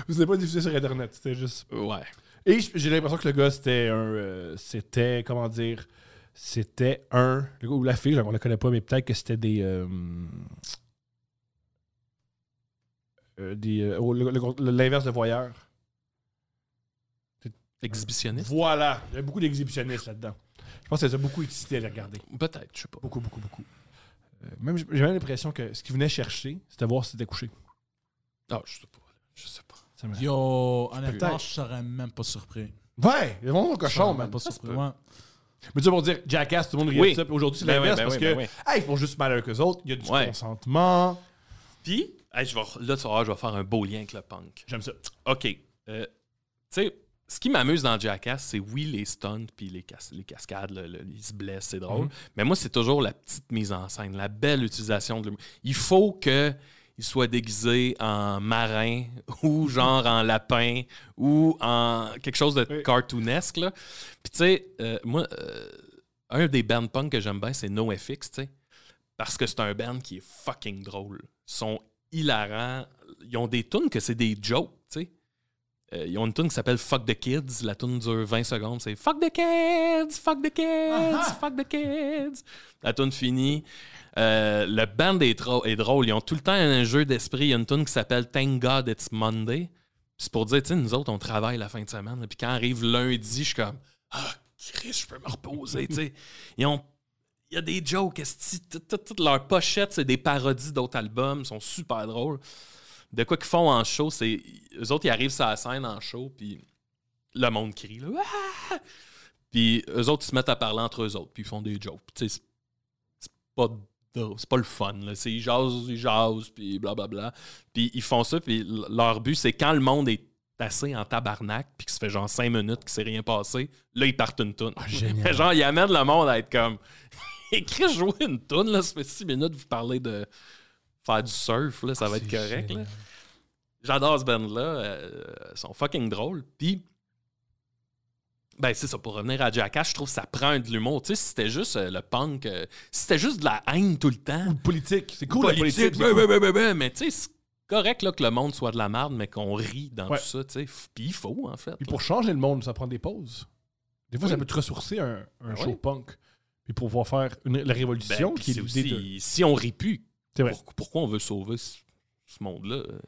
Speaker 1: Vous n'avez pas diffusé sur Internet, c'était juste.
Speaker 4: Ouais.
Speaker 1: Et j- j'ai l'impression que le gars, c'était un. euh, c'était, comment dire. C'était un. Le gars ou la fille, genre, on la connaît pas, mais peut-être que c'était des. euh, euh, des euh, oh, le- le- le- l'inverse de voyeur.
Speaker 4: Exhibitionniste?
Speaker 1: Voilà! Il y a beaucoup d'exhibitionnistes là-dedans. Je pense que ça les a beaucoup excité à les regarder.
Speaker 4: Peut-être, je sais pas.
Speaker 1: Beaucoup, beaucoup, beaucoup. Euh, même, j'ai même l'impression que ce qu'ils venaient chercher, c'était voir si c'était couché.
Speaker 4: Ah, je sais pas. Je sais pas.
Speaker 1: Ça me-
Speaker 2: Yo, honnêtement,
Speaker 1: Peut-être.
Speaker 2: je serais même pas surpris.
Speaker 1: Ouais, ils vont au
Speaker 2: Je serais
Speaker 1: cochon,
Speaker 2: même
Speaker 1: man.
Speaker 2: pas surpris. Ouais.
Speaker 1: Mais ça pour dire, Jackass, tout le monde rit
Speaker 4: Oui.
Speaker 1: de ça. puis Aujourd'hui, c'est
Speaker 4: Ben
Speaker 1: l'inverse
Speaker 4: ouais, ben
Speaker 1: parce
Speaker 4: ouais,
Speaker 1: que,
Speaker 4: ben ouais.
Speaker 1: hey, ils font juste mal avec eux autres. Il y a du
Speaker 4: Ouais.
Speaker 1: consentement.
Speaker 4: Puis, hey, je vais re- là, tu vas voir, je vais faire un beau lien avec le punk.
Speaker 1: J'aime ça.
Speaker 4: OK. Euh, tu sais, ce qui m'amuse dans Jackass, c'est oui, les stunts puis les, cas- les cascades, le- le- ils se blessent, c'est drôle.
Speaker 1: Mhm.
Speaker 4: Mais moi, c'est toujours la petite mise en scène, la belle utilisation de l'humour. Il faut que il soit déguisé en marin ou genre en lapin ou en quelque chose de
Speaker 1: Oui.
Speaker 4: cartoonesque. là. Puis tu sais, euh, moi, euh, un des bands punk que j'aime bien, c'est NoFX, tu sais. Parce que c'est un band qui est fucking drôle. Ils sont hilarants. Ils ont des tunes que c'est des jokes, tu sais. Euh, ils ont une tune qui s'appelle Fuck the Kids. La tune dure 20 secondes. C'est Fuck the Kids, Fuck the Kids, Fuck the Kids. La tune finie. Euh, le band est, dro- est drôle. Ils ont tout le temps un jeu d'esprit. Il y a une tune qui s'appelle Thank God It's Monday. Puis C'est pour dire, tu sais, nous autres, on travaille la fin de semaine. là. Puis quand arrive lundi, je suis comme Ah, Chris, je peux me reposer. tu sais. Ils ont il y a des jokes, esti. Tout- tout- toutes leurs pochettes, c'est des parodies d'autres albums, sont super drôles. De quoi qu'ils font en show, c'est. Eux autres, ils arrivent sur la scène en show, puis le monde crie, là. Ah! Puis eux autres, ils se mettent à parler entre eux autres, puis ils font des jokes. Puis, tu sais, c'est- c'est pas drôle, c'est pas le fun, là. C'est- Ils jasent, ils jasent, puis blablabla. Puis ils font ça, puis l- leur but, c'est quand le monde est tassé en tabarnak, puis qui se fait genre 5 minutes, qu'il s'est rien passé, là, ils partent une toune.
Speaker 1: génial.
Speaker 4: Mais genre, ils amènent le monde à être comme. Écris jouer une toune, là, ça fait 6 minutes, vous parlez de faire du surf, là, ça
Speaker 1: Ah,
Speaker 4: va être correct, là. J'adore ce band-là. euh, ils sont fucking drôles. Puis, ben, c'est ça. Pour revenir à Jackass, je trouve que ça prend de l'humour. Tu sais, si c'était juste euh, le punk, euh, si c'était juste de la haine tout le temps.
Speaker 3: Politique. C'est cool, la politique.
Speaker 4: ouais, ouais, ouais, ouais, ouais, mais tu sais, c'est correct là, que le monde soit de la merde, mais qu'on rit dans
Speaker 1: Ouais.
Speaker 4: tout ça. tu sais. F- Puis il faut, en fait.
Speaker 1: Puis
Speaker 4: là.
Speaker 1: pour changer le monde, ça prend des pauses. Des fois, ça
Speaker 4: Oui.
Speaker 1: peut te ressourcer un, un
Speaker 4: Ah
Speaker 1: show
Speaker 4: oui.
Speaker 1: punk. Puis pour pouvoir faire une- la
Speaker 4: Ben,
Speaker 1: révolution
Speaker 4: puis
Speaker 1: qui est
Speaker 4: c'est
Speaker 1: l'idée de-
Speaker 4: aussi, si on rit plus,
Speaker 1: C'est vrai.
Speaker 4: pour- pourquoi on veut sauver ce, ce monde-là? Euh,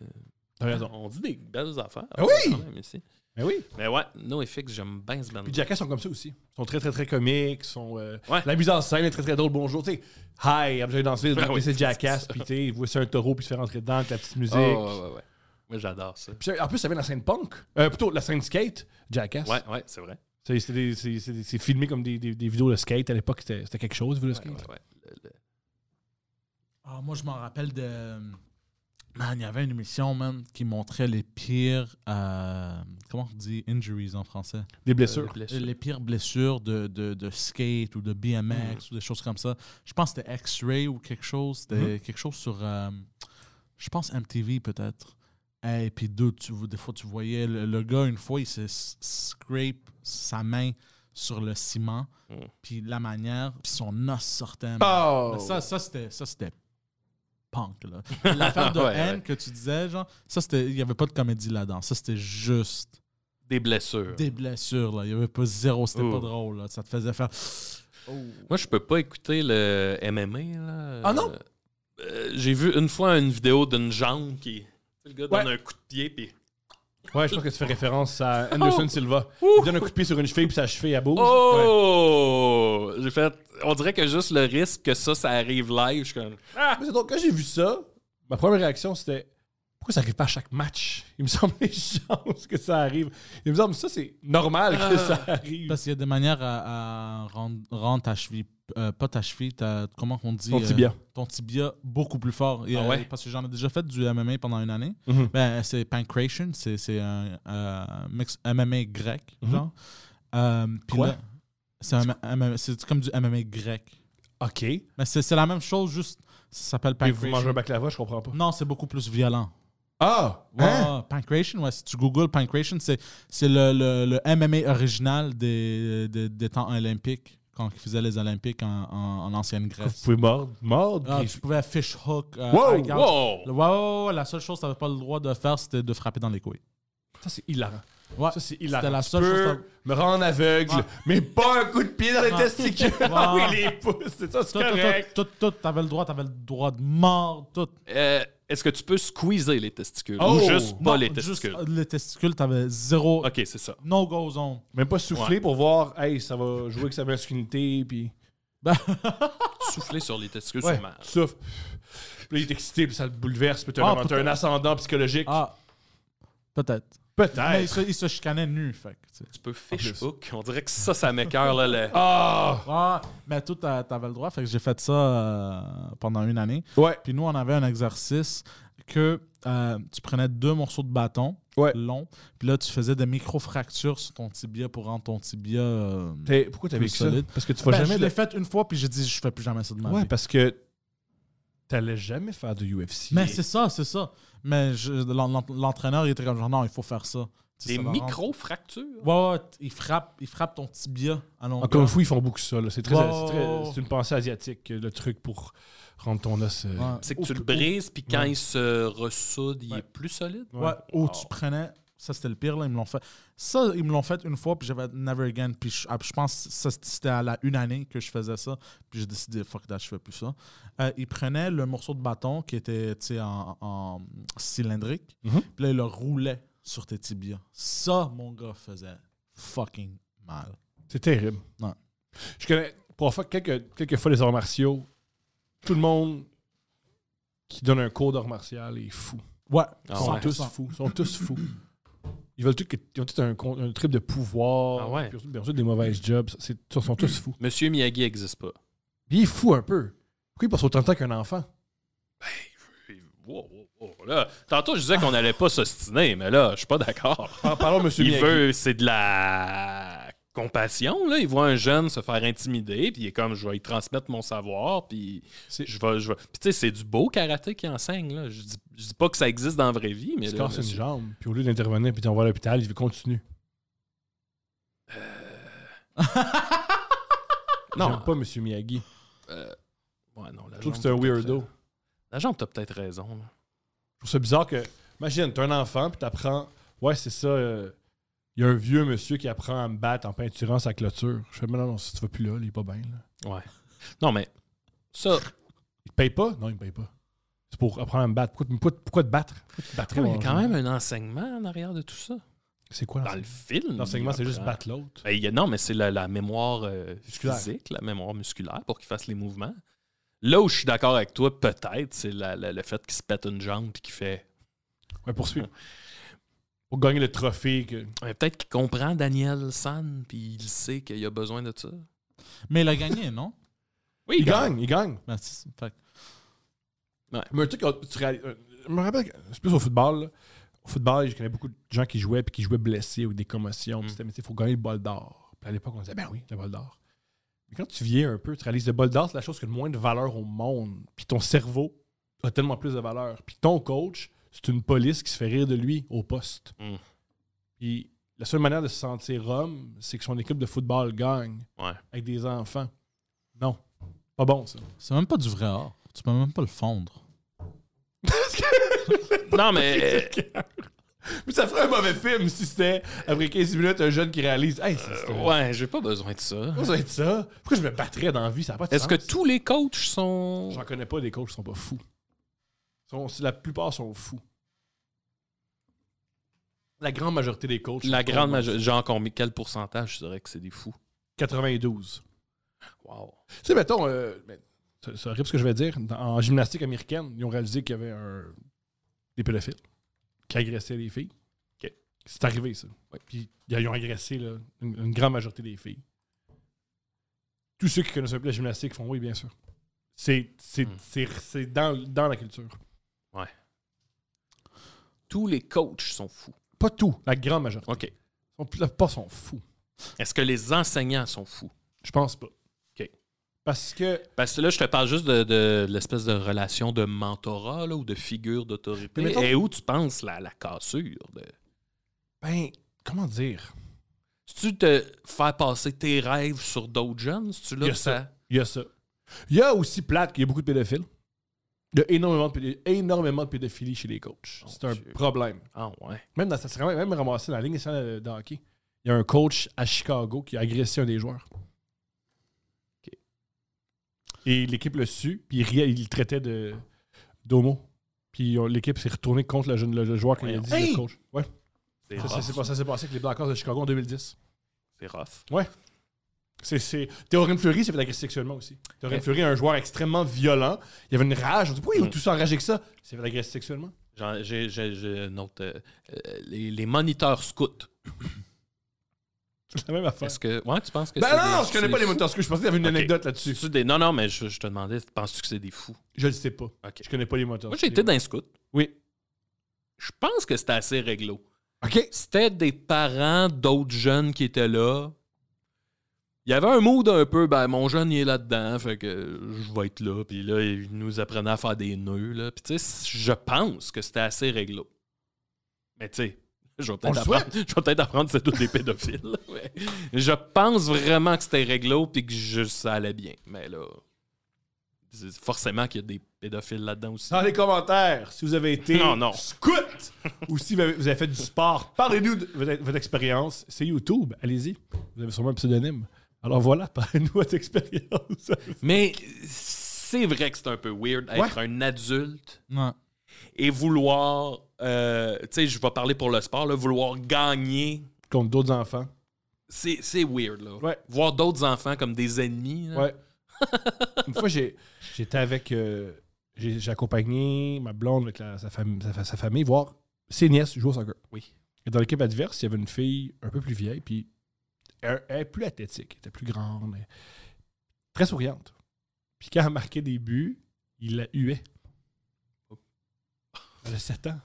Speaker 1: T'as raison.
Speaker 4: On dit des belles affaires.
Speaker 1: Ah oui!
Speaker 4: quand même, ici.
Speaker 1: Mais oui.
Speaker 4: Mais Ben ouais, NoFX, j'aime bien ce band
Speaker 1: Puis Jackass sont comme ça aussi. Ils sont très, très, très comiques. Sont, euh,
Speaker 4: Ouais.
Speaker 1: La mise en scène est très, très drôle. Bonjour. Tu sais, hi, I'm Jay Dansville.
Speaker 4: Ben oui,
Speaker 1: c'est
Speaker 4: c'est
Speaker 1: Jackass.
Speaker 4: ça.
Speaker 1: Puis tu sais, il voit ça un taureau, puis il se fait rentrer dedans avec la petite musique.
Speaker 4: Ah, Oh, ouais, ouais, ouais. Moi, j'adore ça.
Speaker 1: Puis en plus, ça vient de la scène punk. Euh, plutôt, la scène skate, Jackass.
Speaker 4: Ouais, ouais, c'est vrai.
Speaker 1: C'est- C'est des- c'est- c'est- c'est filmé comme des, des- des vidéos de skate. À l'époque, c'était c'était quelque chose, vu le
Speaker 4: Ouais,
Speaker 1: skate.
Speaker 4: ouais, ouais. Le- le-
Speaker 2: Ah, moi, je m'en rappelle de. Man, il y avait une émission, man, qui montrait les pires. euh, Comment on dit injuries en français
Speaker 1: Des blessures.
Speaker 4: le blessure.
Speaker 2: Les pires blessures de, de, de skate ou de BMX
Speaker 4: Mm.
Speaker 2: ou des choses comme ça. Je pense que c'était X-Ray ou quelque chose. C'était
Speaker 4: Mm-hmm.
Speaker 2: quelque chose sur. euh, je pense MTV peut-être. Et puis deux, tu, des fois tu voyais le, le gars, une fois, il se s- scrape sa main sur le ciment.
Speaker 4: Mm.
Speaker 2: Puis la manière, puis son os sortait. man.
Speaker 1: Oh!
Speaker 2: Ça, ça c'était, ça, c'était punk, là. L'affaire de
Speaker 4: Ouais,
Speaker 2: haine
Speaker 4: ouais.
Speaker 2: que tu disais, genre, ça, c'était... Il n'y avait pas de comédie là-dedans. Ça, c'était juste
Speaker 4: Des blessures.
Speaker 2: des blessures, là. Il n'y avait pas zéro... C'était
Speaker 4: Ouh.
Speaker 2: pas drôle, là. Ça te faisait faire...
Speaker 4: Moi, je peux pas écouter le MMA. Là.
Speaker 1: Ah non?
Speaker 4: Euh, J'ai vu une fois une vidéo d'une jambe qui. tu sais, Le gars donne
Speaker 1: Ouais.
Speaker 4: un coup de pied, puis.
Speaker 1: Ouais, je pense que tu fais référence à Anderson Silva. Il donne un coup de pied sur une cheville, puis sa cheville, elle bouge.
Speaker 4: Oh! J'ai fait. On dirait que juste le risque que ça, ça arrive live, je suis comme.
Speaker 1: Ouais. Ah, Mais c'est drôle, quand j'ai vu ça, ma première réaction, c'était pourquoi ça arrive pas à chaque match? Il me semble les chances que ça arrive. Il me semble ça, c'est normal
Speaker 2: Ah.
Speaker 1: que ça arrive.
Speaker 2: Parce qu'il y a des manières à, à rendre, rendre ta cheville... euh, pas ta cheville, ta- comment on dit?
Speaker 1: Ton
Speaker 2: euh,
Speaker 1: tibia.
Speaker 2: ton tibia beaucoup plus fort. Et,
Speaker 4: Ah
Speaker 2: euh,
Speaker 4: ouais?
Speaker 2: Parce que j'en ai déjà fait du MMA pendant une année.
Speaker 1: Mhm.
Speaker 2: Ben, c'est pancration, c'est c'est un euh, mix MMA grec, genre. Euh, puis
Speaker 1: Mhm. Quoi?
Speaker 2: là, C'est un MMA c'est comme du MMA grec.
Speaker 1: OK. Et
Speaker 2: Mais c'est c'est la même chose, juste ça s'appelle
Speaker 1: vous
Speaker 2: pancration.
Speaker 1: mangez un baklava, je comprends pas.
Speaker 2: Non, c'est beaucoup plus violent.
Speaker 1: Ah!
Speaker 2: Ouais, ouais, pancration, ouais, si tu googles pancration, c'est c'est le, le, le MMA original des, des, des temps olympiques, quand ils faisaient les Olympiques en, en, en ancienne
Speaker 1: Vous
Speaker 2: Grèce.
Speaker 1: pouvez mordre, mordre.
Speaker 2: Ah,
Speaker 1: puis-
Speaker 2: tu pouvais fish hook. euh,
Speaker 1: Wow,
Speaker 2: high guard.
Speaker 1: Oh!
Speaker 4: Wow!
Speaker 2: Le- ouais, ouais, ouais, la seule chose que tu n'avais pas le droit de faire, c'était de frapper dans les couilles.
Speaker 1: Ça, c'est hilarant.
Speaker 2: Ouais.
Speaker 1: Ça, c'est hilarant.
Speaker 2: C'était la
Speaker 1: Tu
Speaker 2: seule
Speaker 1: peux
Speaker 2: chose Ah.
Speaker 1: me rendre aveugle,
Speaker 2: Ouais.
Speaker 1: mais pas un coup de pied dans les
Speaker 2: Ouais.
Speaker 1: testicules. Ah
Speaker 2: Ouais.
Speaker 1: oui, les pouces, c'est ça, c'est
Speaker 2: Tout, tout,
Speaker 1: correct.
Speaker 2: tout, tout, tout, t'avais le droit, t'avais le droit de mort, tout.
Speaker 4: Euh, Est-ce que tu peux squeezer les testicules?
Speaker 1: Oh!
Speaker 4: Ou juste
Speaker 2: Non,
Speaker 4: pas les
Speaker 2: juste,
Speaker 4: testicules?
Speaker 2: euh, les testicules, t'avais zéro
Speaker 4: Ok, c'est ça.
Speaker 2: no-go zone.
Speaker 1: Même pas souffler pour voir, hey, ça va jouer avec sa masculinité, puis... Ben,
Speaker 4: Souffler sur les testicules,
Speaker 1: Ouais,
Speaker 4: c'est mal.
Speaker 1: tu souffles. Puis là, il est excité, puis ça le bouleverse, puis t'as
Speaker 2: Ah,
Speaker 1: vraiment- t'as un
Speaker 2: peut-être.
Speaker 1: ascendant psychologique.
Speaker 2: Ah, peut-être. Mais ils
Speaker 1: Peut-être.
Speaker 2: se, ils se chicanaient nus, fait que, tu sais.
Speaker 4: Tu peux fish hook. On dirait que ça, ça m'écœure, là. Le...
Speaker 1: Ah!
Speaker 2: Ah, mais tout, t'a- t'avais le droit, fait que j'ai fait ça euh, pendant une année.
Speaker 1: Ouais.
Speaker 2: Puis nous, on avait un exercice que euh, tu prenais deux morceaux de bâton
Speaker 1: Ouais.
Speaker 2: long, puis là, tu faisais des micro-fractures sur ton tibia pour rendre ton tibia... euh,
Speaker 1: T'es- Pourquoi t'as
Speaker 2: Plus
Speaker 1: vécu ça?
Speaker 2: solide.
Speaker 1: Parce que tu vas
Speaker 2: Ben,
Speaker 1: jamais...
Speaker 2: je
Speaker 1: de-
Speaker 2: l'ai fait une fois, puis j'ai dit, je fais plus jamais ça de ma
Speaker 1: Ouais,
Speaker 2: vie.
Speaker 1: parce que t'allais jamais faire de UFC.
Speaker 2: Mais c'est ça, c'est ça. Mais je- l'en- l'en- l'entraîneur, il était comme genre, non, il faut faire ça. Tu sais,
Speaker 4: Des
Speaker 2: ça va
Speaker 4: micro-fractures?
Speaker 2: rendre- Ouais, ouais, t- il frappe, il frappe ton tibia à longueur.
Speaker 1: Encore une fois, ils font beaucoup ça. là. C'est très,
Speaker 2: Wow.
Speaker 1: c'est très- c'est une pensée asiatique, le truc pour rendre ton os... euh,
Speaker 2: Ouais.
Speaker 4: C'est que tu
Speaker 2: Ou-
Speaker 4: le brises, puis quand
Speaker 1: Ouais.
Speaker 4: il se ressoude, il
Speaker 1: Ouais.
Speaker 4: est plus solide?
Speaker 2: ou- Ouais,
Speaker 4: Ah.
Speaker 2: ou tu prenais. Ça, c'était le pire, là, ils me l'ont fait. Ça, ils me l'ont fait une fois, puis j'avais never again. Puis je, ah, je pense que ça, c'était à la une année que je faisais ça. Puis j'ai décidé, fuck that, je fais plus ça. Euh, ils prenaient le morceau de bâton qui était, tu sais, en, en cylindrique.
Speaker 1: Mhm.
Speaker 2: Puis là, ils le roulaient sur tes tibias. Ça, mon gars, faisait fucking mal.
Speaker 1: C'est terrible.
Speaker 2: Ouais.
Speaker 1: Je connais, pour faire quelques, quelques fois les arts martiaux, tout le monde qui donne un cours d'art martial est fou.
Speaker 2: Ouais,
Speaker 4: Ah
Speaker 1: Ils sont
Speaker 4: ouais.
Speaker 1: tous fous. Ils sont tous fous. Ils veulent tous que- ils ont tous un, con- un trip de pouvoir.
Speaker 4: Ah ouais.
Speaker 1: Puis ensuite- puis ensuite des mauvaises jobs. C'est- Ils sont tous fous.
Speaker 4: Monsieur Miyagi n'existe pas.
Speaker 1: Puis il est fou un peu. Pourquoi il passe autant de temps qu'un enfant?
Speaker 4: Wow, wow, wow, Oh, là, tantôt, je disais qu'on n'allait pas s'ostiner, mais là, je suis pas d'accord.
Speaker 1: Par- Parlons, monsieur
Speaker 4: Il
Speaker 1: Miyagi.
Speaker 4: veut, c'est de la compassion, là. Il voit un jeune se faire intimider, puis il est comme, je vais lui transmettre mon savoir, puis
Speaker 1: C'est-
Speaker 4: je vais... Je vais... Puis tu sais, c'est du beau karaté qui enseigne, là. Je dis, je dis pas que ça existe dans la vraie vie, mais
Speaker 1: Il se
Speaker 4: là,
Speaker 1: casse une jambe, puis au lieu d'intervenir, puis on va à l'hôpital, il veut continuer.
Speaker 4: Non.
Speaker 1: Non. J'aime pas monsieur Miyagi.
Speaker 4: ouais, non, la
Speaker 1: Je trouve que
Speaker 4: jambe,
Speaker 1: c'est un
Speaker 4: t'as peut-être
Speaker 1: weirdo.
Speaker 4: raison. La jambe, t'as peut-être raison, là.
Speaker 1: Je trouve ça bizarre que. Imagine, t'es un enfant, puis t'apprends. Ouais, c'est ça. euh, Il y a un vieux monsieur qui apprend à me battre en peinturant sa clôture. Je fais, mais non, non, si tu vas plus là, il est pas bien. Là.
Speaker 4: Ouais. Non, mais ça,
Speaker 1: Il te paye pas? Non, il me paye pas. C'est pour apprendre à me battre. Pourquoi, pourquoi- pourquoi te battre? Pourquoi tu te battrais?
Speaker 4: il y a
Speaker 1: mon
Speaker 4: quand
Speaker 1: enfant?
Speaker 4: même un enseignement en arrière de tout ça.
Speaker 1: C'est quoi
Speaker 4: Dans le
Speaker 1: l'enseignement?
Speaker 4: film.
Speaker 1: L'enseignement,
Speaker 4: il
Speaker 1: c'est juste
Speaker 4: apprend.
Speaker 1: battre l'autre.
Speaker 4: Ben, il y a- non, mais c'est la, la mémoire euh,
Speaker 1: Musculaire.
Speaker 4: physique, la mémoire musculaire pour qu'il fasse les mouvements. Là où je suis d'accord avec toi, peut-être, c'est la- la- le fait qu'il se pète une jambe et qu'il fait.
Speaker 1: Ouais, poursuivre. Pour gagner le trophée. Que...
Speaker 4: Ouais, peut-être qu'il comprend Daniel San puis il sait qu'il a besoin de ça.
Speaker 2: Mais il a gagné, non?
Speaker 4: Oui,
Speaker 1: Il gagne, il gagne.
Speaker 2: Ben, c'est- fait que-
Speaker 1: Mais un truc, que tu réalises- euh, je me rappelle, que c'est plus au football. là. Au football, je connais beaucoup de gens qui jouaient puis qui jouaient blessés ou des commotions.
Speaker 4: Mm.
Speaker 1: Puis c'était, mais tu sais, il faut gagner le bol d'or. Puis à l'époque, on disait, ben oui, le bol d'or. Mais quand tu viens un peu, tu réalises le bol d'or, c'est la chose qui a le moins de valeur au monde. Puis ton cerveau a tellement plus de valeur. Puis ton coach, c'est une police qui se fait rire de lui au poste.
Speaker 4: Mm.
Speaker 1: Puis la seule manière de se sentir homme, c'est que son équipe de football gagne
Speaker 4: Ouais.
Speaker 1: avec des enfants. Non. Pas bon, ça.
Speaker 2: C'est même pas du vrai or. Tu peux même pas le fondre.
Speaker 4: Non, mais.
Speaker 1: Mais ça ferait un mauvais film si c'était après 15 minutes un jeune qui réalise Hey, c'est c'est-
Speaker 4: euh, ouais, j'ai pas besoin de ça.
Speaker 1: pourquoi ça va être ça? Pourquoi je me battrais dans la vie? Ça n'a pas de
Speaker 4: Est-ce
Speaker 1: sens.
Speaker 4: que tous les coachs sont.
Speaker 1: J'en connais pas des coachs qui sont pas fous. Ils sont- la plupart sont fous. La grande majorité des coachs.
Speaker 4: La
Speaker 1: sont pas
Speaker 4: grande
Speaker 1: bons.
Speaker 4: majorité. Genre, combien- quel pourcentage je dirais que c'est des fous?
Speaker 1: 92.
Speaker 4: Wow.
Speaker 1: Tu sais, mettons, euh, mais c'est c'est horrible ce que je vais dire. Dans- en gymnastique américaine, ils ont réalisé qu'il y avait un, des pédophiles qui agressaient les filles.
Speaker 4: Ok.
Speaker 1: C'est arrivé, ça. Puis ils ont agressé là, une, une grande majorité des filles. Tous ceux qui connaissent un peu la gymnastique font oui, bien sûr. C'est c'est-
Speaker 4: Hmm.
Speaker 1: c'est- c'est dans, dans la culture.
Speaker 4: Tous les coachs sont fous.
Speaker 1: Pas tout, la grande majorité.
Speaker 4: OK.
Speaker 1: Ils sont- La plupart sont fous.
Speaker 4: Est-ce que les enseignants sont fous?
Speaker 1: Je pense pas. Parce que.
Speaker 4: Parce que là, je te parle juste de, de l'espèce de relation de mentorat là, ou de figure d'autorité.
Speaker 1: Mais mettons-
Speaker 4: Et où tu penses la, la cassure? De...
Speaker 1: Ben, comment dire?
Speaker 4: tu te faire passer tes rêves sur d'autres jeunes? tu là
Speaker 1: Il y a
Speaker 4: que ça?
Speaker 1: Il y a ça. Il y a aussi plate qu'il y a beaucoup de pédophiles. Il y a énormément de, pédophilie, énormément de pédophilie chez les coachs.
Speaker 4: Mon
Speaker 1: c'est un
Speaker 4: Dieu.
Speaker 1: problème.
Speaker 4: Ah ouais.
Speaker 1: Même, dans, ça s'est même, même ramassé dans la ligne nationale de hockey. Il y a un coach à Chicago qui a agressé un des joueurs. Et l'équipe le su, puis il, riait, il le traitait de d'homo. Puis on- l'équipe s'est retournée contre le, jeune- le- le joueur qui a
Speaker 4: Voyons.
Speaker 1: dit
Speaker 2: Hey!
Speaker 1: le coach. Ouais.
Speaker 4: C'est
Speaker 1: Ça, ça
Speaker 4: rough.
Speaker 1: s'est passé- ça s'est passé avec les Blackhawks de Chicago en 2010.
Speaker 4: C'est rough.
Speaker 1: C'est- C'est Théorine Fleury s'est fait agresser sexuellement aussi. Théorine
Speaker 4: Ouais.
Speaker 1: Fleury, un joueur extrêmement violent. Il y avait une rage. On dit pourquoi ils ont
Speaker 4: Mm.
Speaker 1: tous enragé que ça Il s'est fait agresser sexuellement.
Speaker 4: J'en- J'ai j'ai- j'ai une autre. euh, euh, les, les moniteurs scouts.
Speaker 1: C'est la même affaire.
Speaker 4: Est-ce que. Ouais, tu penses que
Speaker 1: Ben
Speaker 4: c'est.
Speaker 1: non,
Speaker 4: des-
Speaker 1: non, je connais pas les
Speaker 4: fous?
Speaker 1: moteurs. parce que Je pensais qu'il y avait une
Speaker 4: Ok.
Speaker 1: anecdote là-dessus.
Speaker 4: C'est-tu des- Non, non, mais je, je te demandais, penses-tu que c'est des fous?
Speaker 1: Je le sais pas.
Speaker 4: Ok.
Speaker 1: Je connais pas les moteurs.
Speaker 4: Moi, j'ai été dans un scout.
Speaker 1: Oui.
Speaker 4: Je pense que c'était assez réglo.
Speaker 1: OK.
Speaker 4: C'était des parents d'autres jeunes qui étaient là. Il y avait un mood un peu, ben mon jeune il est là-dedans, fait que je vais être là. Puis là, il nous apprenait à faire des nœuds. Là. Puis tu sais, je pense que c'était assez réglo. Mais tu sais, je vais
Speaker 1: On le
Speaker 4: peut-être apprendre, je vais peut-être apprendre que c'est tous des pédophiles. mais je pense vraiment que c'était réglo puis que je- ça allait bien. Mais là, c'est- forcément qu'il y a des pédophiles là-dedans aussi.
Speaker 1: Dans les commentaires, si vous avez été
Speaker 4: Non, non.
Speaker 1: scout ou si vous avez, vous avez fait du sport, parlez-nous de votre, votre expérience. C'est YouTube, allez-y. Vous avez sûrement un pseudonyme. Alors voilà, parlez-nous de votre expérience.
Speaker 4: Mais c'est vrai que c'est un peu weird être un adulte
Speaker 2: Non.
Speaker 4: et vouloir, euh, tu sais, je vais parler pour le sport, là, vouloir gagner,
Speaker 1: Contre d'autres enfants.
Speaker 4: c'est c'est weird. Là.
Speaker 1: Ouais.
Speaker 4: Voir d'autres enfants comme des ennemis. là.
Speaker 1: Ouais. Une fois, j'ai- j'étais avec. euh, j'ai j'ai accompagné ma blonde avec la- sa, fam- sa fa- sa famille voir ses nièces jouer au soccer.
Speaker 4: Oui.
Speaker 1: Et dans l'équipe adverse, il y avait une fille un peu plus vieille, puis elle, elle est plus athlétique, elle était plus grande, elle- très
Speaker 4: Oh.
Speaker 1: souriante. Puis quand elle marquait des buts, il la huait. Elle a 7 ans.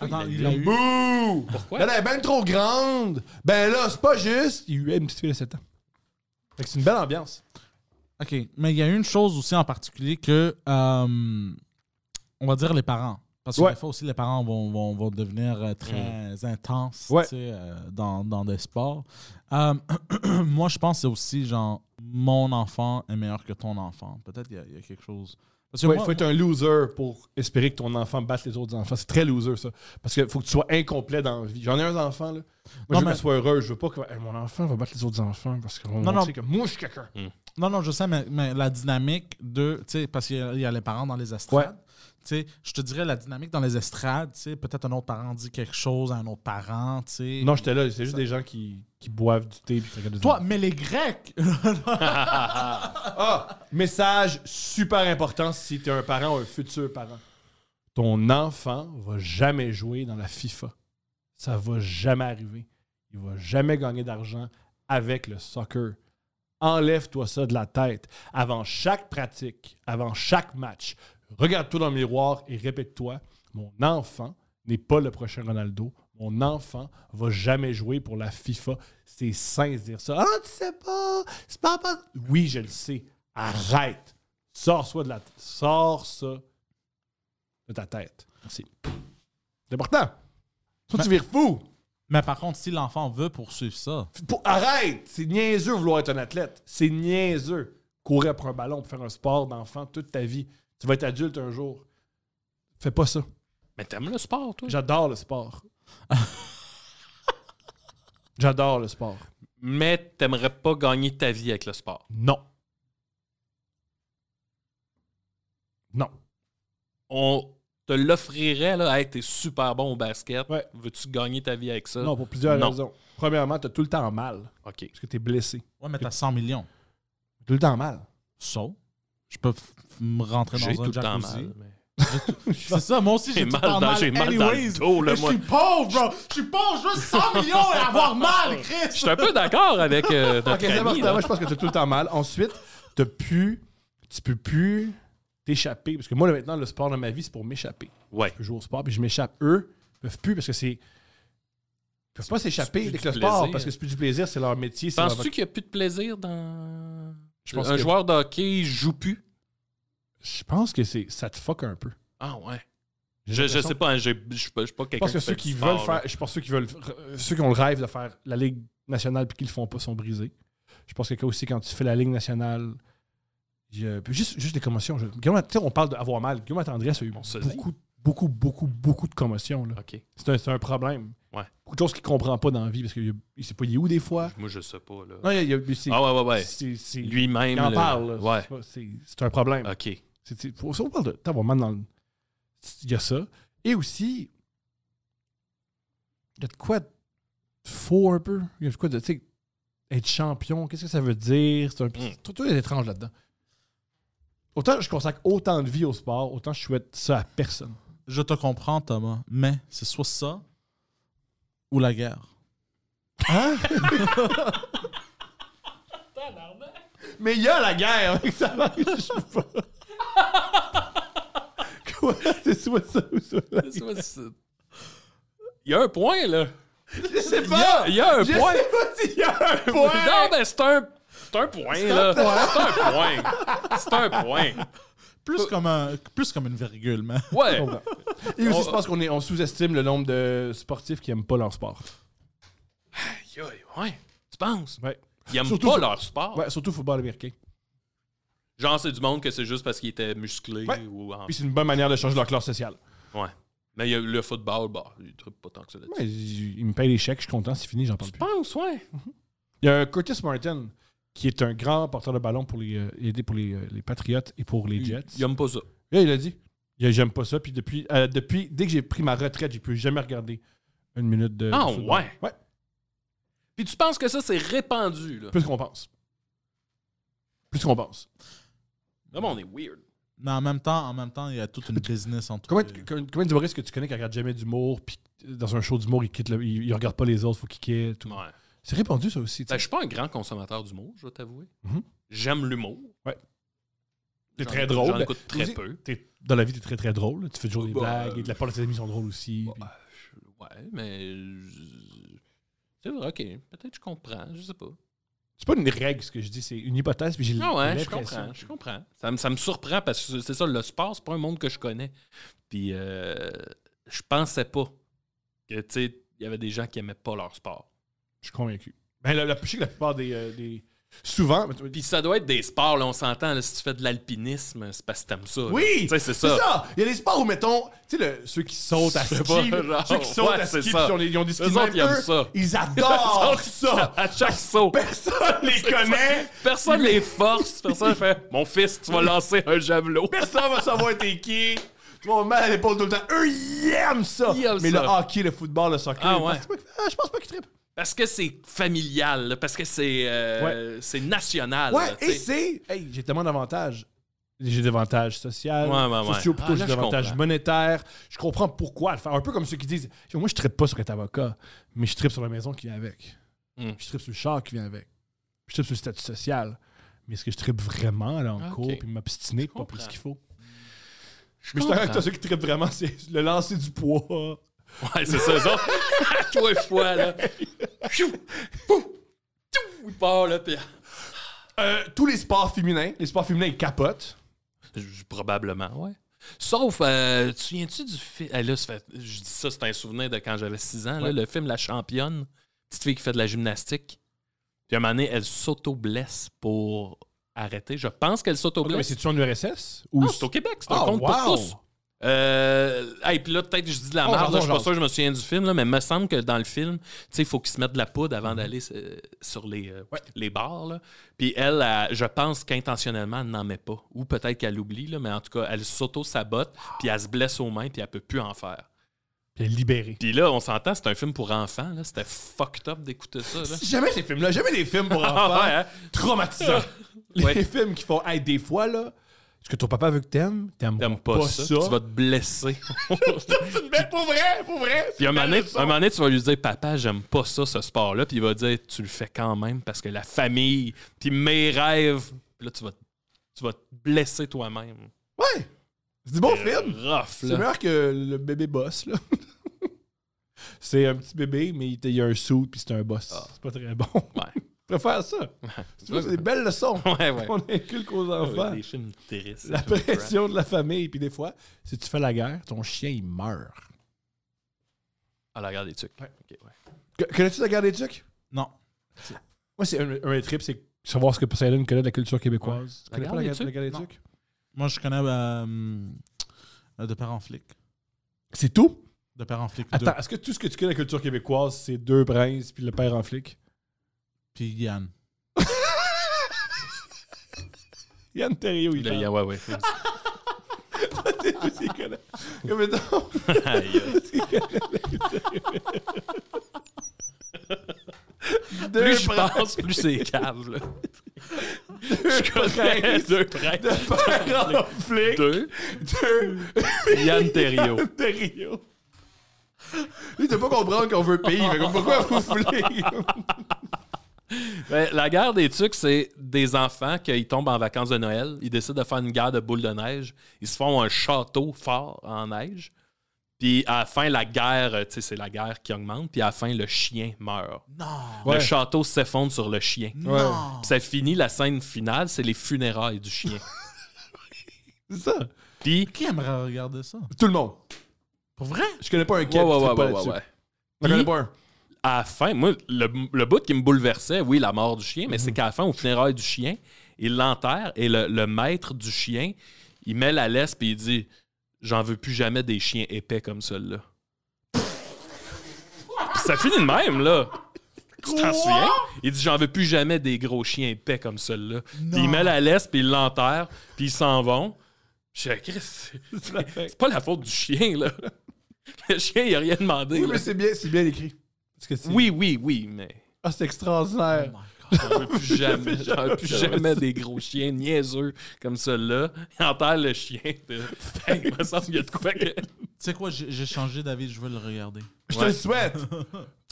Speaker 2: Attends,
Speaker 4: il
Speaker 2: il
Speaker 4: l'a
Speaker 2: l'a
Speaker 4: eu.
Speaker 2: eu.
Speaker 1: Bouh!
Speaker 4: Pourquoi?
Speaker 1: Elle est bien trop grande! Ben là, c'est pas juste! Il y a eu une petite fille de 7 ans. Fait que c'est une belle ambiance.
Speaker 2: OK, mais il y a une chose aussi en particulier que, euh, on va dire les parents. Parce que
Speaker 1: Ouais. Mm.
Speaker 2: des fois aussi, les parents vont, vont, vont devenir euh, très intenses
Speaker 1: Ouais.
Speaker 2: tu sais, euh, dans, dans des sports. Euh, moi, je pense que c'est aussi genre mon enfant est meilleur que ton enfant. Peut-être qu'il y a- il y, a quelque chose. Parce que
Speaker 1: Ouais, Il
Speaker 2: moi-
Speaker 1: faut être un loser pour espérer que ton enfant batte les autres enfants. C'est très loser, ça. Parce qu'il faut que tu sois incomplet dans la vie. J'en ai un enfant, là. Moi,
Speaker 2: Non,
Speaker 1: je veux
Speaker 2: mais-
Speaker 1: qu'il soit heureux. Je veux pas que hey, mon enfant va battre les autres enfants parce qu'on va
Speaker 2: Non,
Speaker 1: montrer
Speaker 2: non.
Speaker 1: que moi, je suis quelqu'un.
Speaker 2: Non, non, je sais, mais, mais la dynamique de. Tu sais, parce qu'il y a- il y, a les parents dans les estrades.
Speaker 1: Ouais.
Speaker 2: Tu sais, je te dirais la dynamique dans les estrades. Tu sais, peut-être un autre parent dit quelque chose à un autre parent. Tu sais.
Speaker 1: Non, j'étais là. C'est juste des gens qui, qui boivent du thé. Puis qui regardent des
Speaker 2: Toi,
Speaker 1: enfants.
Speaker 2: mais les Grecs!
Speaker 1: Ah! Message super important si t'es un parent ou un futur parent. Ton enfant va jamais jouer dans la FIFA. Ça va jamais arriver. Il va jamais gagner d'argent avec le soccer. Enlève-toi ça de la tête. Avant chaque pratique, avant chaque match, regarde-toi dans le miroir et répète-toi Mon enfant n'est pas le prochain Ronaldo. Mon enfant va jamais jouer pour la FIFA. C'est sain de dire ça. Ah, tu sais pas, c'est pas, pas- Oui, je le sais. Arrête. Sors, ça de la... Sors ça de ta tête. Merci. C'est important. Toi, tu vires fou.
Speaker 2: mais par contre, si l'enfant veut poursuivre ça,
Speaker 1: Pour- arrête! C'est niaiseux vouloir être un athlète. C'est niaiseux. Courir après un ballon pour faire un sport d'enfant toute ta vie. Tu vas être adulte un jour. Fais pas
Speaker 4: Mm.
Speaker 1: ça.
Speaker 4: Mais t'aimes le sport, toi?
Speaker 1: J'adore le sport. J'adore le sport.
Speaker 4: Mais t'aimerais pas gagner ta vie avec le sport.
Speaker 1: Non. Non.
Speaker 4: On te l'offrirait, là, hey, t'es super bon au basket.
Speaker 1: Ouais.
Speaker 4: Veux-tu gagner ta vie avec ça?
Speaker 1: Non, pour plusieurs
Speaker 4: Euh, Non.
Speaker 1: raisons. Premièrement, t'as tout le temps mal
Speaker 4: OK.
Speaker 1: parce que t'es blessé.
Speaker 2: ouais, mais t'as 100 millions.
Speaker 1: Tout le temps mal.
Speaker 2: So, je peux f- me rentrer dans
Speaker 4: J'ai tout
Speaker 2: un
Speaker 4: le temps
Speaker 2: jacuzzi.
Speaker 4: mal. mais-
Speaker 2: C'est ça, moi aussi,
Speaker 4: J'ai
Speaker 2: j'ai tout
Speaker 4: mal
Speaker 2: le temps
Speaker 4: dans-
Speaker 2: mal.
Speaker 4: j'ai mal dans le
Speaker 2: anyways.
Speaker 4: dos, là,
Speaker 2: Et Je
Speaker 4: Ben moi.
Speaker 2: suis pauvre, bro! Je suis pauvre, je veux 100 millions et avoir mal, Chris!
Speaker 4: Je suis un peu d'accord avec euh, notre
Speaker 1: Ok, c'est
Speaker 4: ami,
Speaker 1: important.
Speaker 4: là.
Speaker 1: Moi, je pense que t'as tout le temps mal. Ensuite, t'as pu, tu peux plus t'échapper. Parce que moi, là, maintenant, le sport dans ma vie, c'est pour m'échapper.
Speaker 4: Ouais.
Speaker 1: Je joue au sport, puis je m'échappe. Eux, ils peuvent plus parce que c'est. Ils peuvent pas s'échapper
Speaker 4: plus
Speaker 1: avec
Speaker 4: du
Speaker 1: le sport
Speaker 4: plaisir.
Speaker 1: parce que c'est plus du plaisir, c'est leur métier. c'est leur
Speaker 4: Penses-tu qu'il n'y a plus de plaisir dans.
Speaker 1: Je pense
Speaker 4: un
Speaker 1: que-
Speaker 4: joueur de hockey joue plus.
Speaker 1: Je pense que c'est ça te fuck un peu.
Speaker 4: Ah ouais.
Speaker 1: J'ai
Speaker 4: Je, je
Speaker 1: l'impression-
Speaker 4: sais pas, hein, j'ai- je suis pas, je suis pas
Speaker 1: Je
Speaker 4: quelqu'un
Speaker 1: pense que
Speaker 4: fait
Speaker 1: ceux
Speaker 4: du
Speaker 1: qui
Speaker 4: sport,
Speaker 1: veulent
Speaker 4: là.
Speaker 1: faire, je pense que ceux qui veulent, euh, ceux qui ont le rêve de faire la Ligue nationale puis qui le font pas sont brisés. Je pense que quand aussi quand tu fais la Ligue nationale, il y a- puis juste, juste des commotions. Je- Guillaume- tu sais, on parle d'avoir mal. Guillaume Tendresse a eu
Speaker 4: On se dit.
Speaker 1: beaucoup, beaucoup, beaucoup, beaucoup de commotions. là.
Speaker 4: OK.
Speaker 1: C'est un, c'est un problème.
Speaker 4: Ouais.
Speaker 1: Beaucoup de choses qu'il comprend pas dans la vie parce qu'il y a- il sait pas il est où des fois.
Speaker 4: Moi, je sais pas. Là.
Speaker 1: Ah. Non, il y a- il y a- c'est-
Speaker 4: Ah ouais, ouais, ouais.
Speaker 1: c'est- c'est-
Speaker 4: Lui-même.
Speaker 1: il en
Speaker 4: là.
Speaker 1: parle. là.
Speaker 4: Ouais.
Speaker 1: C'est pas- C'est c'est un problème.
Speaker 4: OK.
Speaker 1: C'est- c'est- faut- ça, on parle de t'as vraiment dans le- Il y a ça. Et aussi, il y a de quoi de faux un peu. Il y a de quoi de, tu sais, être champion. Qu'est-ce que ça veut dire? C'est un
Speaker 4: Mm.
Speaker 1: tout, tout est étrange là-dedans. Autant je consacre autant de vie au sport, autant je souhaite ça à personne.
Speaker 2: Je te comprends, Thomas, mais c'est soit ça ou la guerre.
Speaker 1: Mais il y a la guerre! ça marche pas. Quoi? C'est soit ça ou soit la
Speaker 4: C'est quoi, c'est- Il y a un point, là.
Speaker 1: Je sais
Speaker 4: Il y a, il y a un
Speaker 1: Je
Speaker 4: point.
Speaker 1: sais pas s'il y a un point!
Speaker 4: Non, mais c'est un. C'est un point, là. C'est un point. C'est un point.
Speaker 2: Plus comme, un, plus comme une virgule, mais.
Speaker 4: Ouais.
Speaker 1: Et aussi,
Speaker 4: On-
Speaker 1: je pense qu'on est- on sous-estime le nombre de sportifs qui aiment pas leur sport.
Speaker 4: Aïe, aïe, ouais. Tu penses?
Speaker 1: Ouais.
Speaker 4: Ils aiment
Speaker 1: Surtout-
Speaker 4: pas leur sport.
Speaker 1: Ouais, surtout football américain.
Speaker 4: Genre, c'est du monde que c'est juste parce qu'ils étaient musclés
Speaker 1: Ouais.
Speaker 4: ou en
Speaker 1: Puis c'est une bonne manière de changer leur classe sociale.
Speaker 4: Ouais. Mais il y a le football, bah, il trippe pas tant que ça là-dessus.
Speaker 1: Ouais, ils ils me payent les chèques, je suis content, c'est fini, j'en parle plus.
Speaker 4: penses, ouais.
Speaker 1: Il y a un Curtis Martin qui est un grand porteur de ballon pour les, euh, il a été pour les, euh, les Patriots et pour les
Speaker 4: Il,
Speaker 1: Jets.
Speaker 4: il aime pas ça.
Speaker 1: Là, il a dit il a, J'aime pas ça. Puis depuis, euh, depuis, dès que j'ai pris ma retraite, j'ai plus jamais regardé une minute de.
Speaker 4: Ah,
Speaker 1: de football.
Speaker 4: ouais.
Speaker 1: Ouais,
Speaker 4: Puis tu penses que ça, c'est répandu, là.
Speaker 1: plus qu'on pense. Plus qu'on pense.
Speaker 4: Là, on est weird.
Speaker 2: Mais en même temps, en même temps, il y a toute une business en tout
Speaker 1: Combien, combien- combien d'humoristes que tu connais qui regardent jamais d'humour, puis euh, dans un show d'humour, ils, quittent le- ils, ils regardent pas les autres, faut qu'ils quittent. ou-
Speaker 4: Ouais.
Speaker 1: C'est répandu, ça aussi. tu
Speaker 4: Ben,
Speaker 1: sais.
Speaker 4: je suis pas un grand consommateur d'humour, je vais t'avouer.
Speaker 1: Mhm.
Speaker 4: J'aime l'humour.
Speaker 1: Ouais. Mhm. T'es
Speaker 4: J'en-
Speaker 1: très drôle. Ben,
Speaker 4: J'en écoute très
Speaker 1: Aussi-
Speaker 4: peu.
Speaker 1: T'es- Dans la vie, t'es très très drôle. Tu fais toujours des
Speaker 4: Bah,
Speaker 1: blagues
Speaker 4: euh,
Speaker 1: et de la part de tes amis sont drôles aussi. puis-
Speaker 3: bah,
Speaker 4: Ouais, mais. je- C'est vrai, ok. Peut-être que je comprends, je sais pas.
Speaker 1: C'est pas une règle ce que je dis, c'est une hypothèse. Puis j'ai
Speaker 4: Ah ouais, je
Speaker 1: l'impression-
Speaker 4: comprends, je comprends. Ça me, ça me surprend parce que c'est ça, le sport, c'est pas un monde que je connais. Puis euh, je pensais pas que, tu sais, il y avait des gens qui aimaient pas leur sport.
Speaker 1: Je suis convaincu. Ben, la, la, je sais que la plupart des. euh, des- souvent. mais tu me dis-
Speaker 4: Puis ça doit être des sports, là, on s'entend, là, si tu fais de l'alpinisme, c'est parce que t'aimes ça. là.
Speaker 3: Oui!
Speaker 4: Tu sais, c'est
Speaker 3: C'est
Speaker 4: ça.
Speaker 3: ça! Il y a des sports où, mettons, tu sais, le- ceux qui sautent à
Speaker 4: Je sais
Speaker 3: ski, là,
Speaker 4: pas, genre,
Speaker 3: ceux qui sautent
Speaker 4: ouais,
Speaker 3: à
Speaker 4: c'est
Speaker 3: ski,
Speaker 4: ça.
Speaker 3: puis on est- ils ont des skis
Speaker 4: Eux autres, ils
Speaker 3: même,
Speaker 4: aiment
Speaker 3: eux,
Speaker 4: ça.
Speaker 3: Ils adorent ça! Ben,
Speaker 4: À chaque saut.
Speaker 3: Personne les connaît!
Speaker 4: Personne les force, personne fait Mon fils, tu vas lancer un javelot.
Speaker 3: Personne va savoir t'es qui! Tu vas mal à l'épaule tout le temps. Eux, ils aiment ça!
Speaker 4: Ils aiment
Speaker 3: Mais le
Speaker 4: ça.
Speaker 3: hockey, le football, le soccer,
Speaker 4: Ah
Speaker 3: je pense pas
Speaker 4: ouais.
Speaker 3: que- ah, je pense pas qu'ils trippent.
Speaker 4: Parce que c'est familial, là, parce que c'est euh, c'est national.
Speaker 3: Ouais,
Speaker 4: là, tu
Speaker 3: et
Speaker 4: sais.
Speaker 3: c'est...
Speaker 1: Hey, j'ai tellement d'avantages. J'ai des avantages sociaux,
Speaker 4: Ouais, ouais, ouais.
Speaker 1: sociaux plutôt,
Speaker 4: Ah, là,
Speaker 1: j'ai des
Speaker 4: je
Speaker 1: avantages
Speaker 4: comprends.
Speaker 1: monétaires. Je comprends pourquoi le faire. Un peu comme ceux qui disent Moi, je tripe pas sur être avocat, mais je tripe sur la maison qui vient avec.
Speaker 4: Mm.
Speaker 1: Je tripe sur le char qui vient avec. Je tripe sur le statut social. Mais est-ce que je tripe vraiment là, en
Speaker 4: Ok.
Speaker 1: cours puis m'obstiner
Speaker 4: Je
Speaker 1: pas plus
Speaker 4: comprends.
Speaker 1: qu'il faut
Speaker 4: Je
Speaker 1: Mais je suis d'accord avec
Speaker 4: comprends.
Speaker 1: toi, ceux qui trippent vraiment, c'est le lancer du poids.
Speaker 4: Ouais, c'est ça, eux autres. À Trois fois, là. Pfiou, pouf, tou, il part, là, puis...
Speaker 3: Euh, tous les sports féminins, les sports féminins, ils capotent.
Speaker 4: J- Probablement, ouais. Sauf, euh, tu viens-tu du film... là, ça fait- je dis ça, c'est un souvenir de quand j'avais 6 ans, là, le film La Championne, petite fille qui fait de la gymnastique. Puis à un moment donné, elle s'auto-blesse pour arrêter. Je pense qu'elle
Speaker 1: mais
Speaker 4: s'auto-blesse.
Speaker 1: c'est-tu en URSS ou
Speaker 4: Non, c'est au Québec, c'est un
Speaker 1: Ah,
Speaker 4: compte
Speaker 1: wow!
Speaker 4: pour tous. Euh, hey, puis là, peut-être que je dis de la
Speaker 1: On
Speaker 4: merde,
Speaker 1: jase,
Speaker 4: là,
Speaker 1: on
Speaker 4: je suis pas
Speaker 1: jase.
Speaker 4: sûr que je me souviens du film, là, mais il me semble que dans le film, tu sais, il faut qu'ils se mettent de la poudre avant d'aller euh, sur les, euh, les bars. là. Puis elle, elle, je pense qu'intentionnellement, elle n'en met pas. Ou peut-être qu'elle oublie, là, mais en tout cas, elle s'auto-sabote, puis elle se blesse aux mains, puis elle peut plus en faire.
Speaker 1: Puis libéré.
Speaker 4: Puis là, on s'entend, c'est un film pour enfants, là, c'était fucked up d'écouter ça. Là.
Speaker 3: Jamais ces films-là, jamais les films pour enfants.
Speaker 4: Ah, ouais, hein?
Speaker 3: Traumatisants. les
Speaker 4: Ouais.
Speaker 3: films qui font, hey, des fois, là,
Speaker 1: Est-ce que ton papa veut que t'aimes T'aimes
Speaker 4: T'aimes pas,
Speaker 3: Pas
Speaker 4: ça,
Speaker 3: ça.
Speaker 4: tu vas te blesser.
Speaker 3: Mais pour vrai, pour vrai.
Speaker 4: Puis un
Speaker 1: Ben,
Speaker 4: moment, donné, un moment donné, tu vas lui dire Papa, j'aime pas ça, ce sport-là. Puis il va dire Tu le fais quand même parce que la famille, puis mes rêves. Puis là, tu vas, tu vas te blesser toi-même.
Speaker 3: Ouais. C'est du bon film.
Speaker 4: Rough,
Speaker 1: C'est
Speaker 4: Euh, là.
Speaker 1: meilleur que le bébé boss, là. c'est un petit bébé, mais il était- il y a un saut puis c'est un boss.
Speaker 4: Ah.
Speaker 1: C'est pas très bon.
Speaker 4: Ouais.
Speaker 1: Je préfère ça. Tu vois, c'est des belles leçons
Speaker 4: Ouais, ouais.
Speaker 1: qu'on inculque aux enfants.
Speaker 4: Des films tristes.
Speaker 1: la pression de la famille. Puis des fois, si tu fais la guerre, ton chien, il meurt.
Speaker 4: À la guerre des trucs. Ok, ouais.
Speaker 1: Que- Connais-tu la guerre des tucs?
Speaker 2: Non.
Speaker 1: Moi, c'est un, un des trips, c'est savoir ce que Poseidon connaît de la culture québécoise. Tu
Speaker 4: La
Speaker 1: connais
Speaker 4: guerre
Speaker 1: pas la guerre,
Speaker 4: des tucs?
Speaker 1: la guerre des
Speaker 4: Non.
Speaker 1: tucs?
Speaker 2: Moi, je connais euh, hum, euh, De parents flics.
Speaker 1: C'est tout?
Speaker 2: De parents flics 2.
Speaker 1: Attends, est-ce que tout ce que tu connais de la culture québécoise, c'est deux princes puis le père en flic?
Speaker 2: Puis Yann.
Speaker 1: Yann Terrio, il
Speaker 4: Le-
Speaker 1: parle.
Speaker 4: yeah, ouais, ouais.
Speaker 1: C'est tout ce qu'il connaît. Comme étant-
Speaker 4: Aïe, aïe.
Speaker 3: Deux
Speaker 4: plus je pense, plus c'est cave, là. Je connais deux prêtres.
Speaker 3: pères en flic.
Speaker 4: Deux.
Speaker 3: Deux.
Speaker 4: Yann Terrio.
Speaker 3: De Rio. Lui, t'as pas comprendre qu'on veut payer. Fait comme, pourquoi vous voulez?
Speaker 4: Ben, la guerre des tucs, c'est des enfants qui tombent en vacances de Noël. Ils décident de faire une guerre de boules de neige. Ils se font un château fort en neige. Puis à la fin, la guerre, euh, tu sais, c'est la guerre qui augmente. Puis à la fin, le chien meurt.
Speaker 2: Non.
Speaker 1: Ouais.
Speaker 4: Le château s'effondre sur le chien.
Speaker 2: Non.
Speaker 4: Puis ça finit, la scène finale, c'est les funérailles du chien.
Speaker 3: C'est ça.
Speaker 4: Puis,
Speaker 2: Qui aimerait regarder ça?
Speaker 3: Tout le monde.
Speaker 2: Pour vrai?
Speaker 3: Je connais pas un
Speaker 4: ouais,
Speaker 3: kid
Speaker 4: ouais,
Speaker 3: qui
Speaker 4: ouais,
Speaker 3: trippe pas
Speaker 4: ouais,
Speaker 3: là-dessus.
Speaker 4: ouais, ouais.
Speaker 3: Je connais
Speaker 4: Puis-
Speaker 3: pas un.
Speaker 4: à la fin, moi, le, le bout qui me bouleversait, oui, la mort du chien,
Speaker 3: Mhm.
Speaker 4: mais c'est qu'à la fin, au funérail du chien, il l'enterre et le, le maître du chien, il met la laisse et il dit J'en veux plus jamais des chiens épais comme celui-là. Puis ça finit de même, là. Tu t'en souviens? Il dit J'en veux plus jamais des gros chiens épais comme celui-là. Puis il met la laisse puis il l'enterre puis ils s'en vont. Je dis, Christ, c'est c'est pas la faute du chien, là. Le chien, il a rien demandé.
Speaker 3: Oui,
Speaker 4: là.
Speaker 3: mais c'est bien, c'est bien écrit.
Speaker 1: Parce que c'est-
Speaker 4: Oui, oui, oui, mais.
Speaker 1: Ah, c'est extraordinaire.
Speaker 4: Oh J'en veux plus jamais, j'en veux plus jamais des gros chiens niaiseux comme ceux-là. Il enterre le chien. De... Hey, il me semble qu'il y a de quoi que.
Speaker 2: Tu sais quoi, j'ai j'ai changé d'avis, je veux le regarder.
Speaker 3: Je te
Speaker 4: Ouais.
Speaker 3: le souhaite.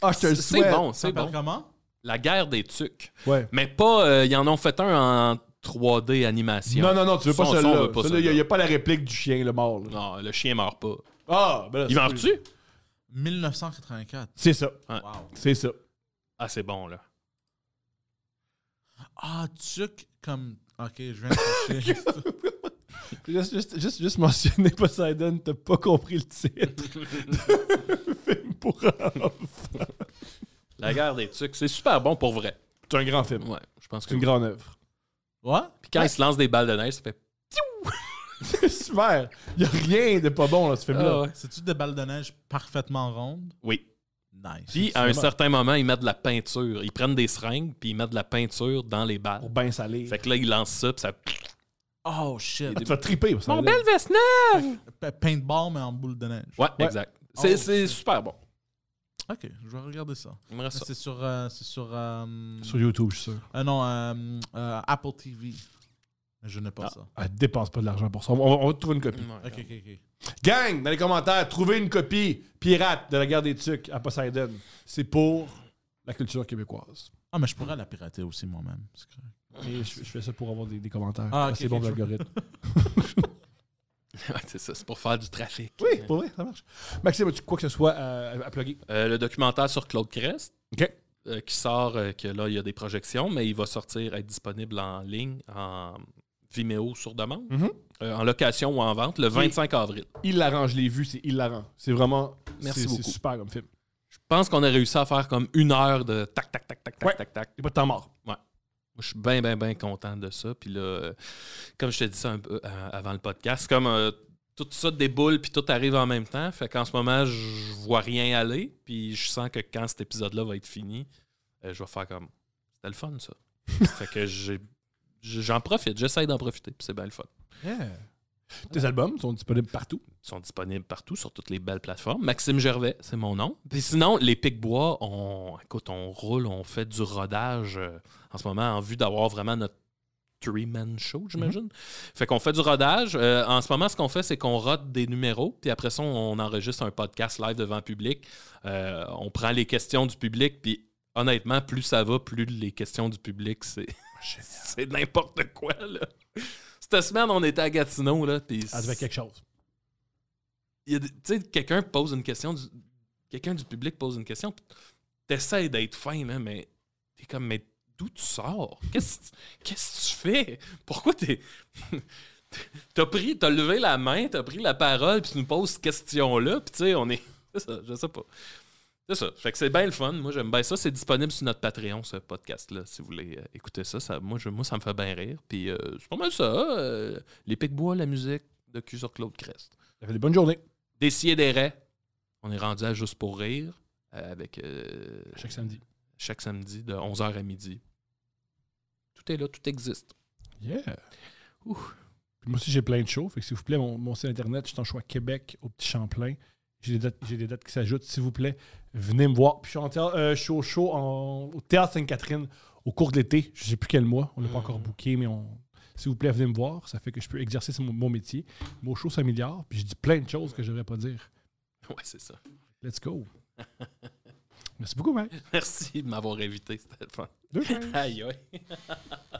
Speaker 3: Ah, je te le souhaite.
Speaker 4: C'est
Speaker 2: Ça
Speaker 4: bon, c'est
Speaker 2: s'appelle
Speaker 4: bon.
Speaker 2: comment?
Speaker 4: La guerre des tucs.
Speaker 1: Ouais.
Speaker 4: Mais pas. euh, ils en ont fait un en 3D animation.
Speaker 3: Non, non, non, tu veux pas
Speaker 4: Son- son
Speaker 3: celui-là.
Speaker 4: veut pas
Speaker 3: Celui-là, il n'y a pas la réplique du chien, le mort. là.
Speaker 4: Non, le chien meurt pas.
Speaker 3: Ah, ben là,
Speaker 4: Il
Speaker 3: c'est-
Speaker 4: meurt-tu?
Speaker 2: 1984.
Speaker 3: C'est ça,
Speaker 2: Wow.
Speaker 3: c'est ça.
Speaker 4: Ah, c'est bon, là.
Speaker 2: Ah, Tuc comme. Ok, je viens de chercher.
Speaker 1: Juste, juste, juste, juste mentionner Poseidon, t'as pas compris le titre. Film pour enfants.
Speaker 4: La guerre des tucs, c'est super bon pour vrai.
Speaker 3: C'est un grand film.
Speaker 4: Ouais, je pense que.
Speaker 3: C'est une grande œuvre.
Speaker 2: ouais?
Speaker 4: Puis quand il se lance des balles de neige, ça fait.
Speaker 3: C'est super. Il n'y a rien de pas bon dans ce
Speaker 4: Ah
Speaker 3: film-là.
Speaker 2: C'est-tu des balles de neige parfaitement rondes?
Speaker 4: Oui.
Speaker 2: Nice.
Speaker 4: Puis à un certain moment, ils mettent de la peinture. Ils prennent des seringues, puis ils mettent de la peinture dans les
Speaker 3: Pour
Speaker 4: balles.
Speaker 3: bien saler.
Speaker 4: Fait que là, ils lancent ça, puis ça.
Speaker 2: Oh shit.
Speaker 3: Ah, Tu vas triper. pour ça.
Speaker 4: veste
Speaker 2: Pa- Paintball, mais en boule de neige.
Speaker 4: Ouais,
Speaker 3: Ouais.
Speaker 4: exact. C'est
Speaker 2: Oh.
Speaker 4: c'est super bon.
Speaker 2: Ok, je vais regarder ça.
Speaker 4: Il me reste ça.
Speaker 2: C'est sur. euh, c'est sur. euh,
Speaker 1: Sur YouTube, je suis sûr.
Speaker 2: euh, non, euh, euh, Apple TV. Mais Je n'ai pas
Speaker 4: Ah.
Speaker 2: ça.
Speaker 1: Elle dépense pas de l'argent pour ça.
Speaker 3: On va, on va trouver une copie.
Speaker 2: Ok, ok, ok.
Speaker 3: Gang, dans les commentaires, trouvez une copie pirate de la guerre des tucs à Poseidon. C'est pour la culture québécoise.
Speaker 2: Ah, mais je pourrais la pirater aussi moi-même. c'est correct.
Speaker 1: Et je, je fais ça pour avoir des, des commentaires.
Speaker 2: Ah,
Speaker 1: Ah,
Speaker 2: ok,
Speaker 1: c'est bon
Speaker 2: ok,
Speaker 1: pour
Speaker 2: je-
Speaker 1: l'algorithme.
Speaker 4: Ouais, c'est ça, c'est pour faire du trafic.
Speaker 3: Oui, pour vrai, ça marche. Maxime, as-tu quoi que ce soit euh, à, à plugger?
Speaker 4: Euh, le documentaire sur Claude Crest.
Speaker 3: OK.
Speaker 4: euh, qui sort, euh, que là, il y a des projections, mais il va sortir, être disponible en ligne, en Vimeo sur demande,
Speaker 3: Mhm.
Speaker 4: euh, en location ou en vente, le 25 avril.
Speaker 3: Il l'arrange, je l'ai vu, c'est il l'arrange. C'est vraiment.
Speaker 4: Merci
Speaker 3: c'est-
Speaker 4: beaucoup.
Speaker 3: C'est super comme film.
Speaker 4: Je pense qu'on a réussi à faire comme une heure de tac, tac, tac, tac, tac,
Speaker 3: Ouais.
Speaker 4: tac, tac.
Speaker 3: Il n'y a pas de temps mort.
Speaker 4: Moi, je suis bien, bien, bien content de ça. Puis là, euh, comme je t'ai dit ça un peu euh, avant le podcast, comme euh, tout ça déboule puis tout arrive en même temps, fait qu'en ce moment, je vois rien aller. Puis je sens que quand cet épisode-là va être fini, euh, je vais faire comme... C'était le fun, ça. fait que j'ai- j'en profite, j'essaye d'en profiter, puis c'est bien le fun.
Speaker 3: Tes albums sont disponibles partout.
Speaker 4: Ils sont disponibles partout sur toutes les belles plateformes. Maxime Gervais, c'est mon nom. Puis sinon, les Pics-Bois, on, écoute, on roule, on fait du rodage euh, en ce moment en vue d'avoir vraiment notre three-man show, j'imagine. Fait qu'on fait du rodage. Euh, en ce moment, ce qu'on fait, c'est qu'on rode des numéros, puis après ça, on enregistre un podcast live devant le public. Euh, on prend les questions du public, puis honnêtement, plus ça va, plus les questions du public, c'est c'est n'importe quoi, là. Cette semaine, on était à Gatineau, là, puis...
Speaker 1: Elle Ah, devait quelque chose.
Speaker 4: Il y a des- tu sais, quelqu'un pose une question, du- quelqu'un du public pose une question, pis t'essayes d'être fin, là, mais t'es comme, mais d'où tu sors? Qu'est-ce qu'est-ce que tu fais? Pourquoi t'es. t'as pris, t'as levé la main, t'as pris la parole, puis tu nous poses cette question-là, puis tu sais, on est. C'est ça, je sais pas. C'est ça. Fait que c'est bien le fun. Moi, j'aime bien ça. C'est disponible sur notre Patreon, ce podcast-là, si vous voulez euh, écouter ça. ça moi, je, moi, ça me fait bien rire. Puis euh, c'est pas mal ça. euh, les Pic-Bois, la musique, de Q sur Claude Crest.
Speaker 3: Ça fait des bonnes journées.
Speaker 4: Décideret. On est rendu à Juste pour rire euh, avec euh,
Speaker 1: Chaque samedi.
Speaker 4: chaque samedi de 11h à midi. Tout est là, tout existe.
Speaker 1: Yeah.
Speaker 4: Ouh.
Speaker 1: Puis moi aussi, j'ai plein de shows. Fait que s'il vous plaît, mon, mon site internet, je suis en choix Québec au Petit Champlain. J'ai des dates, j'ai des dates qui s'ajoutent. S'il vous plaît, venez me voir. Puis je suis, en théâ- euh, je suis au show en- au Théâtre Sainte-Catherine au cours de l'été. Je ne sais plus quel mois. On l'a pas encore booké, mais on. S'il vous plaît, venez me voir. Ça fait que je peux exercer mon, mon métier. Mon show, c'est un milliard. Puis je dis plein de choses que je devrais pas dire.
Speaker 4: Ouais, c'est ça.
Speaker 1: Let's go. Merci beaucoup, mec.
Speaker 4: Merci de m'avoir invité, c'était le fun.
Speaker 1: Deux fois.
Speaker 4: Aïe, aïe.